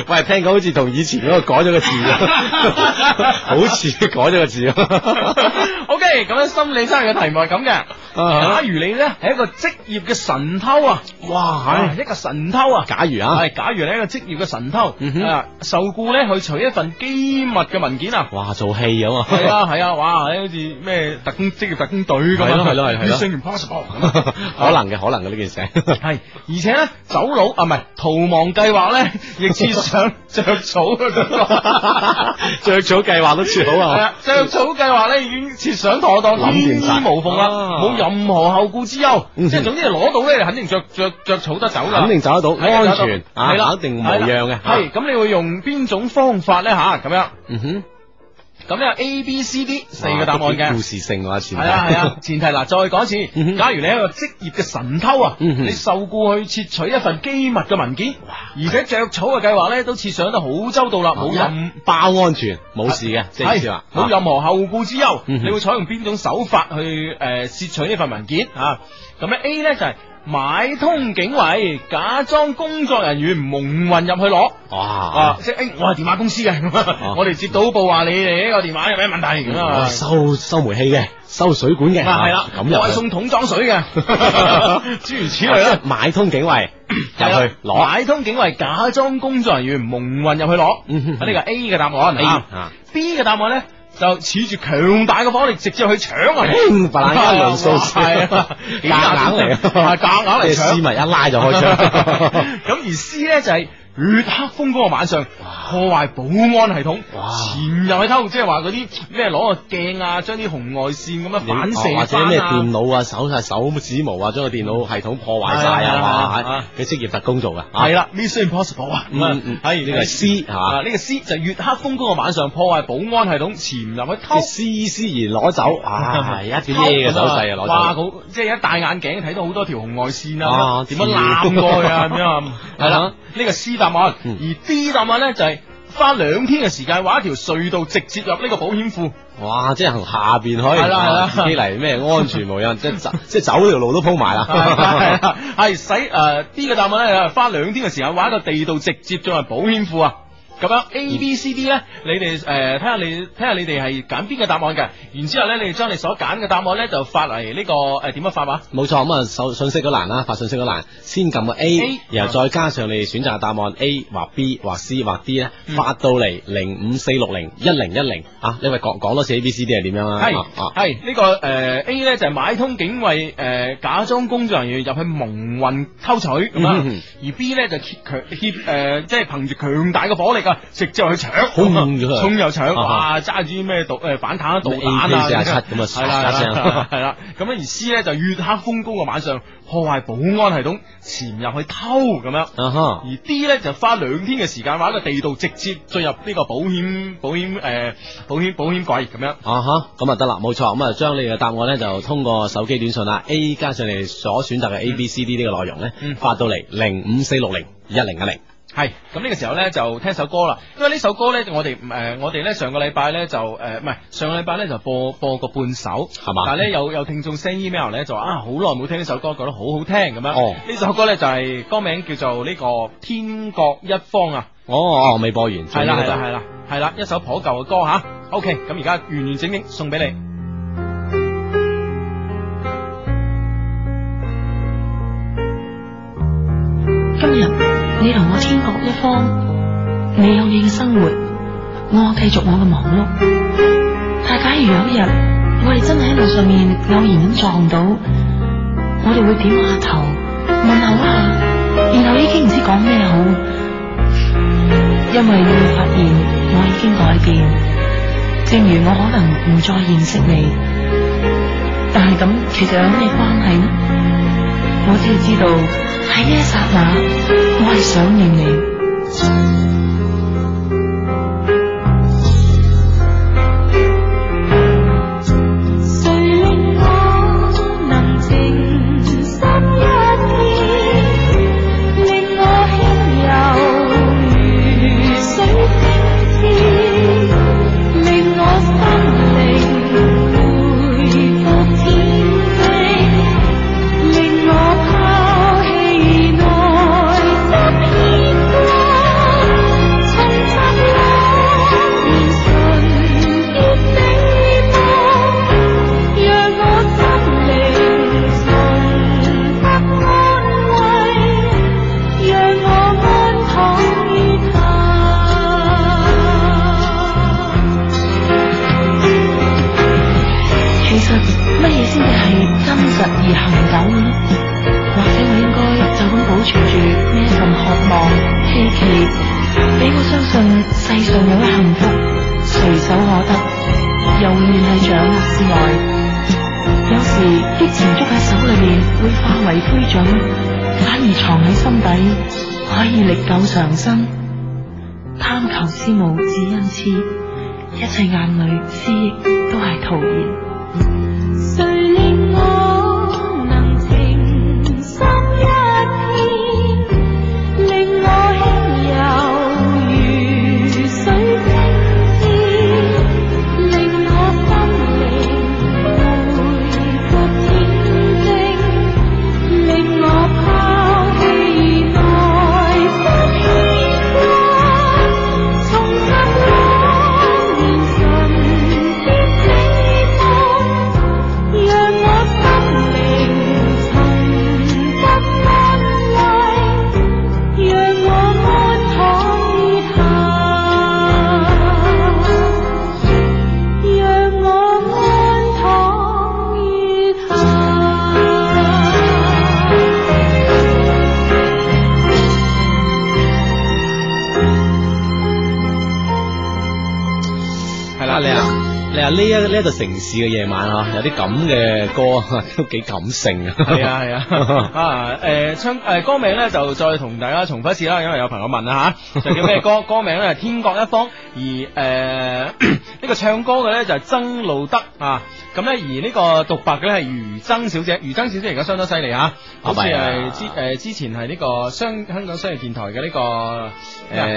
D: 喂，聽講好似同以前嗰個改咗個字 啊，好似改咗個字啊。啊
E: O K，咁樣心理生嘅題目係咁嘅，假如你咧係一個職業嘅神偷啊，哇，係一個神偷啊，
D: 假如啊，
E: 係假如你係一個職業嘅神偷
D: 嗯哼，
E: 啊受僱咧去取一份機密嘅文件啊。
D: 哇，做戲啊嘛，
E: 系啊系啊，哇！好似咩特工職業特工隊咁啊，
D: 係咯係咯係咯係咯
E: Mission Impossible 咁啊
D: 可能嘅，可能嘅呢件事。
E: 系，而且咧走佬啊，唔係逃亡計劃咧，亦似上 着草啊嘅感覺。
D: 着草計劃都設好
E: 係
D: 啊
E: 啊，！着草計劃咧已經設想妥當，
D: 諗
E: 天
D: 掂晒
E: 衣無縫啦
D: 啊，
E: 冇任何後顧之憂。
D: 嗯
E: 即係總之你攞到咧，你肯定着着着草得走啦。
D: 肯定走得到，
E: 係啊
D: 安全啊，
E: 係啦
D: 肯定無恙嘅。啊
E: 係咁，你會用邊種方法咧吓？咁樣
D: 嗯哼，
E: 咁有 A、B、C、D 四個答案
D: 哇啊都幾故
E: 嘅。
D: 事性啊，前
E: 係啊係啊，前提嗱，再講一
D: 嗯
E: 次，
D: 哼
E: 假如你係一個職業嘅神偷啊，
D: 嗯哼
E: 你受僱去竊取一份機密嘅文件，而且着草嘅計劃咧都設想得好周到啦，冇任
D: 包安全，冇事嘅，即係意思
E: 係
D: 話啊
E: 冇任何後顧之憂，
D: 嗯哼
E: 你會採用邊種手法去诶竊取呢份文件啊？咁咧 A 咧就係買通警衛，假裝工作人員蒙混入去攞。啊
D: 哇！！
E: 即係誒，我係電話公司嘅，咁啊我哋接到報話你哋呢個電話有咩問題咁
D: 我
E: 啊？
D: 收收煤氣嘅，收水管嘅，
E: 啊，係啦，
D: 咁又
E: 我係
D: 去
E: 送桶裝水 嘅，諸如此類啦。
D: 買通警衛入去攞，
E: 買通警衛假裝工作人員蒙混入去攞，啊
D: 嗯哼
E: 呢個係 A 嘅答案
D: A，
E: 啊
D: 啊
E: ，B 嘅答案咧就恃住強大嘅火力直接去搶啊！
D: 砰唪唥一輪數字
E: 係啊
D: 硬硬嚟啊
E: 係 夾硬嚟
D: 即係
E: 搶
D: 斯密一拉 就開槍，
E: 咁而 C 咧就係月黑風高嘅晚上，破壞保安系統，
D: 哇
E: 潛入去偷，即係話嗰啲咩攞個鏡啊，將啲紅外線咁樣反射
D: 哦或者
E: 翻
D: 咩
E: 啊
D: 電腦啊，手晒手指模啊，將個電腦系統破壞晒
E: 係啊
D: 啊，哇
E: 係啊！
D: 佢職業特工做嘅，
E: 系啦，Mission Impossible 啊，咁啊
D: 啊嗯嗯，
E: 係
D: 呢個係 C 係嘛
E: 啊呢個 C 就係月黑風高嘅晚上破壞保安系統，潛入去偷
D: 即係斯斯然攞走，啊，一啲咩嘅手勢啊，
E: 哇！
D: 攞走，
E: 好即係一戴眼鏡睇到好多條紅外線啊
D: 啊，
E: 點樣攬過去 啊咁樣啊，係啦
D: 啊，
E: 呢個 C 答案，
D: 嗯
E: 而 D 答案咧就係花兩天嘅時間畫一條隧道直接入呢個保 險庫，
D: 哇！即係行下邊去，
E: 係啦係啦
D: 自己嚟咩安全無恙，即係走，即係走條路都鋪埋啦
E: 係。啦係使誒 D 嘅答案咧，花兩天嘅時間畫一個地道直接進入保險庫啊！咁樣
D: 嗯
E: A、B、C、D 咧，你哋呃誒睇下你睇下你哋係揀邊個答案嘅，然之後咧，你哋將你所揀嘅答案咧就發嚟呢個誒點樣發話？
D: 冇錯，咁啊，手信息嗰欄啦，發信息嗰欄，先撳個
E: A
D: A，然後再加上你哋選擇嘅答案 A 或 B 或 C 或 D 咧，發到嚟零五四六零一零一零啊！你咪講講多次 A、B、C、D 係點樣啊？
E: 係
D: 啊
E: 係呢個诶 A 咧就係買通警衛诶假裝工作人員入去蒙混偷取咁啦
D: 嗯，
E: 而 B 咧就協強協诶呃即係憑住強大嘅火力啊，直接去搶，
D: 衝咗 佢
E: 衝又搶，
D: 啊
E: 哇揸住啲咩導诶反坦啊導彈啊
D: 咩 AK-47 咁啊
E: 係啦
D: 唰一聲
E: 係啦係啦，咁啊樣而 C 咧就月黑風高嘅啊晚上破壞保安系統，潛入去偷咁樣。
D: 啊哈！
E: 而 D 咧就花兩天嘅時間玩個地道，直接進入呢個保險保險誒、呃保險保險櫃咁樣。
D: 啊哈，咁啊得啦，冇錯，咁啊將你嘅答案咧就通過手機短信啦，A 加上你哋所選擇嘅 A、B、C、D 呢個內容咧，
E: 嗯
D: 發到嚟零五四六零一零一零。
E: 系咁呢個時候咧就聽首歌啦，因為呢首歌咧我哋誒、呃我哋咧上個禮拜咧就誒唔係上個禮拜咧就播播個半首係
D: 嘛
E: 但係咧有有聽眾 send email 咧就話啊好耐冇聽呢首歌，覺得好好聽咁樣。
D: 哦
E: 呢首歌咧就係、歌名叫做呢、個《天各一方》啊，
D: 哦哦，未播完，
E: 係啦係啦係
D: 啦，
E: 啦係啦，一首頗舊嘅歌吓。OK，咁而家完完整整送俾你。
F: 今日你同我天各一方，你有你嘅生活，我繼續我嘅忙碌。但假如有一日我哋真係喺路上面偶然咁撞到，我哋會點下頭問候一下，然後已經唔知講咩好，因為你會發現我已經改變，正如我可能唔再認識你，但係咁其實有咩關係呢？我只係知道喺呢一刹那，我係想念你。
G: 谁令我能靜心一片，令我輕柔如水冰天，令我心靈回復天地，令我拋棄內心偏關。希冀，俾我相信世上有一幸福，隨手可得，又永遠係掌握之外。有時激情捉喺手裏面會化為灰燼，反而藏喺心底可以歷久常新。貪求之無只因痴，一切眼淚思憶都係徒然。
H: 誰令我能情深一片，令我輕柔如水冰天，令我心靈回復恬靜，令我拋棄內心牽掛，重拾我年神的星光。讓我心靈尋得安慰，讓我安躺於他，讓我安躺於他。
D: 系啦，你啊，你啊呢一呢一个城市嘅夜晚啊，有啲咁嘅歌 都幾感性啊。
E: 系啊系 啊啊诶，唱诶歌名咧就再同大家重复一次啦，因為有朋友問啦吓，就叫咩 歌？歌名咧《天各一方》，而诶 呢個唱歌嘅咧就係曾路德啊，咁咧而呢個獨白嘅咧係余曾小姐，余曾小姐而家相當犀利吓，好似
D: 係咪
E: 係
D: 啊
E: 之诶之前係呢個商香港商業電台嘅呢
D: 呃
E: 個
D: 誒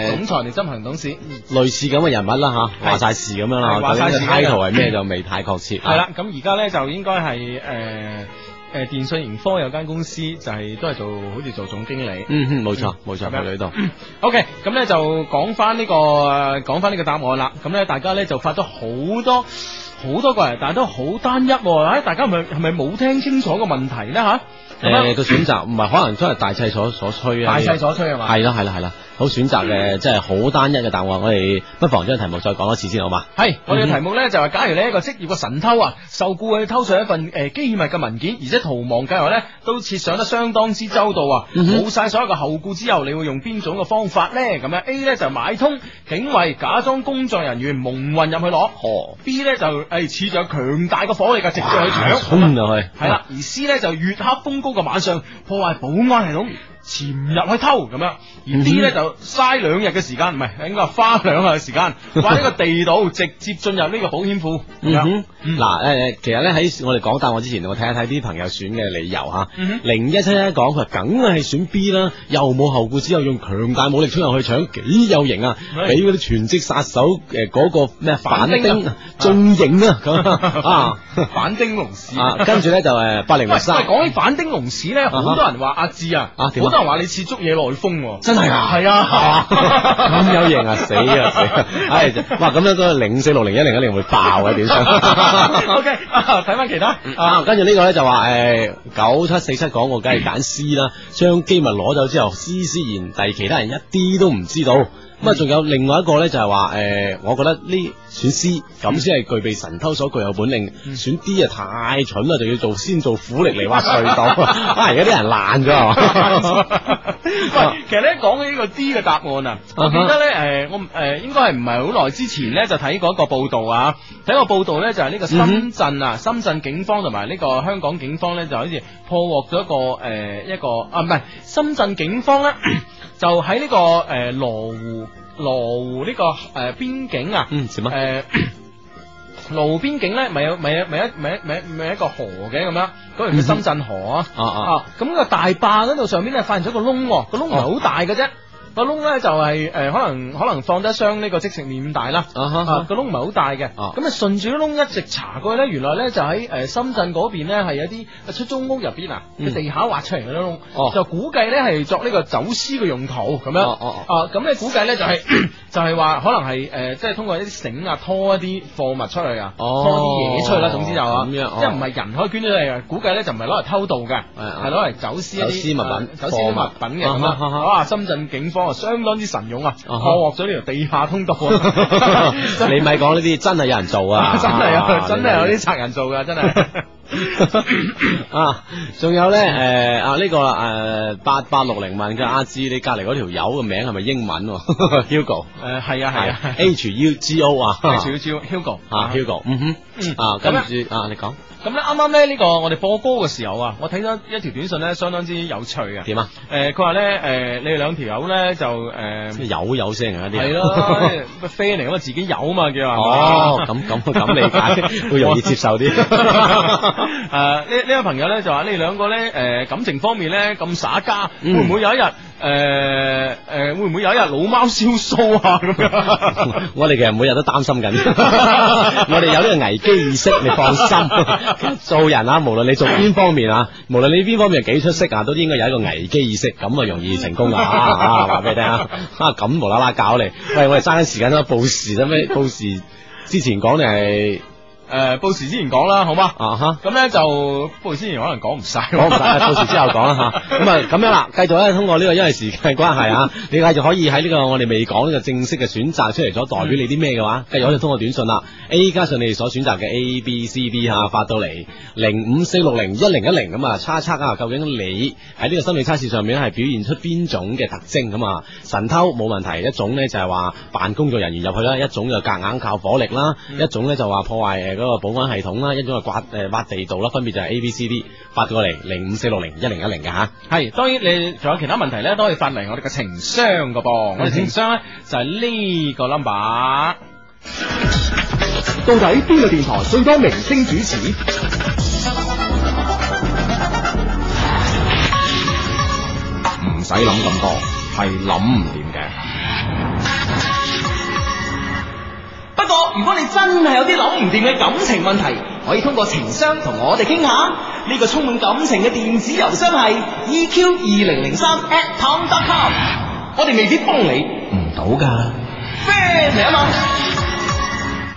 E: 诶總裁定執行董事。
D: 類似咁嘅人物啦吓，
E: 係
D: 話晒事咁樣啦，
E: 係話
D: 究
E: 晒事
D: 竟
E: 咁樣
D: title 係咩就未太確切。
E: 系啦，，咁而家咧就應該係诶诶電信盈科有間公司就係都係做好似做總經理。
D: 嗯哼，冇錯冇錯，
E: 咁樣
D: 喺呢度。
E: OK，咁咧就講翻呢個呃講翻呢個答案啦。咁咧大家咧就發咗好多好多個人，但係都好單一喎、唉大家係咪係咪冇聽清楚個問題咧吓？咁
D: 誒
E: 樣
D: 個選擇唔係啊可能都係大勢所所趨啊。
E: 大勢所趨係嘛？
D: 係啦係啦係啦，好選擇嘅即係好單一嘅答案，我哋不妨將題目再講多次先好嘛？
E: 係，我
D: 嗯
E: 哋嘅題目咧就係假如你一個職業嘅神偷啊，受雇去偷上一份诶機密嘅文件，而且逃亡計劃咧都設想得相當之周到啊！
D: 嗯哼
E: 冇晒所有嘅後顧之憂，你會用邊種嘅方法咧？咁樣 A 咧就買通警衛，假裝工作人員蒙混入去攞
D: 哦，
E: ；B 咧就诶恃着強大嘅火力啊，直接去搶。
D: 衝入去。
E: 係啊啦，而 C 咧就月黑風高嘅晚上破壞保安系統，潛入去偷咁樣；
D: 嗯
E: 而 D 咧就嘥兩日嘅時間，唔係應該係花兩日嘅時 間，挖呢個地道直接進入呢個保險庫。咁
D: 嗯
E: 樣
D: 哼，
E: 嗯
D: 嗱誒，其實咧喺我哋講答案之前，我睇一睇啲朋友選嘅理由嚇
E: 嗯哼。
D: 零一七一講佢話梗係選 B 啦，又冇後顧之憂，用強大武力衝入去搶，幾有型啊！
E: 係
D: 俾嗰啲全職殺手誒嗰個咩
E: 反
D: 反
E: 丁啊
D: 丁啊仲型 啊咁啊
E: 反丁龍市。
D: 啊！跟住咧就誒八零六
E: 喂，喂
D: 三，
E: 講起反丁龍市咧，好
D: 啊哈
E: 多人話阿志啊，好
D: 啊點啊
E: 多人話你似足嘢內風喎，
D: 真係啊
E: 係 啊，
D: 咁有型啊！死啊死 啊！唉，哇咁樣都零四六零一零一零會爆嘅點 算？
E: O K，睇翻其他
D: 啊，跟住呢個咧就話誒九七四七講我梗係揀 C 啦，將機密攞走之後，斯斯然第其他人一啲都唔知道。咁啊，仲有另外一個咧就係話誒，我覺得呢選 C 咁先係具備神偷所具有本領，
E: 嗯
D: 選 D 啊太蠢啦，就要做先做苦力嚟挖隧 道。啊，而家啲人爛咗啊係嘛？
E: 喂，其實咧講起呢個 D 嘅答案啊，我記得咧，诶、我诶、應应該係唔係好耐之前咧就睇過一個報道啊，睇個報道咧就係呢個深圳啊，深圳警方同埋呢個香港警方咧就好似破獲咗一個诶、一個啊，唔係深圳警方咧就喺呢、個个诶、羅湖羅湖呢、個个诶边、邊境啊。
D: 嗯，點啊？
E: 诶、羅湖邊境咧，咪有咪有咪一咪一咪一咪一個河嘅咁樣，嗰條叫深圳河啊。
D: 嗯啊啊
E: 啊，咁個大壩嗰度上面咧發現咗個窿喎，個窿唔係好大嘅啫。個窿咧就係、呃可能可能放得一箱呢個即食麵咁大啦，
D: 啊哈
E: 啊個窿唔係好大嘅，
D: 啊
E: 咁啊順住個窿一直查過去咧，原來咧就喺誒深圳嗰邊咧係有啲呃出租屋入邊啊，
D: 嗯
E: 個地下挖出嚟嘅窿，
D: 哦
E: 就估計咧係作呢個走私嘅用途咁樣，
D: 哦哦哦
E: 啊，咁咧估計咧就係、 就係話可能係誒、呃即係通過一啲繩啊拖一啲貨物出去啊，
D: 哦
E: 拖啲嘢出去啦，總之就啊，
D: 咁樣哦
E: 即係唔係人可以捐出去嘅，估計咧就唔係攞嚟偷渡嘅，
D: 係啊
E: 係攞嚟走私一啲
D: 走私物品
E: 呃走私啲物品嘅
D: 貨
E: 咁
D: 物啊哈
E: 啊，
D: 哈
E: 哇！深圳警方啊相當之神勇啊，
D: 啊哈
E: 破獲咗呢條地下通道啊
D: ，你咪講呢啲真係有人做啊！
E: 真係啊，真係有啲
D: 你
E: 賊人做噶，真係。
D: 啊，仲有咧，诶、啊呢、個个诶八八六零問嘅阿芝，你隔離嗰條友嘅名係咪英文喎 ？Hugo
E: 诶，系啊，系啊，
D: H U G O 啊，
E: 少少 Hugo
D: 啊 Hugo，嗯哼，
E: 嗯
D: 啊跟
E: 咁啊
D: 住啊你講
E: 咁咧，啱啱咧呢個我哋播歌嘅時候啊，我睇咗一條短信咧，相當之有趣嘅。
D: 點啊？
E: 呃诶，佢話咧，诶，你哋兩條友咧就诶
D: 咩有有聲啊啲人
E: 係咯，飛嚟咁啊，自己有嘛 叫
D: 哦，咁咁咁理解會容易接受啲。
E: 诶，啊呢呢位朋友咧就話你哋兩個咧，诶感情方面咧咁耍家，會
D: 嗯
E: 唔會有一日诶诶會唔會有一日老貓燒須啊咁樣？
D: 我哋其實每日都擔心緊， 我哋有呢個危機意識，你放心。做人啊，無論你做邊方面啊，無論你邊方面幾出色啊，都應該有一個危機意識，咁啊容易成功噶。啊，話俾你聽啊，啊咁無啦啦搞你，喂，我哋嘥緊時間啦，報時啦咩？報時之前講你係
E: 诶，呃報時之前講啦，好嘛？
D: 啊哈。
E: 咁咧就報時之前可能講唔晒，
D: 講唔晒，到時之後講啦吓。咁啊，咁樣啦，繼續咧，通過呢個因為時間關係啊， 你繼續可以喺呢個我哋未講呢個正式嘅選擇出嚟咗代表你啲咩嘅
B: 嗯
D: 話，繼續可以通過短信啦，A 加上你哋所選擇嘅 A B C D 吓，發到嚟零五四六零一零一零咁啊，測一測啊，究竟你喺呢個心理測試上面咧係表現出邊種嘅特徵咁啊？神偷冇問題，一種咧就係話扮工作人員入去啦，一種就夾硬靠火力啦，
B: 嗯
D: 一種咧就話破壞誒嗰個保安系統啦，一種就刮誒挖地道啦，分別就係 A B C D 發過嚟零五四六零一零一零嘅嚇。
E: 系，當然你仲有其他問題咧，都可以發嚟我哋嘅情商噶噃。我哋情商咧就係呢個 number。
A: 到底邊個電台最多明星主持？
B: 唔使諗咁多，係諗唔掂嘅。
C: 不過如果你真係有啲諗唔掂嘅感情問題，可以通過情商同我哋傾下。呢、個充滿感情嘅電子郵箱係 EQ 二零零三 at tom dot com。我哋未必幫你
B: 唔到噶，
C: friend 嚟啊嘛。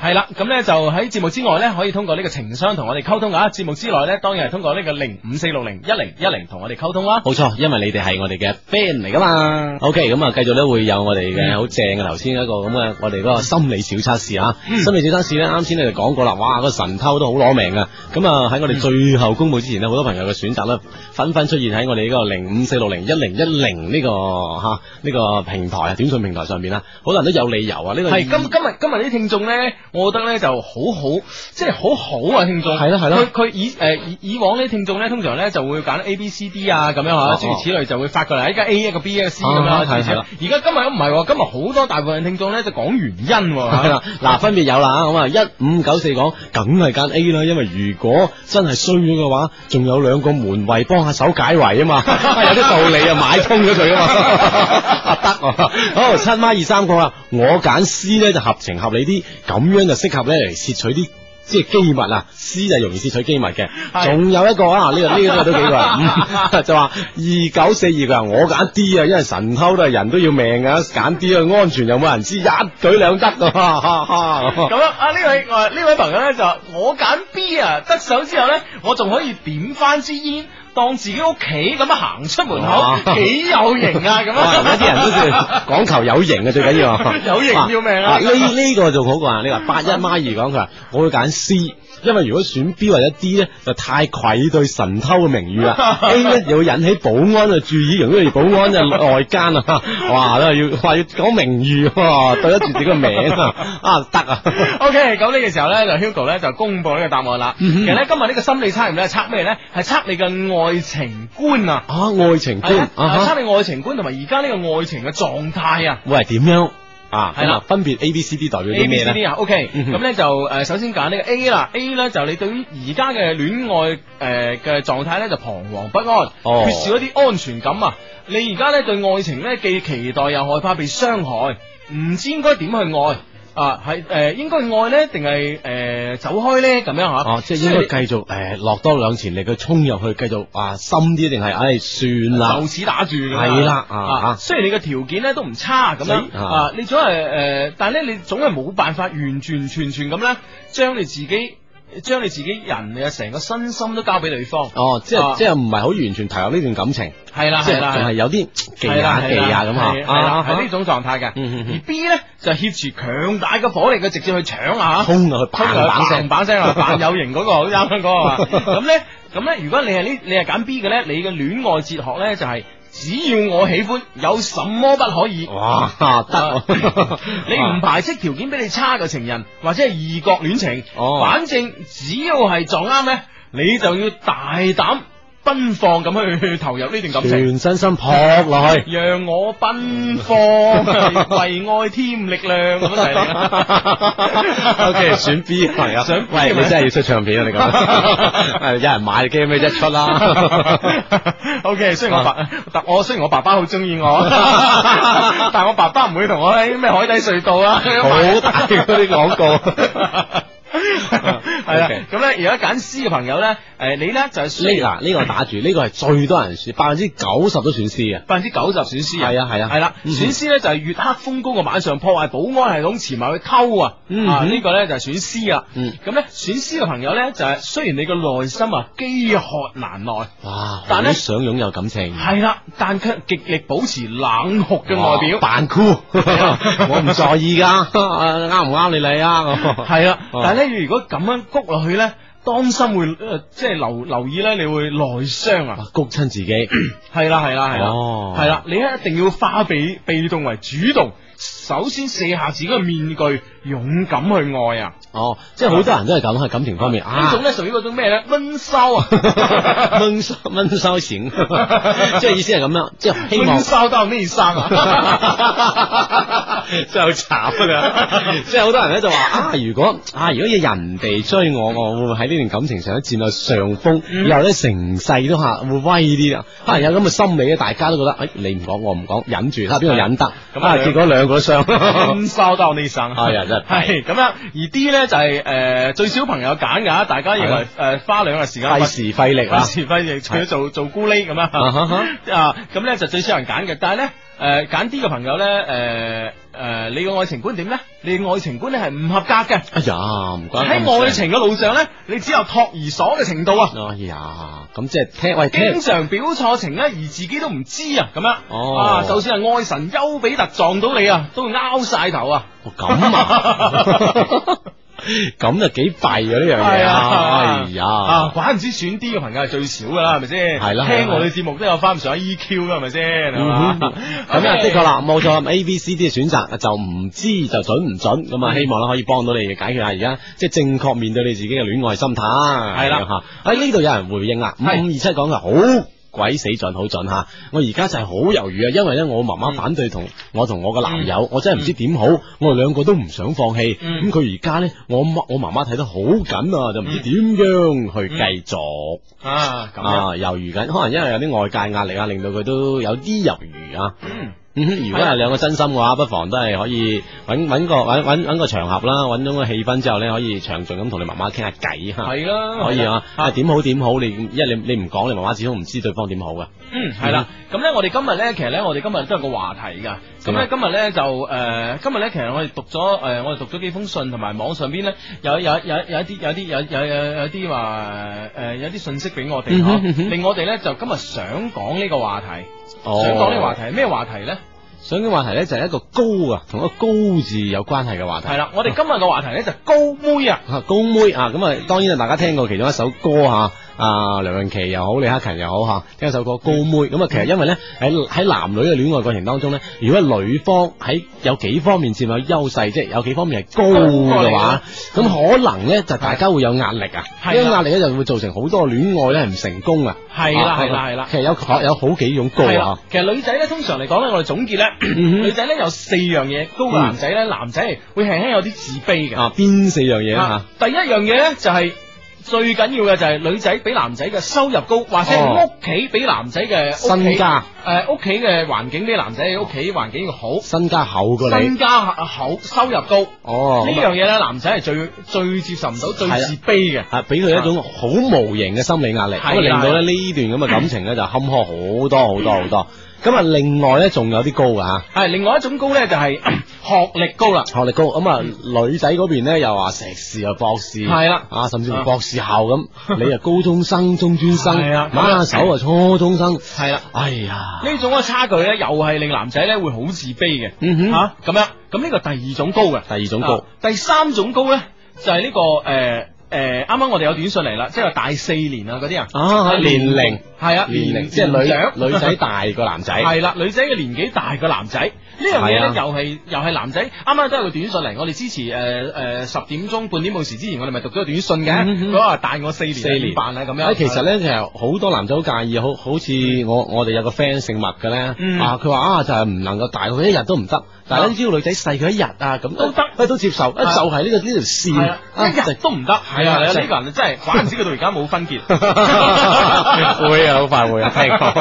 E: 係啦，咁咧就喺節目之外咧，可以通過呢個情商同我哋溝通啊。節目之內咧，當然係通過呢個零五四六零一零一零同我哋溝通啦。
D: 冇錯，因為你哋係我哋嘅 friend 嚟噶嘛。OK，咁啊，繼續咧會有我哋嘅好正嘅頭先一個咁嘅我哋嗰個心理小測
E: 嗯
D: 試啊。心理小測試咧，啱先你哋講過啦，哇，個神偷都好攞命啊。咁啊喺我哋最後公佈之前呢，好多朋友嘅選擇咧，紛紛出現喺我哋呢個零五四六零一零一零呢個嚇呢、個平台啊短信平台上邊啦，好多人都有理由啊。呢、個
E: 係今今日今日啲聽眾咧，我覺得咧就好好，即係好好啊！聽眾
D: 係啦係啦
E: 佢佢以誒以以往呢聽眾咧，通常咧就會揀 A B C D 啊咁樣
D: 哦
E: 嚇，
D: 哦
E: 諸如此類就會發過嚟，一個 A 一個 B 一個 C 咁樣
D: 啊
E: 諸如此
D: 係
E: 類。
D: 啦
E: 而家今日都唔係喎，今日好多大部分聽眾咧就講原因喎。
D: 系啦， 嗱分別有啦，咁啊一五九四講，梗係揀 A 啦，因為如果真係衰咗嘅話，仲有兩個門衞幫下手解圍啊嘛，有啲道理啊，買通咗 佢啊嘛，啊得喎，好七孖二三講啦，啊我揀 C 咧就合情合理啲，咁樣就適合咧嚟竊取啲。即係機密啊，C 就容易竊取機密嘅，
E: 係
D: 仲有一個啊，呢、個呢、個都幾個人，嗯就話二九四二佢話我揀 D 啊，因為神偷都係人都要命啊，揀 D 啊，安全又冇人知，一舉兩得啊，哈哈哈
E: 咁啊，啊呢位我呢位朋友咧就話我揀 B 啊，得手之後咧，我仲可以點翻支煙，當自己屋企咁樣行出門
D: 哇
E: 口，幾有型啊咁
D: 哦 哇！而家啲人都算
E: 啊！
D: 講求有型嘅最緊要啊，
E: 有型要命啊
D: 呢呢個仲好過啊！ 你話八一孖二講佢話，我會揀 C，因為如果選 B 或者 D 咧，就太愧對神偷嘅名譽 啦。A 咧又會引起保安嘅注意，如果而保安就外奸啊， 哇！都係要話要講名譽喎，對得住自己個名啊，啊得 啊！
E: OK，咁呢個時候咧就 Hugo 咧就公布呢個答案啦。
D: 嗯
E: 其實咧今日呢個心理測驗咧測咩咧？係測你嘅愛情觀啊，
D: 啊，愛情
E: 係
D: 觀
E: 啊
D: 啊
E: 啊
D: 哈，
E: 測你愛情觀同埋而家呢個愛情嘅狀態啊。
D: 會係點樣啊？
E: 係
D: 係
E: 啦
D: 啦，分別 A、B、C、D 代表
E: A
D: 啲
E: B
D: 咩
E: C
D: 咧
E: D？啊，OK，
D: 嗯哼
E: 咁咧就诶，呃首先揀呢個 A 啦，A 咧就你對於而家嘅戀愛诶嘅狀態咧就彷徨不安，
D: 哦
E: 缺少一啲安全感啊！你而家咧對愛情咧既期待又害怕被傷害，唔知應該點去愛啊？係诶，應該愛咧定係诶走開咧咁樣吓？
D: 哦，即係應該繼續誒落多兩錢力去衝入去，繼續啊深啲定係唉算
E: 就
D: 啦，
E: 此打住㗎
D: 係啦啊啊
E: 雖然你嘅條件咧都唔差咁樣
D: 所以啊
E: 啊，你總係誒、呃但係咧你總係冇辦法完完全全咁咧，將你自己將你自己人嘅成個身心都交俾對方。
D: 哦，即係
E: 啊
D: 即係唔係好完全投入呢段感情，
E: 係啦
D: 即
E: 係
D: 係
E: 啦，
D: 仲係有啲技
E: 係啦
D: 啊技啊咁
E: 係係
D: 啊
E: 啦
D: 啊，
E: 係呢種狀態嘅。
D: 嗯嗯嗯
E: 而 B 咧就協住強大嘅火力嘅直接去搶啊！
D: 衝啊去砰砰聲，
E: 把聲 啊，扮有型嗰個，好啱嗰個啊！咁咧，咁咧，如果你係呢，你係揀 B 嘅咧，你嘅戀愛哲學咧就係、只要我喜歡，有什麼不可以？
D: 哇得
E: 啊
D: 喎，
E: 你唔排斥條件比你差嘅情人，或者係異國戀情，
D: 哦
E: 反正只要係撞啱咧，你就要大膽奔放咁去 投入呢段感情。啊
D: 全身心撲落 去。
E: 讓我奔放， 為愛添力量咁就係你啦
D: O K，選 B 嘅朋友，
E: 選 B
D: 喂，
E: 嘅朋友
D: 你真係要出唱片啊！你 咁，係有人買機咩一出啦。
E: O K，雖
D: 啊
E: 然我爸，但我雖然我爸爸好中 意我，但我爸爸唔會同我哎喺咩海底隧道 啊，
D: 好大嗰啲廣告，
E: 係啦
D: OK。
E: 咁咧，而家揀 C 嘅朋友咧，誒，你咧就係
D: 呢嗱呢個打住，呢個係最多人選，百分之九十都選 C 嘅。
E: 百分之九十選 C 啊，
D: 係啊係啊
E: 係啦，
D: 嗯
E: 選 C 咧就係月黑風高嘅晚上破壞保安系統潛埋去溝啊，
D: 嗯
E: 啊
D: 嗯
E: 呢個咧就係選 C 啊，
D: 嗯
E: 咁咧選 C 嘅朋友咧就係雖然你個內心啊飢渴難耐，
D: 哇！但
E: 但係咧
D: 係想擁有感情，
E: 係啦，但卻極力保持冷酷嘅外表
D: 哇。扮 酷，我唔在意 噶，啊啱唔啱你嚟啊？
E: 系啦，
D: 哦
E: 但系咧，如果咁樣谷落去咧，當心會呃即係留留意咧，你會內傷啊
D: 哇！谷親 自己，
E: 係啦，係啦，係啦，
D: 哦
E: 係啦，你咧一定要化被被動為主動，首先卸下自己嘅面具，勇敢去愛啊！
D: 哦，即係好多人都係咁喺感情方 面
E: 呢
D: 啊
E: 種。咧屬於嗰種咩咧？温收啊，
D: 闷骚闷骚 型，即係意思係咁樣，即係希
E: 温
D: 望
E: 收都有咩 生
D: 啊
E: 啊？
D: 真係好慘啊！即係好多人咧就話啊，如果啊如果有人哋追我，我會唔會喺呢段感情上咧佔有上
E: 嗯
D: 風？以後咧成世都嚇會威啲啦。可能有咁嘅心理咧，大家都覺得誒、哎你唔講我唔講，忍住睇下邊個忍得。咁
E: 咁啊嗯
D: 啊，結果兩個都 傷。
E: 咁收到呢生，
D: 哎呀真係
E: 系咁樣。而 D 咧就係诶最少朋友揀㗎，大家認為诶花兩日時間
D: 費時費力
E: 費
D: 啊！
E: 事費力，除咗做做咕喱咁
D: 啊哈哈
E: 樣啊，咁咧就最少人揀嘅。但係咧，诶揀 D 嘅朋友咧，诶诶，你嘅愛情觀點咧？你嘅愛情觀咧係唔合格嘅。
D: 哎呀，唔關咁
E: 喺愛
D: 事
E: 情嘅路上咧，你只有托兒所嘅程度啊！
D: 哎呀，咁即係聽喂
E: 經
D: 聽
E: 常表錯情咧，而自己都唔知啊，咁樣、
D: 哦
E: 啊，就算係愛神丘比特撞到你啊，都會拗晒頭啊！
D: 哦咁 啊， 咁就幾弊啊呢樣嘢啊！哎
E: 啊，
D: 呀，
E: 怪唔知選 D 嘅朋友係最少噶啦，係咪先？
D: 係啦係啦
E: 聽我哋節目都有翻唔上 EQ 噶，係咪先？係嘛
D: 嗯哼咁啊，的確。啦，冇錯，A、B、C、D 嘅選擇就唔知就準唔準，咁
E: 嗯
D: 啊，希望啦可以幫到你嘅解決下而家即係正確面對你自己嘅戀愛心態。係
E: 啦
D: 嚇，喺呢度有人回應啦，五
E: 係
D: 五二七講嘅好。鬼死準好準嚇！我而家就係好猶豫啊，因為咧我媽
E: 嗯
D: 媽反對同我同我個男友，我真係唔知點好，我哋兩個都唔想放棄。
E: 嗯
D: 咁佢而家咧，我媽我媽媽睇得好緊啊，就唔知點
E: 嗯
D: 樣去繼續。
E: 啊，咁樣。
D: 啊，猶豫緊，可能因為有啲外界壓力啊，令到佢都有啲猶豫啊。
E: 嗯
D: 嗯哼，如果係兩個真心嘅話，不妨都係可以揾揾個揾揾揾個場合啦，揾到個氣氛之後咧，可以詳盡咁同你媽媽傾下偈嚇。
E: 係啦，
D: 可以啊，
E: 係
D: 啊點好點好，你一你你唔講，你媽媽始終唔知對方點好噶。
E: 嗯，係啦。咁咧，我哋今日咧，其實咧，我哋今日都有個話題噶。咁啊咧，今日咧就誒、呃今日咧，其實我哋讀咗誒、呃我哋讀咗幾封信，同埋網上邊咧有有有有一啲有啲有有有有啲話誒有啲信息俾我哋
D: 嗯
E: 嗬
D: 哼嗯哼
E: 令我哋咧就今日想講呢個話題，
D: 哦
E: 想講呢個話題係咩話題咧？
D: 想嘅話題咧就係一個高啊，同一個高字有關係嘅話題。
E: 係啦，我哋今日嘅話題咧就高妹啊。
D: 啊，高妹啊，咁啊，當然啊，大家聽過其中一首歌吓，啊，梁咏琪又好，李克勤又好吓，聽一首歌《高妹》。咁啊，其實因為咧喺喺男女嘅戀愛過程當中咧，如果女方喺有幾方面佔有優勢，即係有幾方面係高嘅話，咁可能咧就大家會有壓力啊，
E: 係啦
D: 呢個壓力咧就會造成好多戀愛咧係唔成功啊。
E: 係啦
D: 啊
E: 係啦係啦
D: 其實有可有好幾種高啊嗯
E: 係啦。，其實女仔咧，通常嚟講咧，我哋總結咧，女仔咧有四樣嘢高過男仔咧，男仔係會輕輕有啲自卑嘅。
D: 啊，邊四樣嘢啊
E: 啊？第一樣嘢咧就係、最緊要嘅就係女仔比男仔嘅收入高，或者
D: 哦
E: 屋企比男仔嘅屋企
D: 身家
E: 誒屋企嘅環境比男仔嘅屋企環境要好，
D: 身家厚過你
E: 身，家厚，收入高。
D: 哦，
E: 呢樣嘢咧，男仔係最最接受唔到、最
D: 係啦
E: 自卑嘅。
D: 啊，俾佢一種好無形嘅心理壓力，啊
E: 係
D: 咁啊令
E: 啦
D: 到咧呢段咁嘅感情咧就坎坷好多好多好多。咁啊，另外咧仲有啲高噶吓。
E: 系另外一種高咧就係 學歷高啦。
D: 學歷高咁啊，女仔嗰邊咧又話碩士又博士，
E: 係啦
D: 啊，甚至乎博士後 咁，你啊高中生、中專生，
E: 係啊
D: 馬下手啊初中生，
E: 係啦，
D: 哎呀，
E: 呢種嘅差距咧，又係令男仔咧會好自卑嘅。
D: 嗯哼
E: 吓啊咁樣，咁呢個第二種高嘅，
D: 第二種高
E: 啊第三種高咧就係呢個诶诶，啱啱我哋有短信嚟啦，即係大四年啊嗰啲人，
D: 啊年齡
E: 係啊，
D: 年齡即係女女 仔大個男 仔，
E: 系啦，女仔嘅年紀大過男仔，呢樣嘢咧
D: 係
E: 又
D: 啊
E: 係又係男仔。啱啱都有個短信嚟，我哋之前诶诶呃十點鐘半點冇時之前，我哋咪讀咗個短信
D: 嗯
E: 嘅，
D: 嗯嗯
E: 佢話大我四年，
D: 四年
E: 點辦啊咁樣。
D: 啊，其實咧，其實好多男仔好介意，好好似我我哋有個 friend 姓麥嘅咧，
E: 嗯
D: 啊，佢話啊就係唔能夠大佢一日都唔得，但係
E: 啊
D: 咧只要女仔細佢一日啊，咁
E: 都得
D: 啊都接受，啊
E: 啊
D: 就係呢個呢條
E: 係
D: 線
E: 啦，
D: 啊
E: 一日
D: 就
E: 哎都唔得，係啊！
D: 係啊
E: 呢個人真係，怪唔知佢到而家冇分結。
D: 會啊，好快 會啊，聽講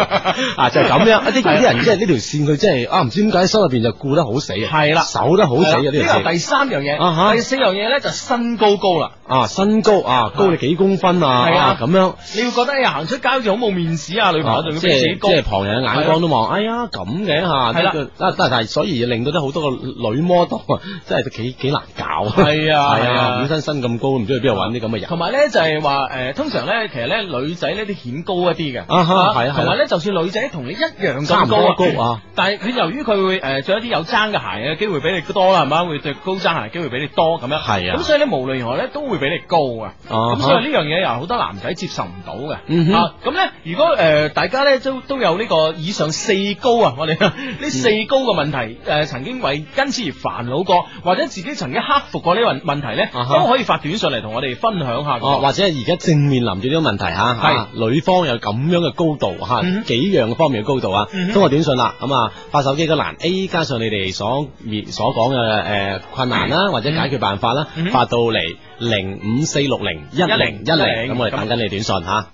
D: 啊，就係咁 樣，即係有啲人即係呢條線，佢真係啊，唔知點解心入邊就顧得好死啊，
E: 係啦
D: 守 得好死啊呢
E: 呢
D: 條
E: 個
D: 線
E: 第三樣
D: 啊哈
E: 嘢，第四樣嘢咧就身高高啦。
D: 啊，身高啊，高你幾公分啊，
E: 係啊
D: 啊咁樣。
E: 你要覺得哎呀行出街好似好冇面子啊，女朋友仲要
D: 即
E: 比自己
D: 係
E: 高
D: 即。係旁人嘅眼光都望，哎呀咁嘅吓，
E: 啊係啦
D: 呢個啊但但係所以令到啲好多個女 model 啊 真係幾幾難搞，
E: 係啊
D: 係
E: 係啊
D: 啊，本身身咁高，唔知去邊度揾啲咁嘅人
E: 同埋咧就係話誒，通常咧其實咧女仔呢啲顯高一啲嘅，
D: 啊哈係啊係啊
E: 同埋咧就算女仔同你一樣
D: 差
E: 咁
D: 唔
E: 高
D: 多高啊，
E: 但係佢由於佢會誒着一啲有踭嘅鞋嘅機會比你多啦，係咪？會着高踭鞋嘅機會比你多咁樣，
D: 係啊
E: 咁所以咧無論如何咧都會比你高啊，
D: 啊
E: 咁
D: 哈
E: 所以呢樣嘢又好多男仔接受唔到嘅，
D: 嗯哼
E: 啊咁咧如果誒大家咧都都有呢個以上四高啊，我哋
D: 嗯
E: 呢四高嘅問題誒曾經為因此而煩惱過，或者自己曾經克服過呢個問問題咧，
D: 啊哈
E: 都可以發短信嚟同我哋分享下嘅。
D: 哦，或者係而家正面臨住呢個問題吓，
E: 係
D: 啊女方有咁樣嘅高度吓，
E: 嗯
D: 幾樣方面嘅高度啊
E: 嗯，哼
D: 通過短信啦，咁啊發手機嗰欄 A 加上你哋所面所講嘅誒困難啦，或者解決辦法啦
E: 嗯，哼
D: 發到嚟零五四六零一零一零，咁我哋等緊你短信吓。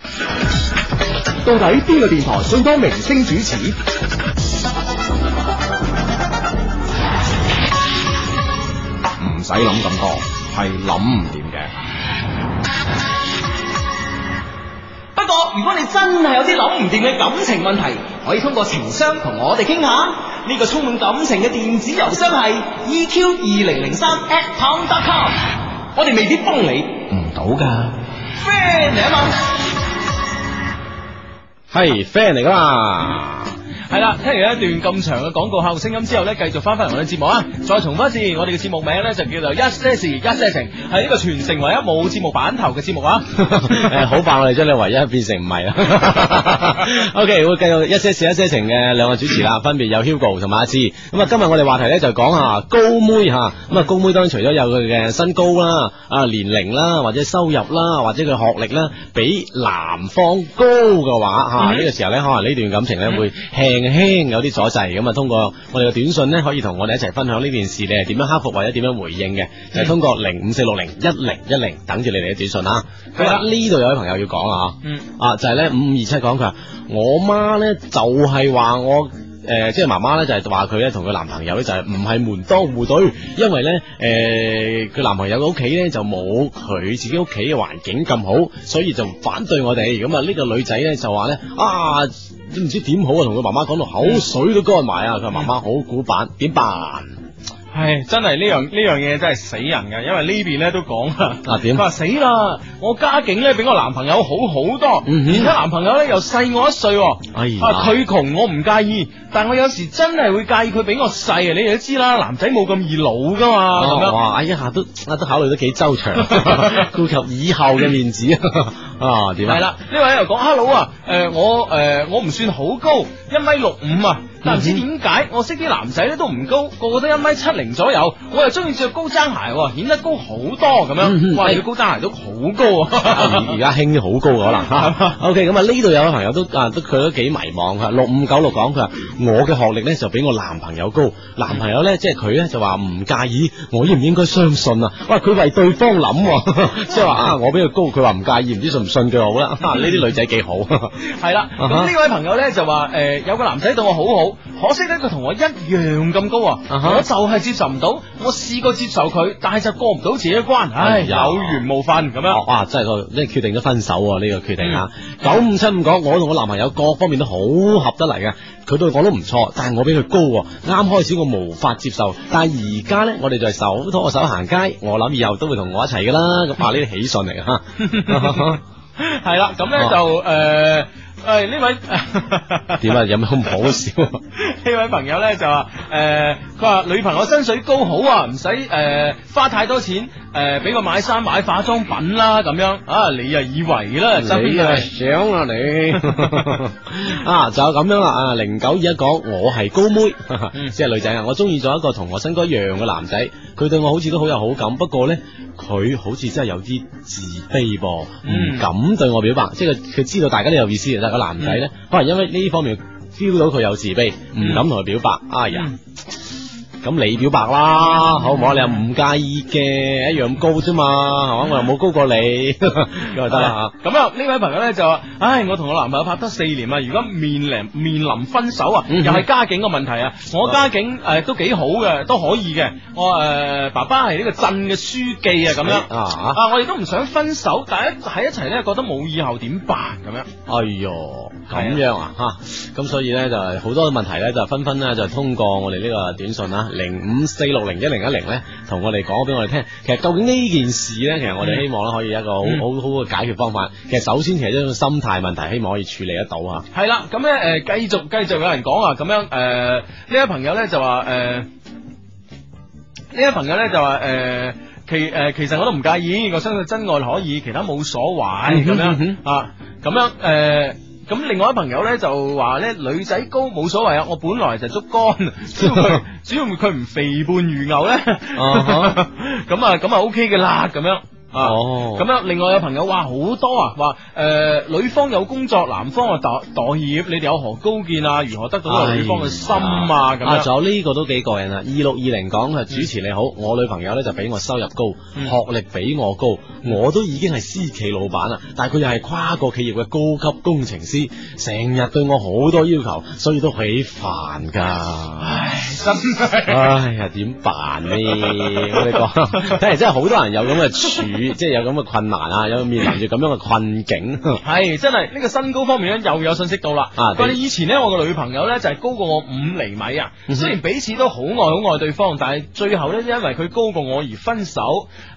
A: 到底邊個電台最多明星主持？
B: 唔使諗咁多，係諗唔掂嘅。
C: 不過，如果你真係有啲諗唔掂嘅感情問題，可以通過情商同我哋傾下。呢、個充滿感情嘅電子郵箱係 eq 二零零三 at tom dot com，我哋未必幫你
B: 唔到噶。
C: friend 嚟啊嘛。
D: 係 friend 嚟噶嘛？
E: 系啦，聽完一段咁長嘅廣告後聲音之後咧，繼續翻返嚟我哋節目啊！再重複一次，我哋嘅節目名咧就叫做一些事一些情，係呢個全城唯一冇節目版頭嘅節 目啊！
D: 诶，好啊快我哋將你唯一變成唔係啦。OK，會繼 續一些事一些情嘅兩個主 持啦，分別有 Hugo 同埋阿志。咁啊，今日我哋話題咧就講下高妹吓。咁啊，高妹當然除咗有佢嘅身高啦、啊年齡啦，或者收入啦，或者佢學歷啦，比男方高嘅話吓，呢個時候咧可能呢段感情咧會輕輕有啲阻滯。咁啊，通過我哋嘅短信咧，可以同我哋一齊分享呢件事，你係點樣克服或者點樣回應嘅？就係通過零五四六零一零一零等住你哋嘅短信啦。咁啊，呢度有位朋友要講啦吓。
E: 嗯，
D: 啊，就係咧五五二七講佢話，我媽咧就係、話我。誒、呃即係媽媽咧，就係話佢咧同佢男朋友咧就係唔係門當戶對，因為咧誒佢男朋友嘅屋企咧就啊冇佢自己屋企嘅環境咁好，所以就反對我哋。咁啊呢個女仔咧就話咧啊都唔知點好啊，同佢媽媽講到口水都乾埋啊！佢話媽媽好古板，點辦 啊？
E: 唉，真係呢樣呢樣嘢真係死人嘅，因為呢邊咧都講啦。
D: 啊點
E: 佢話死啦！我家境咧比我男朋友好好多，
D: 嗯哼
E: 而家男朋友咧又細我一歲喎。
D: 哎呀
E: 啊佢窮我唔介意，但我有時真係會介意佢比我細啊！你哋都知啦，男仔冇咁易老噶嘛，啊咁
D: 哦
E: 樣。
D: 哇！哎呀，都啊都考慮得幾周詳，顧及以後嘅面子啊！
E: 系
D: 點啊？
E: 啦，呢位又講 hello 啊，诶、我诶、我唔算好高，一米六五啊，
D: 嗯
E: 但唔知點解我識啲男仔咧都唔高，個個都一米七零左右，我又中意着高踭鞋喎，顯得高好多
D: 嗯
E: 咁樣。
D: 哼
E: 哇，
D: 哎
E: 你高踭鞋都好 高啊！
D: 而而家興好高可能吓。OK，咁啊呢度有位朋友都啊都佢都幾迷茫，佢話六五九六講佢話我嘅學歷咧就比我男朋友高，男朋友咧即係佢咧就話唔介意， 我應唔應該相信啊？喂，佢為對方諗喎，即係話啊我比佢高，佢話唔介意，唔知信唔信佢好啦，啊呢啲女仔幾好，
E: 系啦，
D: 啊
E: 咁
D: 哈
E: 呢位朋友咧就話诶、有個男仔對我好好，可惜咧佢同我一樣咁高啊，
D: 啊哈
E: 我就係接受唔到，我試過接受佢，但係就過唔到自己嘅關，
D: 哎
E: 唉，
D: 呀
E: 有緣無分 咁樣。
D: 哦哇！真係個即係決定咗分手喎，呢、個決定啊！九五七五講，我同我男朋友各方面都好合得嚟嘅，佢對我都唔錯，但係我比佢高喎。啱開始我無法接受，但係而家呢，我哋就係手拖手行街，我諗以後都會同我一齊噶啦。咁啊，呢啲喜訊嚟啊！
E: 係啦，咁
D: 哦
E: 咧就诶诶呢 位
D: 點啊？有咩咁好笑啊？
E: 呢位朋友咧就話诶，佢、話女朋友薪水高好啊，唔使诶花太多錢诶，俾、佢買衫買化妝品啦咁樣啊，你啊以為啦，真
D: 你啊想啊 你啊就咁樣啦啊零九二一講我係高
E: 嗯
D: 妹， 即係女仔啊，我中意咗一個同我身高一樣嘅男仔，佢對我好似都好有好感，不過呢，佢好似真係有啲自卑噃，唔
E: 嗯
D: 敢對我表白，即係佢佢知道大家都有意思，但係個男仔
E: 嗯
D: 呢，可能因為呢方面 feel 到佢有自卑，唔敢同佢表白，哎呀。
E: 嗯
D: 咁你表白啦，好唔啊好？你又唔介意嘅，一樣咁高啫嘛，係嘛？我又冇高過你， 咁就得啦嚇。
E: 咁啊，呢位朋友咧就話：，唉，我同我男朋友拍拖四年啊，如果面臨面臨分手啊，
D: 嗯
E: 又係家境嘅問題啊。我家境诶都幾好嘅，都可以嘅。我诶爸爸係呢個鎮嘅書記啊，咁樣
D: 啊！
E: 啊，我哋都唔想分手，但係一喺一齊咧，覺得冇以後點辦咁樣。
D: 哎哟，咁樣啊吓，咁所以咧就係好多問題咧就紛紛咧就通過我哋呢個短信啦，零五四六零一零一零咧，同我哋講俾我哋聽。其實究竟呢件事咧，其實我哋希望咧可以有一個好
E: 嗯
D: 好好嘅解決方法。其實首先其實一種心態問題，希望可以處理得到啊。
E: 係啦，咁咧诶，继续继续有人講啊，咁樣诶，呢位朋友咧就話诶，呢位朋友咧就話诶。其誒、其實我都唔介意，我相信真愛可以，其他冇所謂咁
D: 嗯哼嗯
E: 樣啊，咁樣誒，呃咁、另外一朋友咧就話咧女仔高冇所謂啊，我本來就竹 竿，只要佢只要佢唔肥胖如牛咧，
D: 啊哈
E: 咁啊咁啊 OK 嘅啦，咁樣啊。
D: 哦
E: 咁樣，另外有朋友話好多啊，話誒、呃女方有工作，男方啊待待業，你哋有何高見啊？如何得到個女方嘅心啊？咁
D: 哎啊，
E: 樣
D: 仲有呢個都幾過癮啊！二六二零講佢主持你好，我女朋友咧就比我收入高，
E: 嗯
D: 學歷比我高，我都已經係私企老闆啦，但係佢又係跨國企業嘅高級工程師，成日對我好多要求，所以都幾煩㗎。
E: 唉，真係
D: 唉呀，點辦呢？我哋講， 睇嚟真係好多人有咁嘅處，即係有咁嘅困難啊，有面臨住咁樣嘅困境。
E: 係真係呢、個身高方面咧又有信息到啦。
D: 啊
E: 佢話你以前咧，我個女朋友咧就係、高過我五厘米啊。
D: 嗯哼
E: 雖然彼此都好愛好愛對方，但係最後咧因為佢高過我而分手。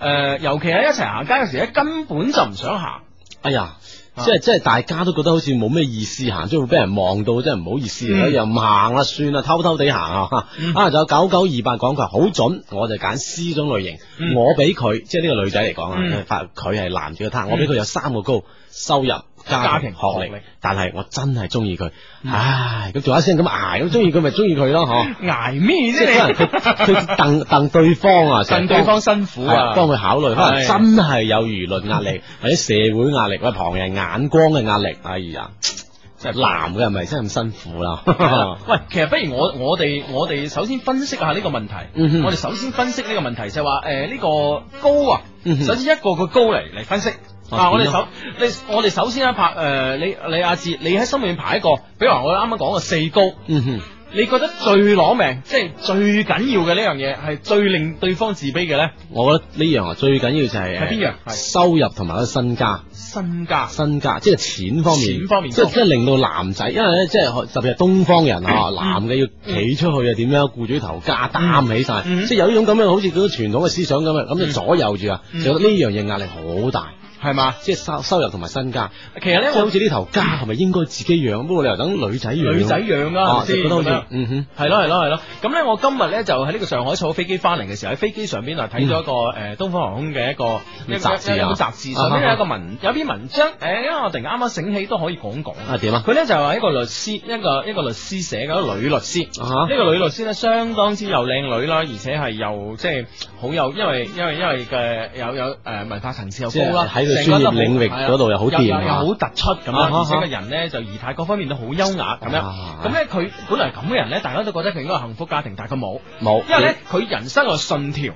E: 誒、尤其喺一齊行街嗰時咧，根本就唔想行。
D: 哎呀，
E: 啊
D: 即系即系大家都覺得好似冇咩意思行，即係會俾人望到，真係唔好意思，啊
E: 嗯
D: 又唔行啦，算啦，偷偷地行啊！
E: 嗯
D: 啊，就有九九二八講佢話好準，我就揀 C 種類型，
E: 嗯
D: 我比佢即係呢個女仔嚟講啊
E: 嗯，
D: 發佢係男主嘅他，我比佢有三個高收入。家
E: 家
D: 庭
E: 庭
D: 學
E: 學
D: 歷
E: 歷，
D: 但係我真係中意佢，唉，咁做一聲咁捱，咁中意佢咪中意佢咯，嗬，
E: 捱咩
D: 即係
E: 啫
D: 可能
E: 你？
D: 佢佢戥戥對方啊，成日
E: 戥對方辛苦啊！
D: 帮佢考慮，可能
E: 係
D: 真係有輿論壓 力，或者社會壓力，或者旁人眼光嘅壓力。哎呀，
E: 真係
D: 男嘅係咪真係咁辛苦 啦？
E: 係啦喂，其實不如我我哋我哋首先分析下呢個問題。
D: 嗯哼
E: 我哋首先分析呢個問題就係話誒呢個高啊，
D: 嗯哼
E: 首先一個個高嚟嚟分析。
D: 啊
E: 啊！我哋
D: 點
E: 首你我哋首先咧拍誒、你你阿志，你喺心裏面排一個，比如話我啱啱講嘅四高，
D: 嗯哼，
E: 你覺得最攞命，即係最緊要嘅呢樣嘢，係最令對方自卑嘅咧，
D: 我覺得呢樣啊最緊要就係
E: 係邊樣
D: 呃
E: 係
D: 收入同埋個身家，
E: 身家。
D: 身家即係錢方面，
E: 錢方面
D: 即係即係令到男仔，因為咧即係特別係東方人啊，男嘅要企出去啊，點樣顧住頭家擔起晒，
E: 嗯嗯
D: 即係有呢種咁樣好似嗰種傳統嘅思想咁樣，咁就左右住啊，
E: 嗯
D: 就覺得呢樣嘢壓力好大，
E: 係嘛？
D: 即係收收入同埋身家。
E: 其實咧，
D: 即係好
E: 我
D: 似呢頭家係咪應該自己養？不過你又等女仔養，
E: 女仔養
D: 啊，
E: 啊，
D: 就
E: 係咪
D: 覺得好
E: 先咁樣
D: 似嗯哼，
E: 係咯係咯係咯，咁咧我今日咧就喺呢個上海坐飛機翻嚟嘅時候，喺飛機上邊啊睇咗一個誒、呃、東方航空嘅一個一個
D: 雜誌啊
E: 一個雜誌上邊有一個文有篇文章，誒、因為我突然啱啱醒起都可以講講。
D: 啊點啊？
E: 佢咧就係一個律師，一個一個律師寫嘅一個女律師。
D: 啊哈
E: 呢個女律師咧相當之又靚女啦，而且係又即係好有，因為因為因為嘅有有誒、呃文化層次又高啦，
D: 即係喺佢
E: 成個人都
D: 專
E: 好
D: 業領域嗰度又好掂
E: 又
D: 啊
E: 又好突出咁
D: 啊
E: 樣，
D: 哈
E: 而且個人咧就儀態各方面都好優雅咁樣
D: 啊。
E: 咁咧佢本來咁嘅人咧，大家都覺得佢應該係幸福家庭，但係佢冇，
D: 冇，
E: 因為咧佢人生有信條。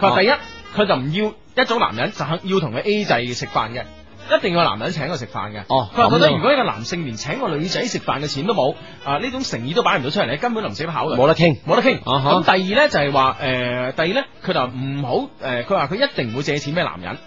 E: 佢話第一，佢就唔要一種男人就肯要同佢 A 制食飯嘅。一定要男人請我食飯嘅。
D: 哦
E: 佢話覺
D: 咁
E: 得
D: 樣
E: 如果一個男性連請個女仔食飯嘅錢都冇，啊呢種誠意都擺唔到出嚟，根本就唔使考慮。
D: 冇得傾。
E: 冇得傾。
D: 啊哈
E: 咁第二咧就係話誒，第二咧佢就話唔好誒，呃佢話佢一定唔會借錢俾男人。啊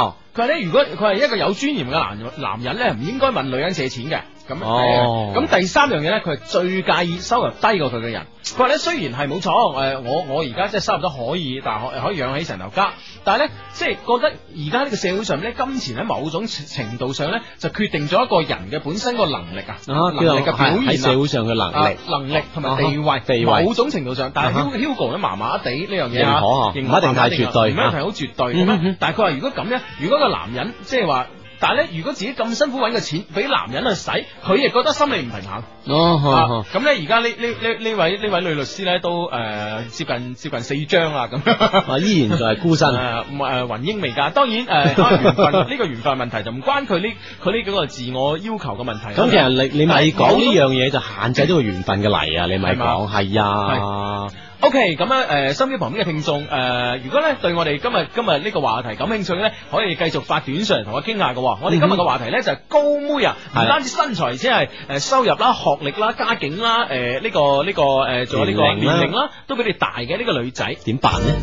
D: 哦，
E: 佢話咧，如果佢係一個有尊嚴嘅男男人咧，唔應該問女人借錢嘅。咁
D: 哦
E: 係啊咁第三樣嘢咧，佢係最介意收入低過佢嘅人。佢話咧，雖然係冇錯，誒、我我而家即係收入都可以，但係可可以養起成頭家。但係咧，即係覺得而家呢個社會上面咧，金錢喺某種程度上咧，就決定咗一個人嘅本身個能力啊，
D: 啊，
E: 能力嘅表
D: 係
E: 現啊
D: 喺社會上嘅能力
E: 啊。能力同埋地位，
D: 啊地位
E: 某種程度上，但係
D: 啊
E: Hugo- Hugo 咧麻麻地呢樣嘢
D: 認
E: 啊
D: 可啊
E: 認
D: 唔一定太絕對
E: 唔一定係好絕對
D: 嗯嗯嗯
E: 咁。但係佢話如果咁樣，如果個男人即係話。但係咧，如果自己咁辛苦揾嘅錢俾男人去使，佢亦覺得心理唔平衡。
D: 哦，
E: 啊
D: 呵
E: 咁咧，而家呢呢呢呢位呢位女律師咧，都誒、呃接近接近四張啦咁。
D: 呵啊，依然就係孤 身。
E: 誒唔誒雲英未嫁，當然誒關於緣 分呢個緣分問題就唔關佢呢佢呢幾個自我要求嘅問題。
D: 咁其實你你咪講呢樣嘢就限制咗個緣分嘅嚟啊！你咪講係啊，
E: O K，咁呃咧，诶，心機旁邊嘅聽眾，诶、如果咧對我哋今日今日呢個話題感興趣咧，可以繼續發短信嚟同我傾下嘅喎。我哋今日嘅話題咧就係高妹啊，唔
D: 係
E: 單止身材，即係诶收入啦、學歷啦、家境啦、诶、呢、個呢、個个呃诶，仲有呢個
D: 年齡
E: 年
D: 啦
E: 齡啦，都比你大嘅呢個女仔。
D: 點辦呢？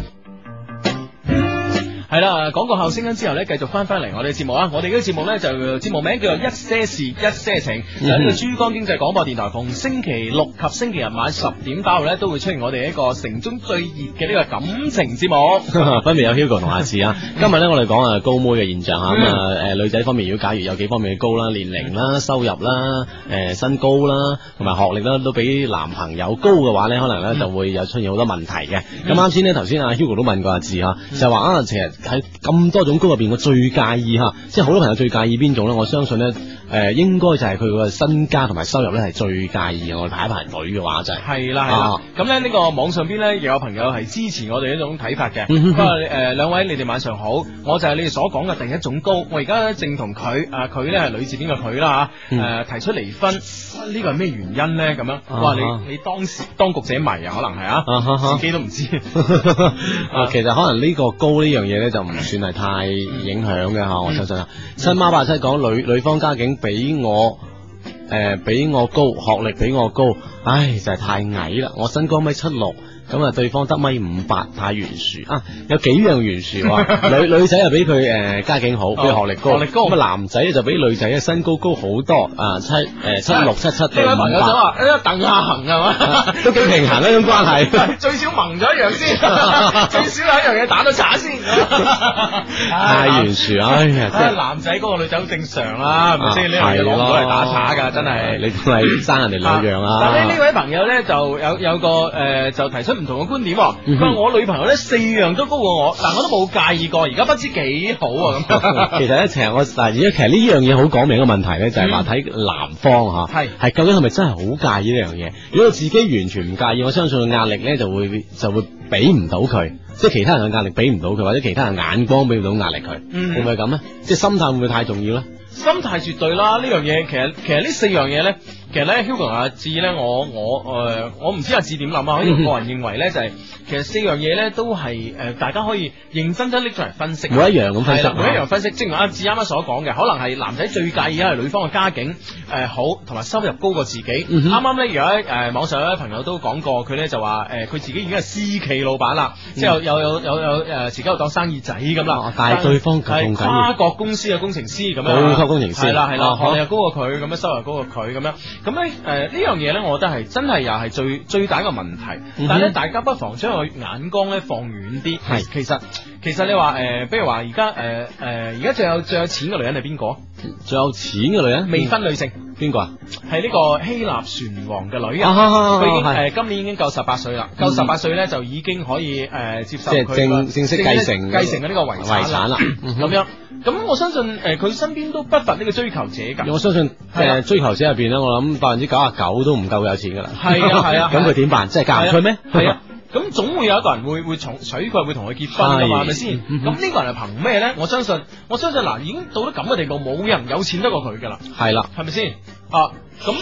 E: 係啦，廣告後聲音之後咧，繼續翻翻嚟我哋嘅節目啊！我哋呢個節目咧就節目名叫做《一些事一些情》，就
D: 嗯
E: 係呢個珠江經濟廣播電台逢星期六及星期日晚十點打後咧，都會出現我哋一個城中最熱嘅呢個感情節目。
D: 分別有 Hugo 同阿志啊。今日咧，我哋講啊高妹嘅現象啊，咁啊誒女仔方面，如果假如有幾方面嘅高啦，年齡啦、收入啦、誒身高啦，同埋學歷啦，都比男朋友高嘅話咧，可能咧就會有出現好多問題嘅。咁啱先咧，頭先阿 Hugo 都問過阿志嚇，就係話啊，其實喺咁多種高入邊，我最介意嚇，即係好多朋友最介意邊種咧？我相信咧。誒應該就係佢個身家同埋收入咧係最介意嘅，我哋排一排隊嘅話就係、
E: 係啦係啦
D: 啊，
E: 咁咧呢個網上邊咧又有朋友係支持我哋呢種睇法嘅，
D: 嗯哼
E: 佢話誒兩位你哋晚上好，我就係你哋所講嘅第一種高，我而家正同佢啊佢咧係女字邊個佢啦嚇，誒、提出離婚，呢個係咩原因咧咁樣？我話
D: 嗯啊
E: 你你當時當局者迷啊，可能係啊，
D: 啊哈哈
E: 自己都唔知。
D: 啊，其實可能呢個高呢樣嘢咧就唔算係太影響嘅
E: 嗯
D: 吓，我相信啊。新媽八七講女女方家境比我诶、呃比我高，學歷比我高，唉就係太矮啦。我身高一米七六，咁啊對方得米五八，太懸殊啊。有幾樣懸殊 喎，女女仔又比佢诶家境好，比佢學歷高，
E: 學哦歷高
D: 咁啊男仔就比女仔嘅身高高好多啊，七诶七六七七
E: 呢
D: 對
E: 位
D: 五
E: 啊朋友
D: 八，
E: 想哎話誒鄧亞恒係 啊嘛？
D: 都幾平衡呢種關係。
E: 最少萌咗一樣先，最少有一樣嘢打到渣先。
D: 太
E: 太
D: 懸殊，唉呀，真
E: 啊
D: 係
E: 男仔嗰個女仔好正常
D: 啊
E: 啦，係咪先？呢樣嘢攞唔到嚟打岔㗎，真係。
D: 你係爭人哋兩樣啊！
E: 但係咧呢位朋友咧就有有個誒、呃就提出唔同嘅觀點喎，
D: 嗯
E: 佢
D: 哼
E: 話我女朋友咧四樣都高過我，但我都冇介意過，而家不知幾好啊咁。
D: 其實咧，其實我嗱，而家其實呢樣嘢好講明一個問題咧，就係話睇男方嚇，
E: 嗯係
D: 係究竟係咪真係好介意呢樣嘢？如果自己完全唔介意，我相信佢壓力咧就會就會俾唔到佢，即係其他人嘅壓力俾唔到佢，或者其他人眼光俾唔到壓力佢，
E: 嗯
D: 會唔會咁咧？即係心態會唔會太重要咧？
E: 心態絕對啦，呢樣嘢其實其實呢四樣嘢咧，其實咧 Hugo 同阿志咧，我我誒、呃我唔知阿志點諗 啊，可以
D: 嗯哼
E: 個人認為咧就係、其實四樣嘢咧都係誒、呃大家可以認真真拎出嚟分析。
D: 每一樣咁分析啊
E: 係啦每一樣分析，正如阿志啱啱所講嘅，可能係男仔最介意係啊女方嘅家境誒、呃好，同埋收入高過自己。
D: 嗯哼
E: 啱啱咧，而家誒網上有位朋友都講過，佢咧就話誒佢自己已經係私企老闆啦，即係有有有有有誒呃自己有當生意仔咁啦
D: 嗯哦。但係對方咁
E: 係
D: 緊要
E: 跨國公司嘅工程師咁樣
D: 高
E: 啊，
D: 級哦工程師
E: 係啦係啦
D: 啊，
E: 學歷又高過佢，咁樣收入高過佢咁樣。咁咧誒呢樣嘢咧，我覺得係真係又係最最大嘅問題。
D: 嗯哼
E: 但係咧，大家不妨將佢眼光咧放遠啲。
D: 係
E: 其實其實你話誒，呃比如話而家誒誒，呃而家最有最有錢嘅女人係邊個？
D: 最有錢嘅女人
E: 未婚女性
D: 邊個啊？
E: 係呢個希臘船王嘅女
D: 啊
E: 啊。
D: 啊啊啊
E: 佢已經
D: 係嗯
E: 誒今年已經夠十八歲啦，夠十八歲咧就已經可以誒接受
D: 即係
E: 佢
D: 正
E: 嘅
D: 正式繼承
E: 繼承嘅呢個遺
D: 遺產啦嗯
E: 咁樣。咁我相信誒佢身邊都不乏呢個追求者㗎。
D: 我相信呃
E: 係啊
D: 誒追求者入邊咧，我諗百分之九啊九都唔夠有錢噶啦。
E: 係啊 係啊係啊
D: 咁佢點辦？即係嫁唔出咩？
E: 係啊。咁總會有一個人會會從娶佢，會同佢結婚噶嘛，
D: 係
E: 係咪先？
D: 嗯
E: 咁呢個人係憑咩咧？我相信，我相信嗱，已經到咗咁嘅地步，冇人有啊錢得過佢噶啦，
D: 係啦，
E: 係咪先？啊，咁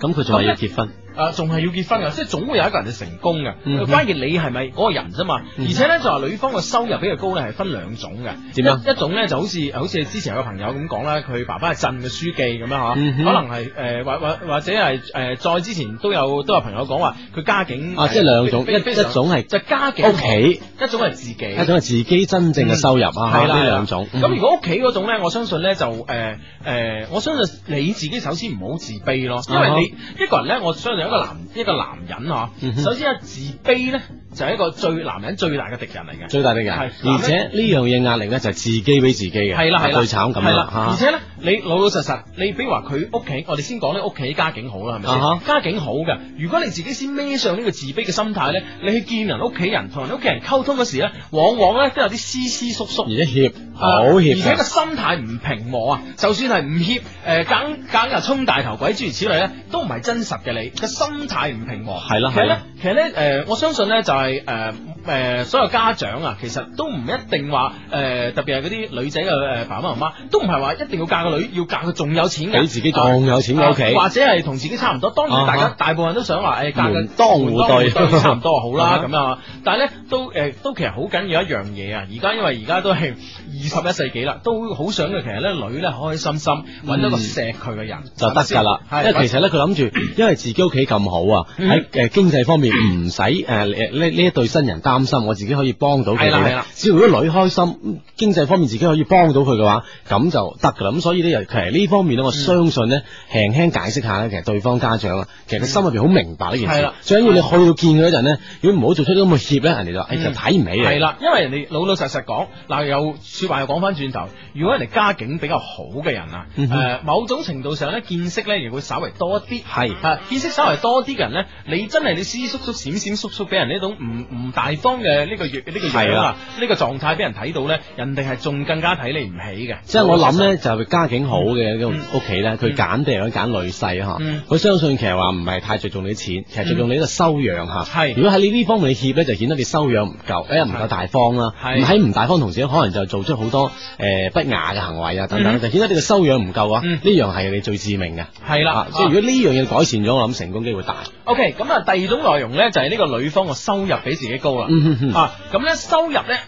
D: 咁佢仲話要結婚，
E: 啊，仲係要結婚嘅，即係總會有一個人係成功嘅。
D: 嗯
E: 關鍵你係咪嗰個人啫嘛？
D: 嗯
E: 而且咧就話女方嘅收入比較高咧，係分兩種嘅。
D: 點啊
E: 一一種咧就好似好似之前有個朋友咁講啦，佢爸爸係鎮嘅書記咁樣嚇，
D: 嗯哼
E: 可能係誒或或或者係誒再之前都有都有朋友講話佢家境
D: 啊，
E: 呃
D: 即係兩種，一
E: 非非常
D: 一種係
E: 就家境
D: 屋，企，
E: 一種係自己，
D: 一種係自己真正嘅收入啊，
E: 嗯係啦
D: 呢兩種。
E: 咁
D: 嗯
E: 如果屋企嗰種咧，我相信咧就誒誒、呃呃我相信你自己首先唔好自卑
D: 啊
E: 咯，因為你一個人咧，我相信一個男一個男人啊，
D: 嗯哼
E: 首先啊自卑咧就係一個最男人最大嘅敵人嚟嘅。
D: 最大的人，
E: 係
D: 而且呢樣嘢壓力咧就係自己俾自己嘅，啊
E: 係啦係啦，啊
D: 最慘咁
E: 係啦。而
D: 啦嚇。
E: 且咧，你老老實實，你比如話佢屋企，我哋先講咧屋企家境好啦，係咪先
D: 啊哈
E: 家境好嘅，如果你自己先孭上呢個自卑嘅心態咧，你去見人屋企人同人屋企人溝通嗰時咧，往往咧都有啲斯斯縮縮。
D: 而且協好
E: 啊而
D: 協
E: 且個
D: 嘅，
E: 心態唔平和啊！就算係唔協，誒、呃，梗梗又衝大頭鬼諸如此類咧，都唔係真實嘅你個心態唔平和。
D: 係啦
E: 其
D: 係
E: 實咧
D: 啦，
E: 其實咧，誒、我相信咧就係誒誒，所有家長啊，其實都唔一定話誒、呃特別係嗰啲女仔嘅誒爸爸媽媽，都唔係話一定要嫁個女，要嫁個仲有錢嘅，
D: 俾自己
E: 啊
D: 仲有錢嘅屋企
E: 啊或者係同自己差唔多。當然，大家、
D: 啊哈
E: 大部分都想話哎誒嫁個
D: 門當戶
E: 門當
D: 對
E: 差唔多好
D: 啊
E: 啦
D: 哈
E: 咁啊。但係咧都誒、都其實好緊要一樣嘢啊！而家因為而家都係二十一世紀啦，都好想嘅其實咧女咧開開心心揾到個錫佢嘅人
D: 嗯就得㗎啦，因
E: 係
D: 為其實咧佢諗 住，因為自己屋企咁好啊，
E: 嗯
D: 喺誒經濟方面唔使誒誒呢呢一對新人擔心，我自己可以幫到佢
E: 係啦
D: 哋
E: 係
D: 咧
E: 啦。
D: 只要啲女開心，嗯經濟方面自己可以幫到佢嘅話，咁就得㗎啦。咁所以咧，其實呢方面
E: 嗯
D: 咧，我相信咧，輕輕解釋下咧，其實對方家長啊，其實佢心入邊好明白呢件
E: 嗯係
D: 事
E: 啦。
D: 最緊要你去到見佢嗰陣咧，如果唔好做出啲咁嘅協咧，人哋就誒
E: 嗯
D: 就睇唔起你。
E: 係啦，因為人哋老老實實講，嗱又説話又講翻轉頭，如果人哋家境比較好嘅人啊，誒、
D: 嗯哼
E: 某種程度上咧見識咧亦會稍微多一啲，
D: 係
E: 啊見識稍微多啲嘅人咧，你真係你斯斯縮縮、閃閃縮縮，俾人呢種唔唔大方嘅呢個樣呢、個樣
D: 係
E: 啊
D: 啦，
E: 呢個狀態俾人睇到咧，人哋係仲更加睇你唔起嘅。
D: 即係我諗咧，就係家境好嘅咁
E: 嗯
D: 屋企咧，佢揀譬如揀女婿吓，
E: 嗯
D: 佢相信其實話唔係太着重你啲錢，其實着重你呢個修養吓。
E: 係
D: 如果喺你呢方面協咧，就顯得你修養唔夠，誒唔
E: 係
D: 夠大方啦。
E: 係
D: 唔喺唔大方同時，可能就做出好多誒不雅嘅行為啊等
E: 嗯
D: 等，就顯得你個修養唔夠啊。
E: 嗯
D: 呢樣係你最致命嘅。
E: 係啦
D: 啊，即係如果呢樣嘢改善咗，我諗成功機會大。
E: OK，咁啊，第二種內容咧就係呢個女方嘅收入比自己高啦。
D: 嗯哼哼
E: 啊，咁咧收入咧，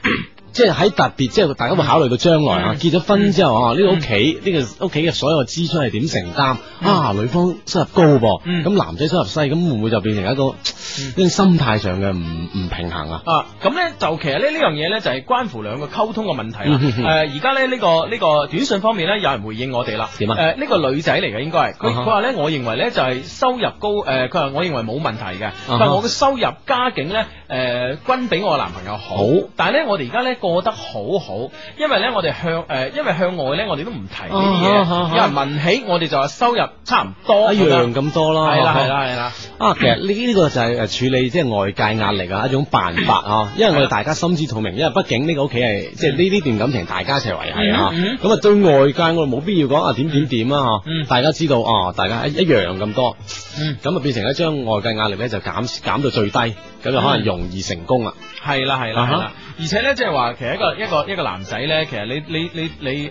D: 即係喺特別，即係大家會考慮到將來啊，
E: 嗯
D: 結咗婚之後啊，呢個屋企呢個屋企嘅所有支出係點承擔啊？女方收入高噃，
E: 嗯
D: 咁男仔收入細，咁會唔會就變成一個呢種心態上嘅唔唔平衡啊？
E: 啊，咁咧就其實咧呢樣嘢咧就係關乎兩個溝通嘅問題啦。
D: 嗯哼哼
E: 誒，而家咧呢個呢個短信方面咧有人回應我哋啦。呃
D: 點啊
E: 誒，呢個女仔嚟嘅應該係佢
D: 啊哈
E: 佢話咧，我認為咧就係收入高呃誒，佢話我認為冇問題嘅，
D: 啊哈
E: 佢話我嘅收入家境咧誒呃均比我男朋友好
D: 好，
E: 但係咧我哋而家咧過得好好，因為咧我哋向誒因為向外咧我哋都唔提呢啲
D: 啊哈啊
E: 嘢，
D: 哈
E: 有人問起我哋就話收入差唔多
D: 一
E: 咁
D: 樣咁多啦，
E: 係啦係啦係啦，
D: 啊，其實呢呢個就係誒處理即係外界壓力啊一種辦法啊，
E: 嗯
D: 因為我哋大家心知肚明，因為畢竟呢個屋企係即係呢呢段感情大家一齊維係啊
E: 嗯嗯，
D: 咁啊對外界我哋冇必要講啊點點點啊
E: 嗯
D: 嚇，大家知道啊，大家一一樣咁多，
E: 嗯
D: 咁啊變成咧將外界壓力咧就減減到最低，咁就可能容易成功啦。
E: 係啦係啦
D: 啊
E: 係
D: 哈
E: 啦，而且咧即係話，其實一個一個一個男仔咧，其實你你你你誒誒、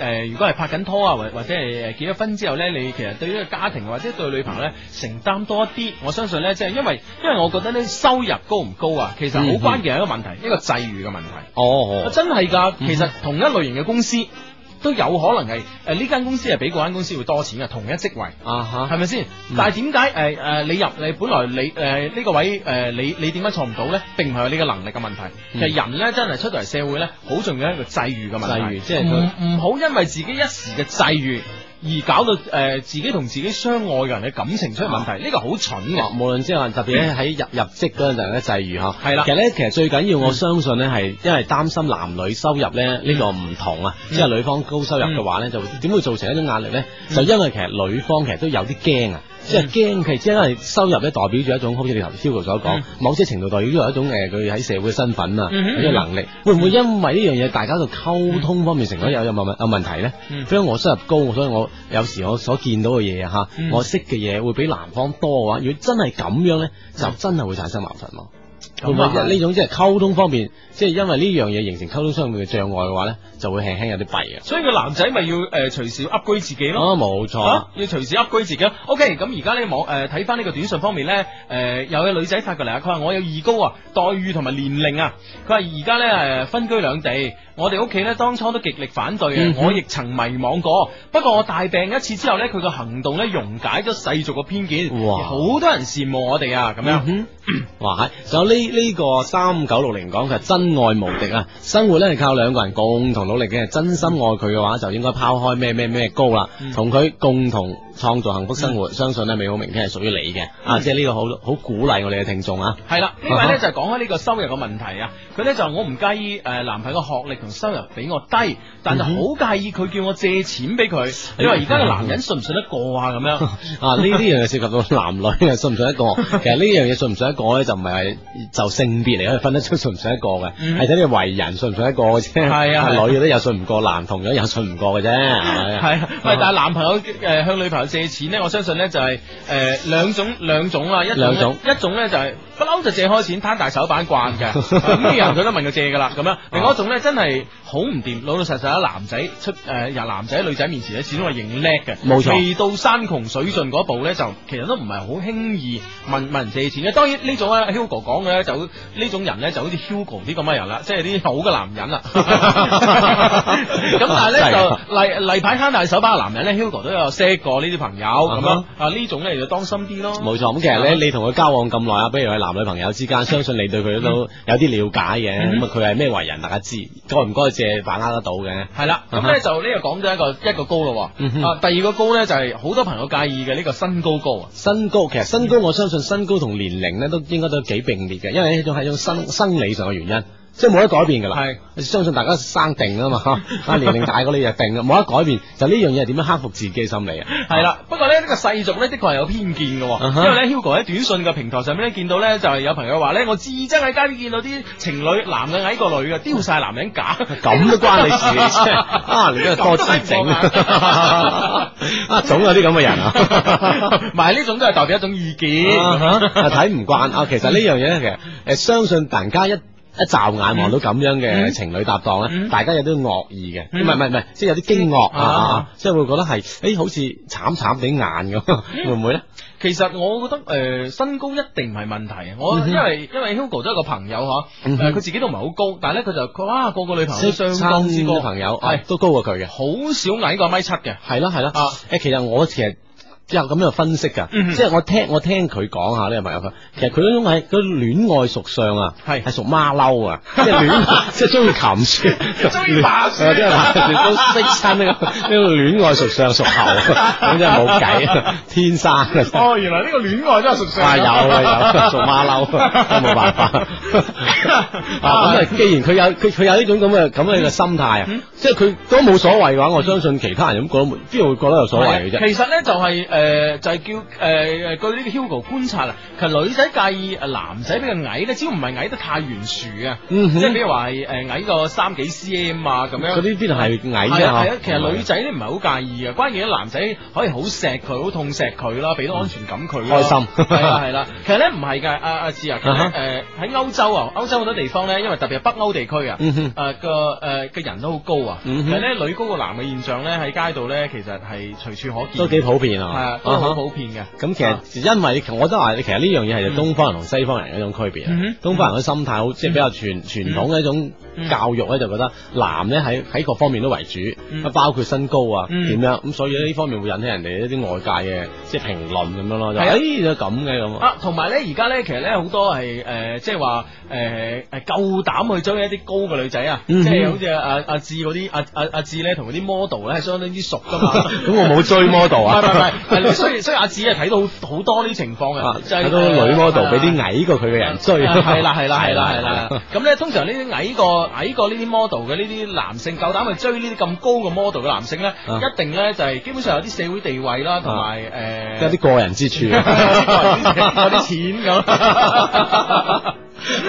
E: 呃如果係拍緊拖啊，或或者係誒結咗婚之後咧，你其實對呢個家庭或者對女朋友咧承擔多一啲，我相信咧，即係因為因為我覺得咧收入高唔高啊，其實
D: 嗯嗯
E: 好關鍵係一個問題，一個際遇嘅問題。啊
D: 哦，
E: 真係㗎，
D: 嗯
E: 其實同一類型嘅公司都有可能係誒呢間公司係比嗰間公司會多錢嘅，同一職位。
D: 啊哈
E: 係，咪先
D: 嗯？
E: 但係點解诶诶，你入你本來你诶呢個位诶，你你點解坐唔到咧？並唔係你嘅能力嘅問題，其
D: 嗯
E: 實人咧真係出到嚟社會咧，好重要一個際遇嘅問題。
D: 際遇即係佢
E: 唔唔好因為自己一時嘅際遇而搞到诶自己同自己相愛嘅人嘅感情出問題，呢個好蠢
D: 啊
E: 嘅。
D: 無論即係話特別咧喺入入職嗰陣咧際遇嚇，
E: 係啦嗯
D: 其實咧其實最緊要我相信咧係因為擔心男女收入咧呢個唔同啊，
E: 嗯嗯
D: 即係女方高收入嘅話咧，就點會造成一種壓力咧？就因為其實女方其實都有啲驚啊。即係驚，其實因為收入咧代表住一種，好似你頭先 Hugo 所講
E: 嗯，
D: 某些程度代表咗一種誒佢喺社會嘅身份啊，
E: 嗯哼
D: 佢嘅能力，會唔會因為呢樣嘢大家嘅溝通方面成咗有有問有問題咧？
E: 嗯
D: 所以我收入高，所以我有時我所見到嘅嘢啊嚇，
E: 嗯
D: 我識嘅嘢會比男方多嘅話，如果真係咁樣咧，就真係會產生矛盾咯。會唔
E: 嗯咁啊
D: 會呢種即係溝通方面，即係因為呢樣嘢形成溝通上面嘅障礙嘅話咧，就會輕輕有啲弊啊。
E: 所以個男仔咪要誒隨時 upgrade 自己咯。
D: 啊，冇錯
E: 啊
D: 啊，
E: 要隨時 upgrade 自己咯。OK，咁而家呢網誒睇翻呢個短信方面呢，誒、呃有個女仔發過嚟啊，佢話我有二高啊，待遇同埋年齡啊，佢話而家呢誒呃分居兩地，我哋屋企呢當初都極力反對啊，
D: 嗯哼
E: 我亦曾迷惘過，不過我大病一次之後呢，佢個行動呢溶解咗世俗嘅偏見，
D: 哇
E: 好多人羨慕我哋啊，咁樣。
D: 嗯哼， 哇！係仲有呢呢個三九六零講佢係真愛無敵啊！生活咧係靠兩個人共同努力嘅，真心愛佢嘅話就應該拋開咩咩咩高啦
E: 嗯，
D: 同佢共同創造幸福生活，相信咧美好明天係屬於你嘅
E: 嗯
D: 啊！即係呢個好好鼓勵我哋嘅聽眾啊！
E: 係啦，呢位
D: 啊哈
E: 咧就係講開呢個收入嘅問題啊，佢咧就話我唔介意誒男朋友嘅學歷同收入比我低，
D: 嗯
E: 但就好介意佢叫我借錢俾佢。你話
D: 哎
E: 而家嘅男人信唔信得過啊？咁 樣
D: 啊，呢呢樣嘢涉及到男女啊，信唔信一個？ 其實呢樣嘢信唔信一個咧，就唔係就性別嚟可以分得出信唔信一個嘅，
E: 嗯
D: 係睇你為人信唔信一個嘅啫。
E: 係啊係啊
D: 女嘅都有信唔過，男同樣有信唔過嘅啫，係咪 啊？
E: 係啊，喂！但係男朋友誒向女朋友借錢咧，我相信咧就係誒兩種兩種啦，一種呢
D: 兩種
E: 一種咧就係不嬲就借開錢攤大手板慣 嘅，咁嘅人佢都問佢借㗎啦，咁
D: 啊
E: 樣。另外一種咧真係好唔掂，老老實實喺男仔出誒由男仔喺女仔面前咧，始終係認叻嘅，
D: 冇錯
E: 未到山窮水盡嗰一步咧，就其實都唔係好輕易問問人借錢嘅。當然呢種咧，Hugo 講嘅咧就好呢種人咧就好似 Hugo 啲咁嘅人啦，即係啲好嘅男 人啦。咁但係
D: 真係
E: 咧就例例牌攤大手把嘅男人咧，Hugo 都有識過呢啲朋友咁樣
D: 啊
E: 啊，呢種咧就當心啲咯。
D: 冇錯，咁其實咧，你同佢交往咁耐啊，比如係男女朋友之間，相信你對佢
E: 嗯
D: 都有啲了解嘅，咁啊佢係咩為人，大家知，該唔該借把握得到嘅。
E: 系啦，咁
D: 啊
E: 咧
D: 哈
E: 就呢個講咗一個一個高咯
D: 嗯哼
E: 喎，啊第二個高咧就係好多朋友介意嘅呢個身高高啊，
D: 身高其實身高我相信身高同年齡咧都應該都幾並列嘅，因為呢種係一種生生理上嘅原因，即係冇得改變㗎啦。係相信大家生定啊嘛， 啊年齡大過你就定㗎，冇得改變。就呢樣嘢係點樣克服自己嘅心理啊？
E: 係啦，不過咧呢個世俗咧的確係有偏見嘅
D: 啊
E: 喎，
D: 哈
E: 因為咧 Hugo 喺短信嘅平台上面咧見到咧就係有朋友話咧我至憎喺街邊見到啲情侶男嘅矮過女嘅，丟晒男人 架，
D: 咁都關你事嘅 啫，啊你真係多姿整啊，總有啲咁嘅人啊。
E: 唔係呢種都係代表一種意見。
D: 啊啊睇唔慣 啊！其實呢樣嘢咧，其實誒相信大家一。一驟眼望到咁樣嘅情侶搭檔咧，
E: 嗯
D: 大家有啲惡意嘅，
E: 嗯
D: 唔係唔係唔係，即係有啲驚愕啊
E: 啊
D: 啊，即係會覺得係，誒好似慘慘地眼咁，
E: 嗯
D: 會唔會咧？
E: 其實我覺得誒、呃身高一定唔係問題，我、
D: 嗯哼
E: 因為因為 Hugo 都有個朋友嗬，誒
D: 嗯
E: 佢、
D: 哼
E: 自己都唔係好高，但係咧佢就佢哇個個女朋友都相當之
D: 識
E: 高
D: 嘅，朋友
E: 係
D: 啊都高過佢嘅，
E: 好少矮過米七嘅。
D: 係啦係啦
E: 啊。
D: 誒，其實我其實有咁樣分析㗎
E: 嗯，哼
D: 即係我聽我聽佢講下呢個朋友佢，其實佢嗰種係嗰種戀愛屬相啊，
E: 係
D: 係屬馬騮 啊，即係戀即係中意琴書，
E: 中意爬 樹
D: 係啊中意爬樹都識親呢個呢個戀愛屬相屬猴，咁真係冇計啊，天生啊。
E: 哦，原來呢個戀愛都係屬
D: 啊有啊有，做馬騮冇辦法啊！咁啊，既然佢有佢佢有呢種咁嘅咁嘅嘅心態啊
E: 嗯，
D: 即係佢都冇所謂嘅話，我相信其他人咁覺得冇邊度會覺得有所謂嘅啫？
E: 其實咧就係、誒、就係、叫誒誒、據呢個 Hugo 觀察啊，其實女仔介意誒男仔比較矮咧，只要唔係矮得太懸殊啊，
D: 嗯哼
E: 即係譬如話係誒矮個三幾 cm 啊咁樣。
D: 嗰啲邊度係矮啫
E: 係啊
D: 嚇
E: 係啊，其實女仔咧唔係好介意嘅，啊關鍵咧男仔可以好錫佢，好痛錫佢啦，俾到安全感佢啦。
D: 開心
E: 係 啦係啦，其實咧唔係㗎，阿阿志啊，其實
D: 啊哈
E: 呢誒喺歐洲啊，歐洲好多地方咧，因為特別係北歐地區啊，
D: 嗯哼
E: 誒個誒嘅人都好高啊，其
D: 嗯哼
E: 實咧女高過男嘅現象咧喺街度咧，其實係隨處可見，
D: 都幾普遍
E: 係
D: 啊
E: 啊，，都好
D: 啊哈
E: 普遍嘅。
D: 咁其實因為我都話，其實呢樣嘢係東方人同西方人一種區別
E: 嗯
D: 啊。東方人嘅心態好，即係比較傳傳統嘅一種
E: 嗯
D: 教育咧，就覺得男咧喺喺各方面都為主
E: 嗯，
D: 包括身高啊
E: 嗯
D: 點樣咁，所以呢方面會引起人哋一啲外界嘅即係評論咁樣咯，就
E: 係啊
D: 誒就咁嘅咁啊。
E: 啊，同埋咧，而家咧，其實咧好多係誒、呃即係話誒誒夠膽去追一啲高嘅女仔啊，
D: 嗯哼
E: 即係好似阿阿志嗰啲阿阿阿志咧，同嗰啲 model 咧係相當之熟噶嘛。
D: 咁我冇追 model
E: 唔係唔係
D: 啊，
E: 唔係，所以所以阿志係睇到好好多呢啲情況
D: 啊
E: 嘅，就係
D: 睇到女 model 俾啲
E: 矮
D: 矮過佢嘅人追，
E: 係啦 係啦係啦係啦
D: 係啦。
E: 咁咧通常呢啲矮過矮過呢啲 model 嘅呢啲男性，夠膽去追呢啲咁高嘅 model 嘅男性咧，
D: 啊
E: 一定咧就係基本上有啲社會地位啦，同埋誒呃
D: 啊 有啲過人之處。
E: 有啲錢咁。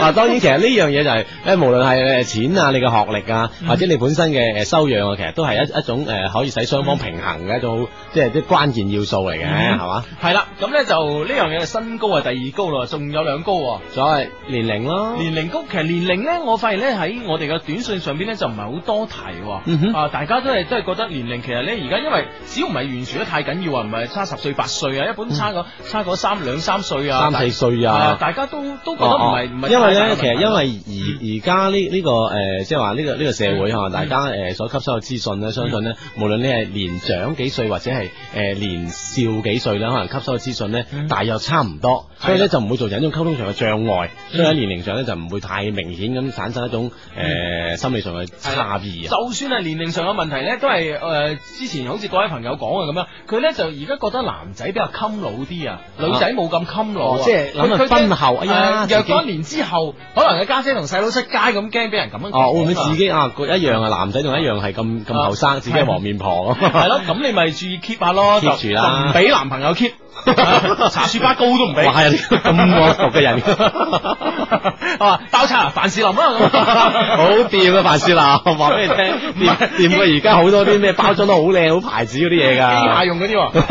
D: 啊，當然其實呢樣嘢就係、誒，無論係誒錢啊、你嘅學歷啊，
E: 嗯
D: 或者你本身嘅誒修養啊，其實都係一一種誒、可以使雙方平衡嘅一種好，即係即係關鍵要素嚟嘅，係嘛、
E: 系啦，咁咧就呢樣嘢身高係第二高咯，仲有兩高喎。
D: 所謂年齡咯，
E: 年齡高，其實年齡咧，我發現咧喺我哋嘅短信上邊咧就唔係好多提喎。
D: 嗯哼
E: 啊，大家都係都係覺得年齡其實咧而家因為只要唔係懸殊得太緊要啊，唔係差十歲八歲啊，一般差個、差個三兩三歲啊，
D: 嗯三四歲
E: 係
D: 啊
E: 啊，。大家都都覺得唔係啊唔係
D: 哦
E: 太大嘅問題。
D: 因為咧，其實因為而而家呢呢個誒，即係話呢個呢個社會啊
E: 嗯
D: 嚇，大家誒所吸收嘅資訊咧，相信咧，無論你係年長幾歲或者係誒年少幾歲咧，可能吸收嘅資訊咧，
E: 嗯
D: 大約差唔多，所以咧就唔會造成一種溝通上嘅障
E: 嗯
D: 礙，所以喺年齡上咧就唔會太明顯咁產生一種
E: 嗯
D: 誒心理上嘅差異啊。
E: 就算係年齡上嘅問題咧，都
D: 嗯
E: 係誒、呃之前好似各位朋友講嘅咁樣，佢咧就而家覺得男仔比較襟老啲啊，女仔冇咁襟老啊
D: 哦，即係諗
E: 佢
D: 下婚後哎呀
E: 佢
D: 自
E: 驚呃若
D: 己
E: 干年之後，可能佢家姐同細佬出街咁驚俾人咁樣講啊
D: 哦，會唔會自己啊個一樣啊？男仔仲一樣係咁咁後生，自己係黃面婆
E: 係咯，咁你咪注意 keep 下 咯
D: keep
E: 就
D: 住啦
E: 就唔俾男朋 友 keep，茶樹花糕都唔俾。
D: 哇係啊咁惡毒嘅人
E: 啊，包茶啊凡士林啊 咁，
D: 好掂啊，范少 娜，我話俾你聽，掂掂過而家好多啲咩包裝都好靚，好牌子嗰啲嘢
E: 機械
D: 㗎。
E: 用嗰啲喎，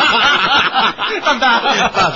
E: 得唔得啊？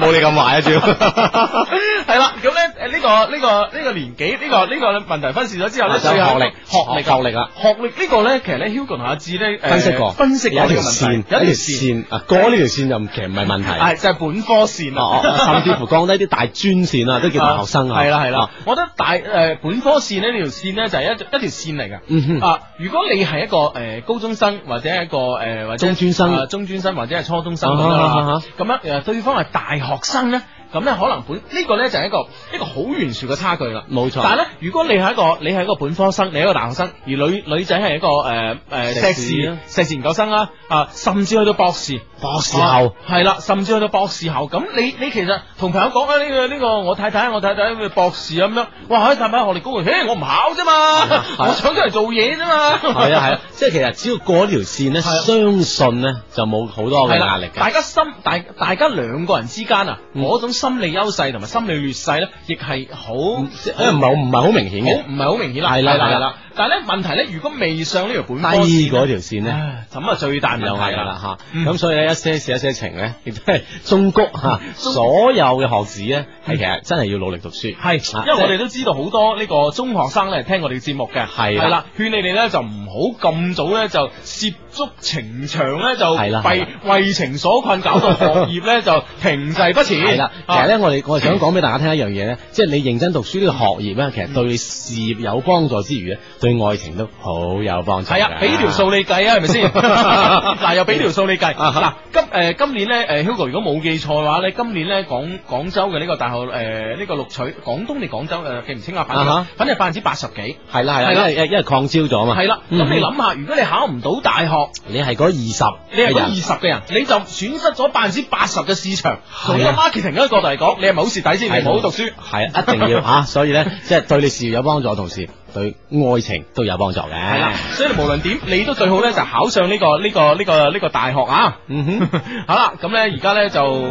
D: 冇你咁壞啊， 主
E: 系啦，咁咧誒呢個呢個呢個年紀呢個呢個問題分析咗之後
D: 啊要。
E: 咧，
D: 就
E: 最後
D: 學歷，
E: 啊學歷
D: 學歷啦，
E: 學歷呢個咧，其實咧 Hugo 同阿志咧誒
D: 分析過，
E: 分析過
D: 有一
E: 呢個
D: 條
E: 問
D: 線，
E: 題
D: 有一條線啊，過呢條線就唔其實唔係問題。
E: 係就係本科線
D: 哦，
E: 啊。
D: 哦甚 至乎降低啲大專線啊，都叫大學生啊。
E: 系啦系啦
D: 啊，，
E: 我覺得大誒本科線呢呢條線咧就係一一條線嚟嘅。
D: 嗯哼
E: 啊，如果你係一個誒高中生或者係一個誒或者
D: 中專生
E: 啊中專生或者係初中生咁
D: 啊
E: 樣
D: 啊啊
E: 啦
D: 啊，
E: 咁樣誒對方係大學生咧，咁咧可能本呢個咧就係一個一個好懸殊嘅差距啦。
D: 冇錯。
E: 但係咧，如果你係一個你係一個本科生，你係一個大學生，而女女仔係一個誒誒
D: 碩士
E: 碩士
D: 啊
E: 碩士研究生啦，啊，甚至去到博士。啊
D: 博士後
E: 係啦，甚至去到博士後，咁你你其實同朋友講啊呢個呢個我太太我太太佢博士啊咁樣，哇！喺太太學歷高嘅，嘿我唔考啫嘛， 我想出嚟做嘢啫嘛，
D: 啊係啊係啊，即係其實只要過呢條線咧，相信咧就冇好多嘅
E: 啊係
D: 壓
E: 啦
D: 力，㗎
E: 大。家心大大家兩個人之間啊，
D: 嗯
E: 嗰種心理優勢同埋心理劣勢咧，亦係好
D: 嗯即係唔係好唔係好明顯嘅
E: 好唔係好明顯啦，
D: 係啦
E: 係
D: 係
E: 係
D: 啦
E: 啦。但係咧問題咧，如果未上呢條本科
D: 低
E: 線
D: 嗰條線咧。
E: 唉咁啊最大
D: 有
E: 問
D: 係
E: 題
D: 啦啊
E: 啦。
D: 吓，
E: 嗯
D: 咁、所以咧一些事一些情咧，亦都係中谷吓、所有嘅學子咧，係其實真係要努力讀書。
E: 系，
D: 啊
E: 因為我
D: 即係
E: 哋都知道好多呢個中學生咧聽我哋嘅節目嘅，
D: 係啦
E: 係啦，勸你哋咧就唔好咁早咧就涉足情場咧就
D: 係啦係啦
E: 為為情所困，搞到學業咧就停滯不前。啊
D: 係啦，其實咧，我哋我係想講俾大家聽一樣嘢咧，即係你認真讀書呢個學業咧，其實對你事業有幫助之餘咧，對愛情都好有幫助㗎。
E: 系啊，俾條數你計啊，係咪 先？嗱，又俾條數你計。
D: 啊哈
E: 嗱，今诶今年咧，诶 Hugo 如果冇記錯嘅話咧，今年咧廣廣州嘅呢個大學诶呢個錄取廣東定廣州诶記唔清啊，反
D: 啊哈
E: 正反正百分之八十幾。
D: 係啦係啦，
E: 係
D: 因
E: 啦
D: 為因為擴招咗啊嘛。
E: 係啦，
D: 嗯
E: 咁你諗下，如果你考唔到大學。
D: 你係嗰二十，
E: 你係嗰二十嘅人，你就損失咗百分之八十嘅市場。
D: 啊
E: 從呢個 marketing 嗰個角度嚟講，你係咪好蝕底先？你唔好讀書。
D: 係啊，一定要 啊，所以咧，即係對你事業有幫助，同時對愛情都有幫助嘅。
E: 係啦，所以你無論點，你都最好咧就考上呢、個呢、個呢、個呢、個大學啊！
D: 嗯哼，
E: 好啦，咁咧而家咧就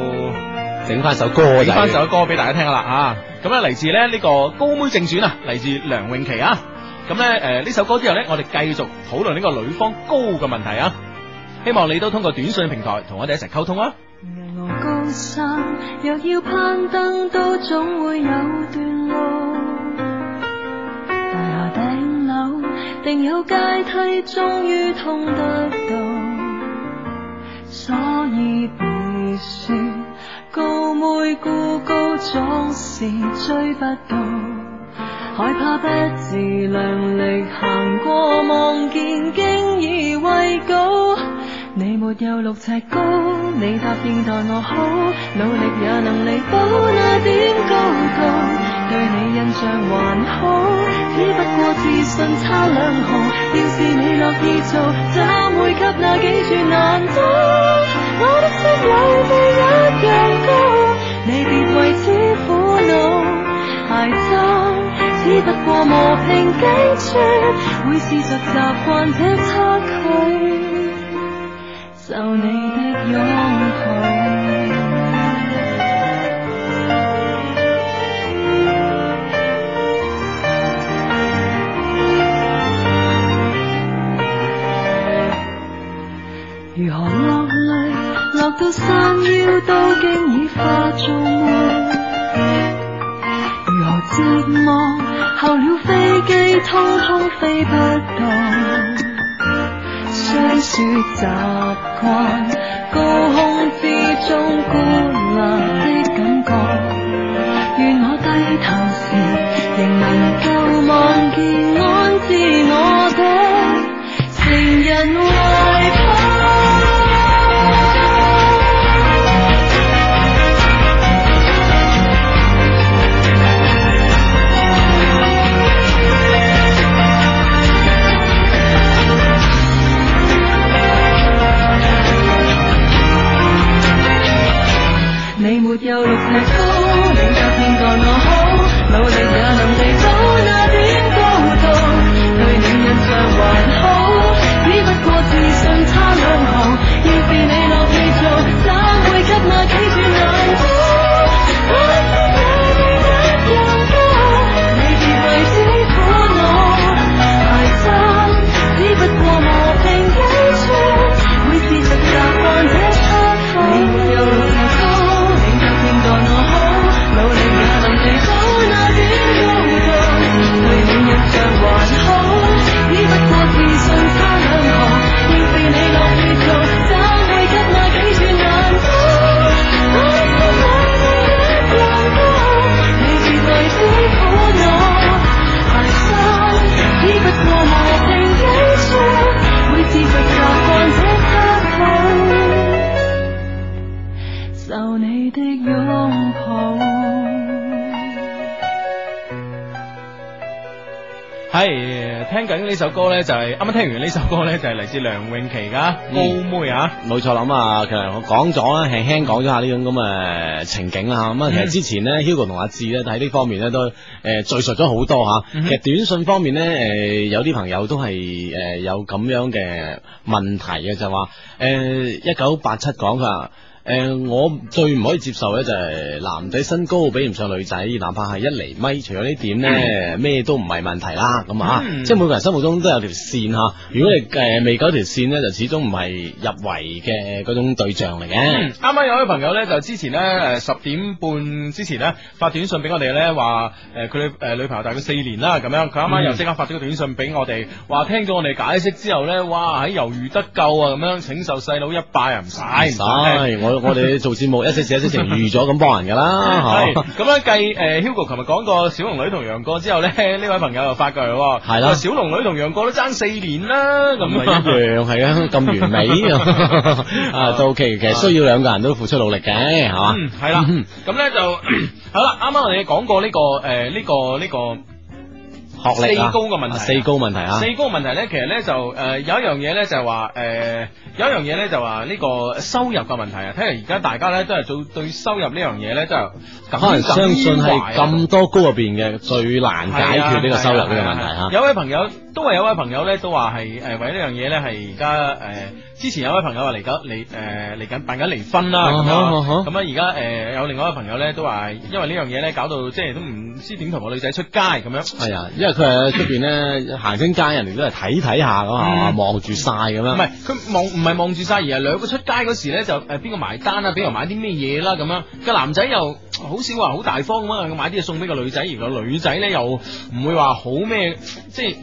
D: 整翻首歌
E: 俾
D: 仔
E: 翻首歌俾大家聽啦啊！咁咧嚟自咧呢、個《高妹正傳》啊，嚟自梁詠琪啊。咁咧誒呢首歌之後咧，我哋繼續討論呢個女方高嘅問題啊。希望你都通過短信平台同我哋一齊溝通啊！
G: 巍峨高山，若要攀登，都總會有段路。大廈頂樓定有階梯，終於通得到。所以被說高妹孤高，總是追不到。害怕不自量力行過，望見經已畏高。你沒有六尺高，你答應待我好，努力也能彌補那點高度。對你印象還好，只不過自信差兩毫。要是你樂意做，怎會給那幾處難度？我的心裏你一樣高，你別為此苦惱。鞋踭，只不過磨平頸處，會試着習慣這差距。就你的擁抱。到散腰都經已化做夢。如何折磨？候了飛機，通通飛不動。雖說習慣高空之中孤立的感覺，願我低頭時仍能夠望見安置我的情人懷抱。你沒有六尺高，領教片待我好，努力也能地到那點高度。對你印象還好，只不過自信差兩行。要是你落地做，怎會給那幾寸難過？我知你一樣高，你別為此苦惱。捱針只不過磨平幾寸，會試着習慣這出口。你有六尺高。你就算待我好，努力也能地到那點高度。對你印象還好，只不過自信差兩行。要是你落地做，怎會給那幾寸難過？我知你一樣高，你別為此苦惱。捱針只不過磨平幾寸，會自覺習慣這出口。受你的擁抱。
E: 系听紧呢首歌咧，就系啱啱聽完呢首歌咧，就係嚟自梁咏琪噶《高妹》啊。
D: 冇錯啦，咁啊，其實我講咗啦，輕輕講咗下呢種咁嘅情景啦嚇咁啊，其實之前咧，Hugo
E: 嗯
D: 同阿志咧喺呢方面咧都誒呃敍述咗好多嚇。
E: 嗯哼
D: 其實短信方面咧，誒有啲朋友都係誒有咁樣嘅問題嘅，就話呃誒一九八七講佢話。誒、我最唔可以接受咧，就係男仔身高比唔上女仔，哪怕係一厘米，除咗呢點咧，咩、都唔係問題啦。咁啊，
E: 嗯
D: 即係每個人心目中都有條線嚇。如果你誒、未夠條線咧，就始終唔係入圍嘅嗰種對象嚟嘅。
E: 啱啱有位朋友咧，就之前咧，诶十點半之前咧發短信俾我哋咧，話诶佢诶女朋友大概四年啦，咁樣佢啱啱又即刻發咗個短信俾我哋，話聽咗我哋解釋之後咧，哇喺猶豫得救啊，咁樣請受細佬一拜啊，唔使唔使。
D: 唉我我哋做節目 一些事一些情預咗咁幫人㗎啦，
E: 係
D: 嚇
E: 咁樣計诶，Hugo 琴日講過小龍女同楊過之後咧，呢位朋友又發過嚟喎，
D: 係啦
E: 話小龍女同楊過都爭四年啦，咁
D: 咁啊一樣係啊，咁完美 啊，都 OK 嘅，其實需要兩個人都付出努力嘅，係嘛？
E: 嗯，系啦，咁咧就 好啦。啱啱我哋講過呢、個誒呢、個呢、個
D: 學歷啊
E: 四高嘅問題啊
D: 四高問題啊，
E: 四高問題咧，其實咧就誒、有一樣嘢咧就係話誒有一樣嘢咧就話呢個收入嘅問題啊。睇嚟而家大家咧都係做對收入呢樣嘢咧都係耿
D: 可能相信
E: 耿於
D: 係
E: 懷啊
D: 咁多高入邊嘅最難解決呢個收入呢個問題
E: 啊係啊
D: 嚇。
E: 有位朋友都係有位朋友咧，都話係誒為呢樣嘢咧係而家誒，之前有位朋友話嚟緊離誒嚟緊辦緊離婚啦
D: 啊
E: 咁
D: 哈啊
E: 樣，
D: 哈
E: 咁啊而家誒有另外一位朋友咧都話係因為呢樣嘢咧搞到即係都唔知點同個女仔出街咁樣。
D: 係啊，因為佢喺出邊咧行親街，人哋都係睇睇下咁啊，
E: 嗯
D: 望住晒咁
E: 唔
D: 樣。
E: 係佢望唔係望住晒，而係兩個出街嗰時咧就誒邊個埋單啦，比如買啲咩嘢啦咁樣。個男仔又好少話好大方啊咁樣買啲嘢送俾個女仔，而個女仔咧又唔會話好咩，即係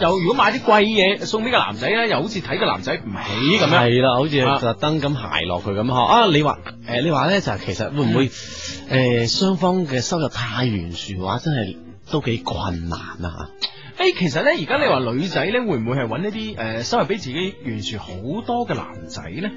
E: 又如果買啲貴嘢送俾個男仔咧，又好似睇個男仔唔起咁樣。
D: 係啦，好
E: 啊
D: 似特登咁鞋落佢咁呵。啊，你話誒、你話咧就係其實會唔會誒、雙方嘅收入太懸殊嘅話，真係都幾困難啊！
E: 誒、其實咧而家你話女仔咧會唔會係揾一啲誒、呃收入比自己懸殊好多嘅男仔咧？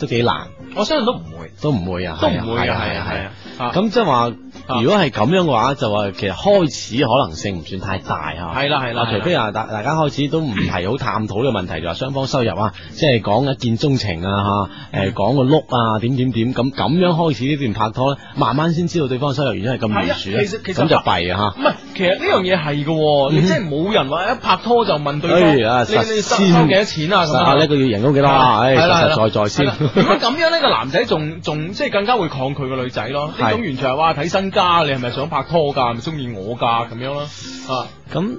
D: 都幾難，
E: 我相信都唔會，
D: 都唔會啊，
E: 都唔會
D: 係啊，
E: 嘅，係啊係
D: 係
E: 啊
D: 啊。。
E: 啊
D: 咁即係話，
E: 啊
D: 如果係咁樣嘅話，就話其實開始可能性唔算太大嚇。
E: 係啦係啦
D: 啊，
E: 係啦
D: 除非啊大大家開始都唔係好探討呢個問題，就話雙方收入啊，即係講一見鐘情啊嚇，
E: 嗯
D: 誒講個碌啊點點點咁咁樣開始呢段拍拖咧，慢慢先知道對方收入原因係咁
E: 係
D: 懸
E: 啊
D: 殊
E: 其實其
D: 咧，
E: 實
D: 咁就弊啊
E: 唔係，其實呢樣嘢係嘅喎，你
D: 嗯哼
E: 真係冇人話一拍拖就問對方，
D: 哎
E: 你
D: 呀實
E: 你收
D: 先
E: 收幾多錢啊？
D: 嚇。
E: 咁
D: 實下呢
E: 樣
D: 個月人工幾多啊？唉，
E: 係
D: 實
E: 啦係啦
D: 實在在先
E: 係啦。如果咁樣呢個男仔仲仲即係更加會抗拒個女仔咯。呢
D: 係
E: 種完全係哇睇身家，你係咪想拍拖㗎？係咪中意我㗎？咁樣咯。啊，
D: 咁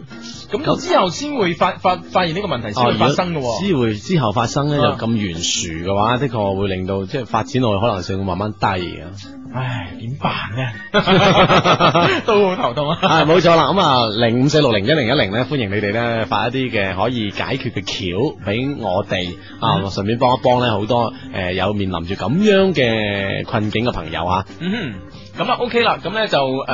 E: 咁之後先會發發發現呢個問題先
D: 哦，
E: 會
D: 如果
E: 發生嘅喎。
D: 只會之後發生咧，就
E: 啊嗯
D: 咁懸殊嘅話，的確會令到即係發展落去可能性會慢慢低啊。
E: 唉，點辦咧？ 都好頭痛啊！
D: 係冇錯啦，咁啊零五四六零一零一零咧，歡迎你哋咧發一啲嘅可以解決嘅橋俾我哋啊，
E: 嗯
D: 順便幫一幫咧好多誒有面臨住咁樣嘅困境嘅朋友啊。
E: 嗯哼，咁啊 OK 啦，咁咧就誒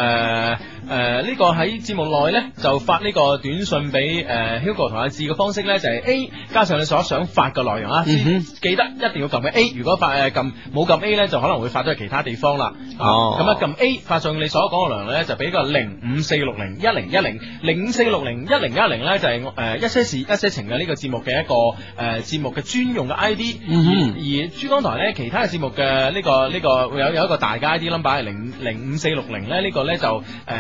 E: 誒呢個喺節目內咧就發呢個短信俾誒、呃 Hugo 同阿志嘅方式咧就係、A 加上你所想發嘅內容啦，
D: 嗯哼
E: 記得一定要撳嘅 A，如果發誒撳冇撳 A 咧就可能會發咗去其他地方
D: 哦
E: 啦。啊咁啊撳 A 發上你所講嘅內容咧就俾個零五四六零一零一零零五四六零一零一零咧就係、我誒、呃一些事一些情嘅呢個節目嘅一個誒、呃、節目嘅專用嘅 ID，、
D: 嗯哼
E: 而珠江台咧，其他嘅節目嘅呢、個呢、個會有有一個大家啲 number 係零零五四六零咧，呢個咧就誒、啊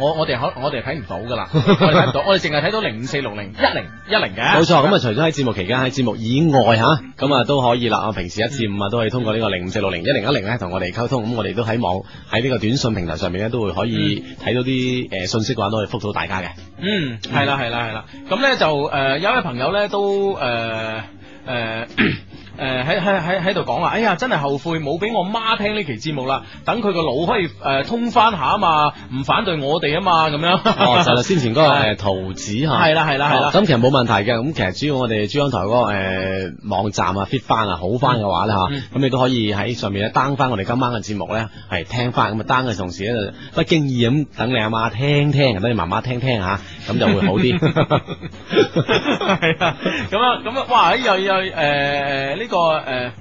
E: 我我哋可我哋睇唔到噶啦，我哋睇唔到，我哋淨係睇到零五四六零一零一零嘅。
D: 冇錯，咁啊，除咗喺節目期間，喺節目以外吓，咁啊都可以啦。啊，平時一至五啊，都可以通過呢個零五四六零一零一零咧，同我哋溝通。咁我哋都喺網喺呢個短信平台上面咧，都會可以睇到啲誒信息嘅話，都可以覆到大家嘅。
E: 嗯，係啦，係啦，係啦。咁咧就誒、呃有一位朋友咧都誒誒。誒 喺喺喺喺度講啦，哎呀，真係後悔冇俾我媽聽呢期節目啦，等佢個腦可以誒、呃通翻下啊嘛，唔反對我哋啊嘛，咁樣。
D: 哦，就係先前嗰個誒圖紙嚇，
E: 係啦係啦係啦
D: 哦咁其實冇問題嘅，咁其實只要我哋珠江台嗰個誒網站啊 fit 翻啊好翻嘅話咧
E: 嗯
D: 嚇，咁你都可以喺上面咧 down 翻我哋今晚嘅節目咧係聽翻，咁啊 down 嘅同時咧就不經意咁等你阿媽聽聽，等你媽媽聽聽嚇，咁就會好 啲。
E: 系啊，咁啊，咁啊，哇！又又诶呢個诶。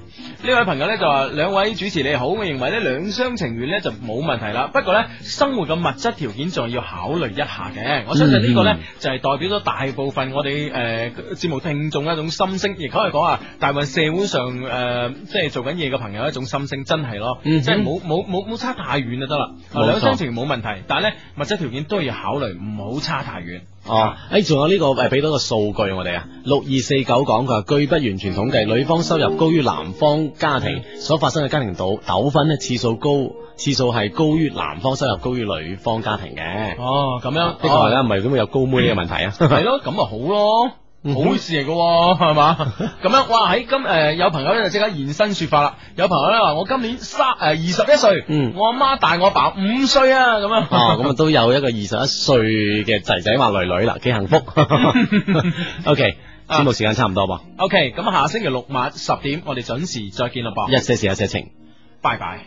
E: 呢位朋友咧就話兩位主持你好，我認為咧兩廂情願咧就冇問題啦。不過咧生活嘅物質條件仲要考慮一下嘅。我相信呢個咧、
D: 嗯
E: 就係代表咗大部分我哋誒、呃、節目聽眾一種心聲，亦可以講啊，大部分社會上誒、呃即係做緊嘢嘅朋友一種心聲，真係咯，
D: 嗯哼
E: 即係冇冇冇冇差太遠就得啦。
D: 冇錯
E: 兩廂情願冇問題，但係咧物質條件都要考慮，唔好差太遠。
D: 哦，誒，仲有呢、個誒，俾到個數據我哋啊，六二四九講佢話，據不完全統計，女方收入高於男方家庭所發生嘅家庭糾糾紛咧，次數高，次數係高於男方收入高於女方家庭嘅。的
E: 哦，咁樣呢
D: 確係啦，唔係咁會有高妹呢個問題啊。
E: 系咯，咁咪好咯。
D: 嗯
E: 好事嚟嘅喎，係嘛？咁樣哇喺今誒有朋友咧就即刻現身説法啦。有朋友咧話：我今年三誒二十一歲，
D: 嗯
E: 我阿媽大我阿爸五歲啊，咁樣。
D: 哦，咁啊都有一個二十一歲嘅仔仔或女女啦，幾幸福。OK，節目時間差唔多噃，
E: 啊 OK，咁下星期六晚十點，我哋準時再見啦噃，
D: 一些事一些情。
E: 拜拜。